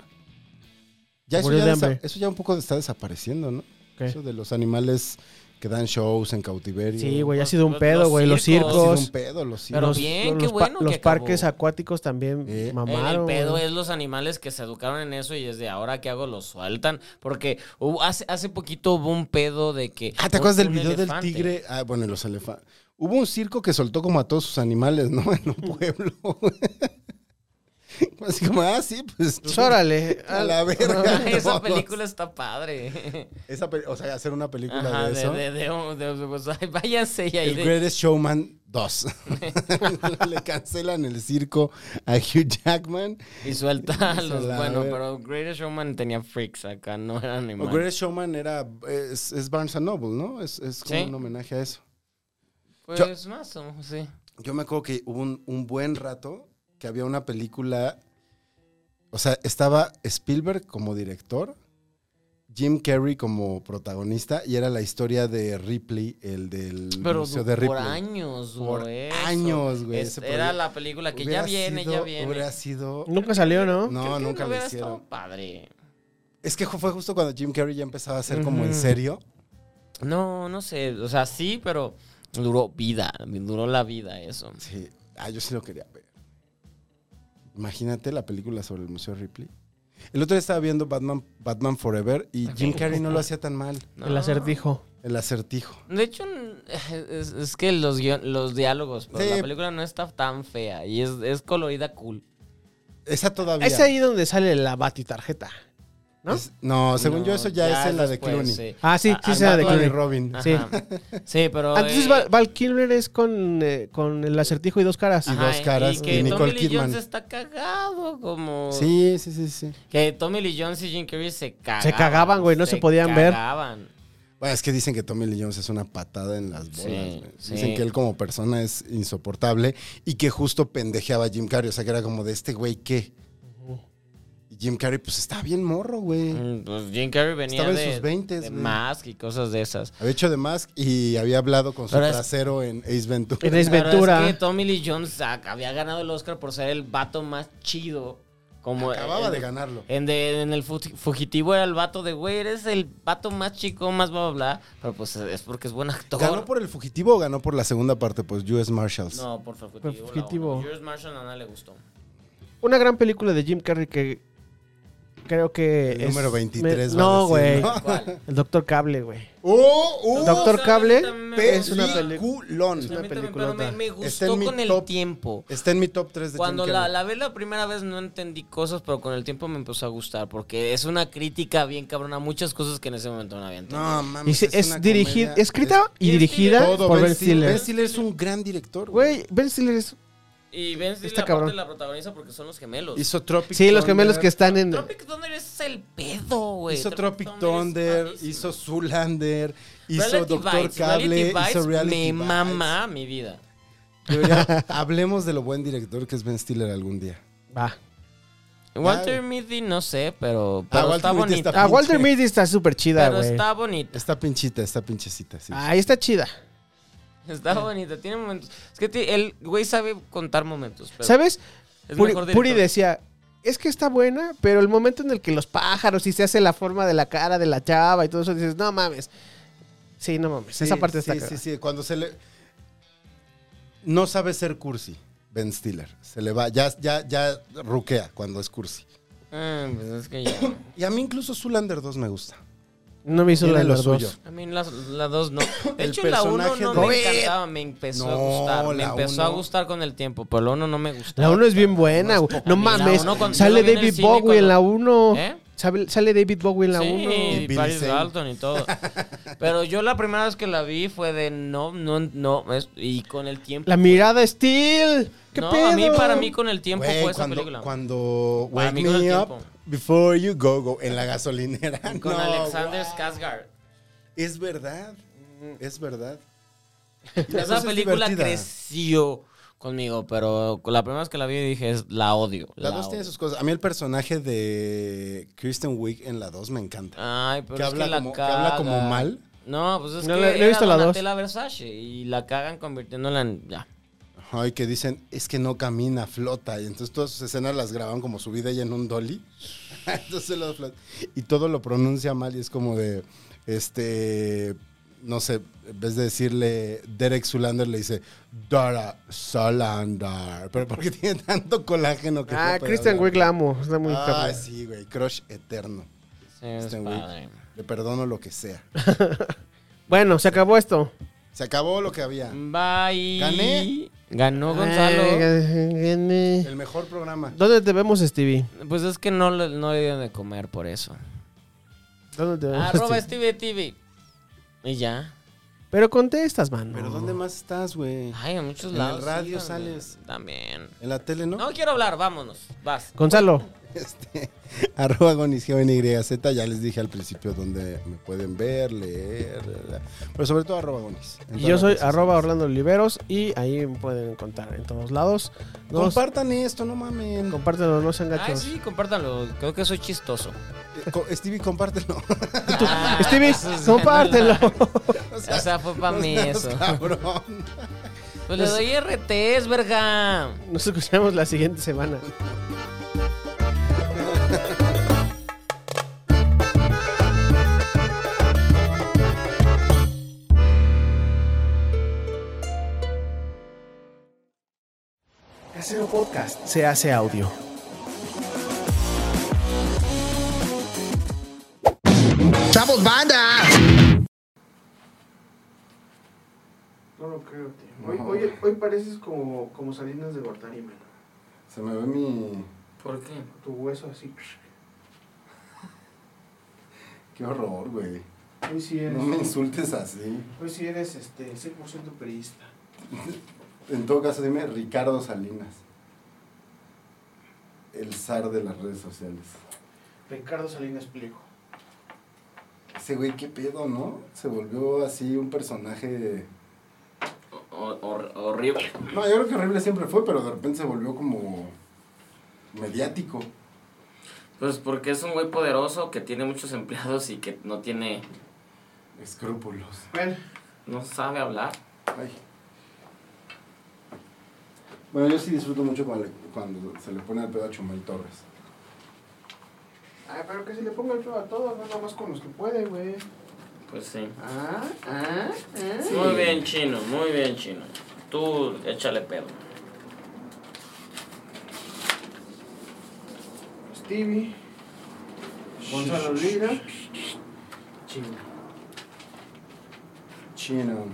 Ya eso,
Murió
ya
de
desa-
hambre.
eso ya un poco está desapareciendo, ¿no?
¿Qué?
Eso de los animales que dan shows en cautiverio.
Sí, güey, ha
Los-
sido un
los-
pedo,
los
güey. Los
Ha sido
circos.
un pedo, los
Pero
circos.
bien,
los
qué
pa-
bueno que
los
acabó.
parques acuáticos también
Eh.
mamaron.
el pedo
güey.
es los animales que se educaron en eso y desde ahora que hago los sueltan. Porque hubo- hace, hace poquito hubo un pedo de que.
Ah, ¿te acuerdas del
un
video del
elefante-
tigre? Ah, bueno, y los elefantes. Hubo un circo que soltó como a todos sus animales, ¿no? En un pueblo. Así como, ah, sí, pues.
Pues órale.
A la verga.
Esa
todos.
película está padre.
Esa pe- o sea, hacer una película
Ajá,
de
de,
eso.
de, de, de- de- pues, ay, váyanse y ahí
El
de-
Greatest Showman 2. Le cancelan el circo a Hugh Jackman.
y suelta a los.
la
Bueno,
ver-
pero Greatest Showman tenía freaks acá, no eran
O
animales.
Greatest Showman era, es, es Barnes and Noble, ¿no? Es, es como
Sí.
un homenaje a eso.
Pues más o menos, sí.
Yo me acuerdo que hubo un, un buen rato que había una película. O sea, estaba Spielberg como director, Jim Carrey como protagonista, y era la historia de Ripley, el del
Pero
Museo
du-
de
por
Ripley.
años,
Por
güey.
años, güey,
Es-
ese
Era
proyecto.
la película que ya
Hubiera
viene, ya
sido-
viene.
Hubiera sido.
Nunca salió, ¿no?
Creo
No,
que
nunca lo
hubiera
hicieron.
estado padre.
Es que fue justo cuando Jim Carrey ya empezaba a ser como en
Ujú.
serio.
No, no sé. O sea, sí, pero duró vida. Duró la vida eso.
Sí. Ah, yo sí lo quería ver. Imagínate la película sobre el Museo Ripley. El otro día estaba viendo Batman, Batman Forever y Jim Carrey no lo hacía tan mal.
No.
El acertijo.
El acertijo.
De hecho, n- es, es que los, guion- los diálogos, pero
Sí.
la película no está tan fea y es, es colorida cool.
Esa todavía.
Es ahí donde sale la batitarjeta. ¿no?
Es- no, según yo, eso ya, es en la de
después,
Clooney.
sí.
Ah, sí,
A-
sí,
a-
es en la de
Batman y
Clooney.
Robin.
Ajá.
Sí.
Sí, pero.
Ah, Entonces
eh,
Val, Val Kilmer es con, eh, con el acertijo y dos caras.
ajá,
dos caras
Y que
y Nicole
Tommy Lee
Kidman.
Jones está cagado, como.
Sí, sí, sí, sí.
Que Tommy Lee Jones y Jim Carrey se cagaban.
cagaban, güey, no se podían ver.
cagaban.
Bueno, es que dicen que Tommy Lee Jones es una patada en las bolas.
Sí,
güey.
sí.
Dicen que él como persona es insoportable y que justo pendejeaba a Jim Carrey. O sea, que era como de este güey, ¿qué? Y Jim Carrey, pues está bien morro, güey.
Mm, Pues Jim Carrey venía
Estaba en
de,
sus 20s,
de
güey.
Mask y cosas de esas.
Había hecho de Mask y había hablado con su
Pero es-
trasero en Ace Ventura.
En Ace
Pero
Ventura.
es que Tommy Lee Jones ah, había ganado el Oscar por ser el vato más chido. Como
Acababa
en-
de ganarlo.
En, de- en el futi- fugitivo era el vato de, güey, eres el vato más chico, más bla, bla, bla. Pero pues es porque es buen actor.
¿Ganó por el fugitivo o ganó por la segunda parte? Pues US Marshals.
No, por fugitivo.
Por
la uno.
Fugitivo.
Yours, Marshall a nadie le gustó.
Una gran película de Jim Carrey que creo que.
El número 23
me-
va a
No, güey.
decir, ¿no?
¿Cuál?
El Doctor Cable, güey.
¡Oh! ¡Uh!
Doctor
¿Sabes?
Cable
También me
es una
gusta.
peli-
peliculón.
una
También, también,
peliculota.
Pero me, me
Está en
gustó
mi
con el
top. Este
tiempo.
Está en mi top 3 de
Cuando
Jim
la,
Carrey.
la vi la primera vez no entendí cosas, pero con el tiempo me empezó a gustar. Porque es una crítica bien cabrona a muchas cosas que en ese momento no había entendido.
No,
Y
mames.
sí, es
Ah, pues una
dirigida,
comedia.
escrita y
y es
dirigida
Todo
por Ben Stiller.
Ben Stiller es un gran director.
Güey, Ben Stiller es.
Y Ben Stiller
Está
aparte
cabrón.
la protagoniza porque son los gemelos.
Hizo Tropic
Sí, los gemelos que
Thunder,
están en.
Tropic Thunder es el pedo, güey.
Hizo Tropic
es
Thunder,
malísimo.
hizo Zoolander, hizo
Reality
Doctor
Bites,
Cable,
Reality Bites
hizo Reality
Me
Bites.
mama mi vida.
Debería- hablemos de lo buen director que es Ben Stiller algún día.
Va.
Walter Mitty no sé, pero, pero
Ah, Walter
está
Mitty
bonita.
está-
Ah, Walter Mitty está súper chida,
pero
güey. Ah,
está bonita.
Está pinchita, está pinchecita, sí.
Ahí está chida.
Está
Eh.
bonita. Tiene momentos. Es que ti- el güey sabe contar momentos. pero
¿Sabes?
es
Puri,
mejor
Puri
director.
decía, es que está buena, pero el momento en el que los pájaros y se hace la forma de la cara de la chava y todo eso, dices, no mames.
Sí, no mames.
Sí,
Esa parte
sí,
está cagada.
Sí, sí, cuando se le... No sabe ser cursi, Ben Stiller. Se le va, ya, ya, ya ruquea cuando es cursi.
Ah, pues es que ya.
Y a mí incluso Zulander 2 me gusta.
No me hizo
Tiene
la de
lo
los
suyo.
dos.
A mí las, las dos no. De
El
hecho, la uno
personaje
no
de-
me encantaba, me empezó a
No,
gustar. Me
la
empezó
uno-
a gustar con el tiempo, pero la uno no me gustó.
La 1 es bien buena, güey. No
mí la
mames.
uno cuando yo
Sale
la vi en el
David
cine
Bowie en
cuando-
la 1.
¿Eh?
Sale sale David Bowie en la 1.
Sí,
Billy
Paris
Zane.
Dalton y todo. Pero yo la primera vez que la vi fue de no, no, no. es- y con el tiempo.
La mirada Steel. ¿Qué
no,
pedo?
a mí, para mí, con el tiempo
Güey,
fue esa
cuando,
película.
Cuando
Para
Wake
mí con el
Me Up
tiempo.
Before You Go Go en la gasolinera.
con
No,
Alexander
guau.
Skarsgård.
Es verdad. mm, Es verdad.
Esa
dos es
película
divertida.
creció conmigo, pero la primera vez que la vi dije, es, la odio.
La
la
2 tiene
odio.
sus cosas. A mí el personaje de Kristen Wiig en la 2 me encanta.
Ay, pero
que,
es
habla
que la
como, que habla como
caga.
mal.
No, pues es
No
que
la- no he
era
visto la dos.
Donatella Versace y la cagan convirtiéndola en... Ya.
Ay, que dicen, es que no camina, flota. Y entonces todas sus escenas las graban como su vida ella en un dolly. entonces lo flota. Y todo lo pronuncia mal y es como de, este, no sé, en vez de decirle Derek Zulander, le dice Dara Zulander. Pero porque tiene tanto colágeno que...
Ah,
no puede
Christian
hablar.
Wick la amo. Está muy
Ah,
cabrón.
sí, güey, crush eterno.
Sí, es
Kristen Wiig.
padre.
Le perdono lo que sea.
Bueno, se acabó esto.
Se acabó lo que había.
Bye.
¿Gané?
Ganó Gonzalo.
Ay,
El mejor programa.
¿Dónde te vemos, Stevie?
Pues es que no, le- no le dieron de comer por eso.
¿Dónde te vemos?
Arroba
Stevie?
Steve TV. Y ya.
Pero contestas, mano.
Pero ¿dónde más estás, güey?
Ay, a muchos
En el
lados.
radio
síganme.
sales.
También.
En la tele, ¿no?
No quiero hablar, vámonos. Vas.
Gonzalo.
Este, arroba gonis-yz, ya les dije al principio donde me pueden ver, leer, bla, bla, bla. pero sobre todo arroba gonis. En
Y
todas
yo
las
soy
redes
arroba
sociales.
Orlando Oliveros y ahí me pueden encontrar en todos lados. Nos,
Compartan esto, no mamen.
compártelo, no sean
Ay,
gachos.
sí, compártanlo. Creo que soy chistoso.
Eh, co- Stevie, compártelo.
Ah,
Stevie,
eso es-
compártelo.
O
O sea, fue para
no
mí
seas
eso.
Cabrón.
Pues le doy RTs, verga.
Nos escuchamos la siguiente semana. Casero Podcast se hace audio.
¡Chavos, banda!
No lo creo, tío. Hoy, hoy, hoy pareces como, como Salinas de Gortari, man.
Se me ve mi...
¿Por qué?
Tu hueso así.
Qué horror, güey.
Hoy sí
No me insultes así.
hoy sí eres este, 100% periodista.
En todo caso, dime Ricardo Salinas. El zar de las redes sociales.
Ricardo Salinas Pliego.
Ese güey, qué pedo, ¿no? Se volvió así un personaje...
horrible.
No, yo creo que horrible siempre fue, pero de repente se volvió como mediático.
Pues porque es un güey poderoso que tiene muchos empleados y que no tiene.
Escrúpulos.
no sabe hablar.
Ay. Bueno, yo sí disfruto mucho cuando, le- cuando se le pone al pedo a Chumel Torres.
Ay, Ah, pero que se le ponga el pedo a todos, no nada más con los que puede, güey.
Pues sí.
Ah, ah, ah.
Muy bien, chino, muy bien, chino. Tú échale pedo.
Stevie. Gonzalo Lira. Chinga.
Chino.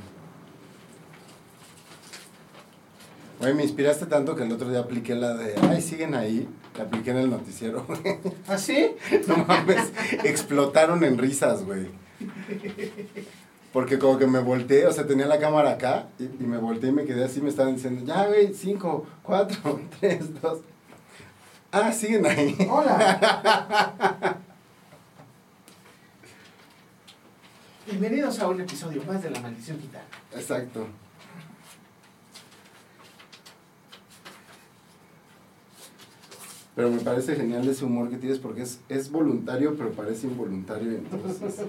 Oye, me inspiraste tanto que el otro día apliqué la de, ay, siguen ahí. La apliqué en el noticiero, güey.
¿Ah, sí?
No mames, explotaron en risas, güey. Porque como que me volteé, o sea, tenía la cámara acá y, y me volteé y me quedé así, me estaban diciendo, ya, güey, cinco, cuatro, tres, dos. Ah, siguen ahí.
Hola. Bienvenidos a un episodio más de La Maldición Gitana.
Exacto. Pero me parece genial ese humor que tienes porque es, es voluntario, pero parece involuntario. Entonces,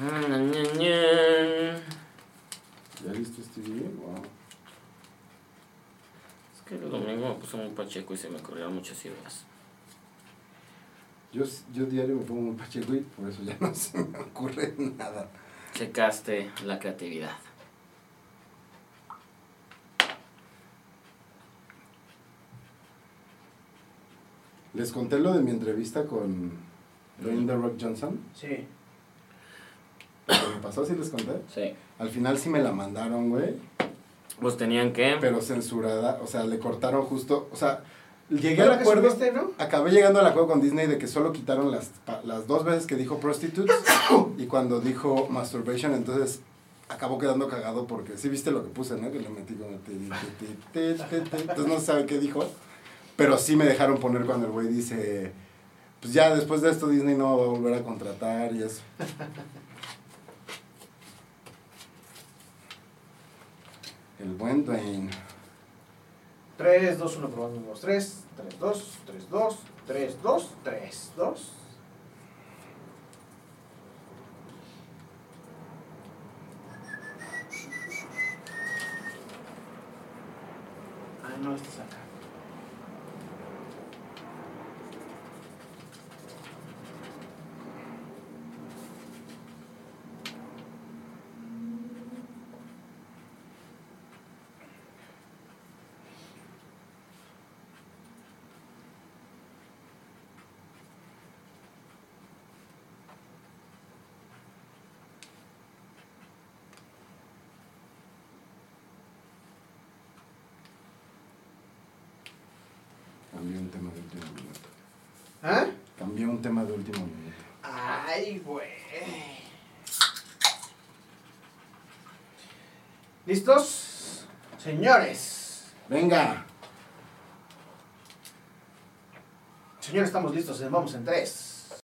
Ah,
¿Ya viste este video? Wow.
Es que el domingo me puse muy pacheco y se me corrieron muchas ideas.
Yo, yo diario me pongo muy pacheco y por eso ya no se me ocurre nada.
Checaste la creatividad.
Les conté lo de mi entrevista con Dwayne The Rock Johnson.
Sí.
Lo que pasó, sí les conté.
Sí.
Al final sí me la mandaron, güey.
Pues tenían que.
Pero censurada. O sea, le cortaron justo. O sea, llegué
Fue
al
lo que
acuerdo.
subiste, ¿no?
Acabé llegando al acuerdo con Disney de que solo quitaron las, pa- las dos veces que dijo prostitutes y cuando dijo masturbation, entonces acabó quedando cagado porque sí viste lo que puse, ¿no? Que le metí con el ti, ti, ti, ti, ti, ti. Entonces no se sabe qué dijo, pero sí me dejaron poner cuando el güey dice, pues ya después de esto Disney no va a volver a contratar y eso. El buen Dwayne.
3, 2, 1, probando 1, 2, 3, 3, 2, 3, 2, 3, 2, 3, 2. Ah, no, este es acá.
Cambié un tema de último minuto.
¿Ah?
Cambié un tema de último minuto.
Ay, güey. ¿Listos? Señores.
Venga.
Señores, estamos listos. Vamos en 3.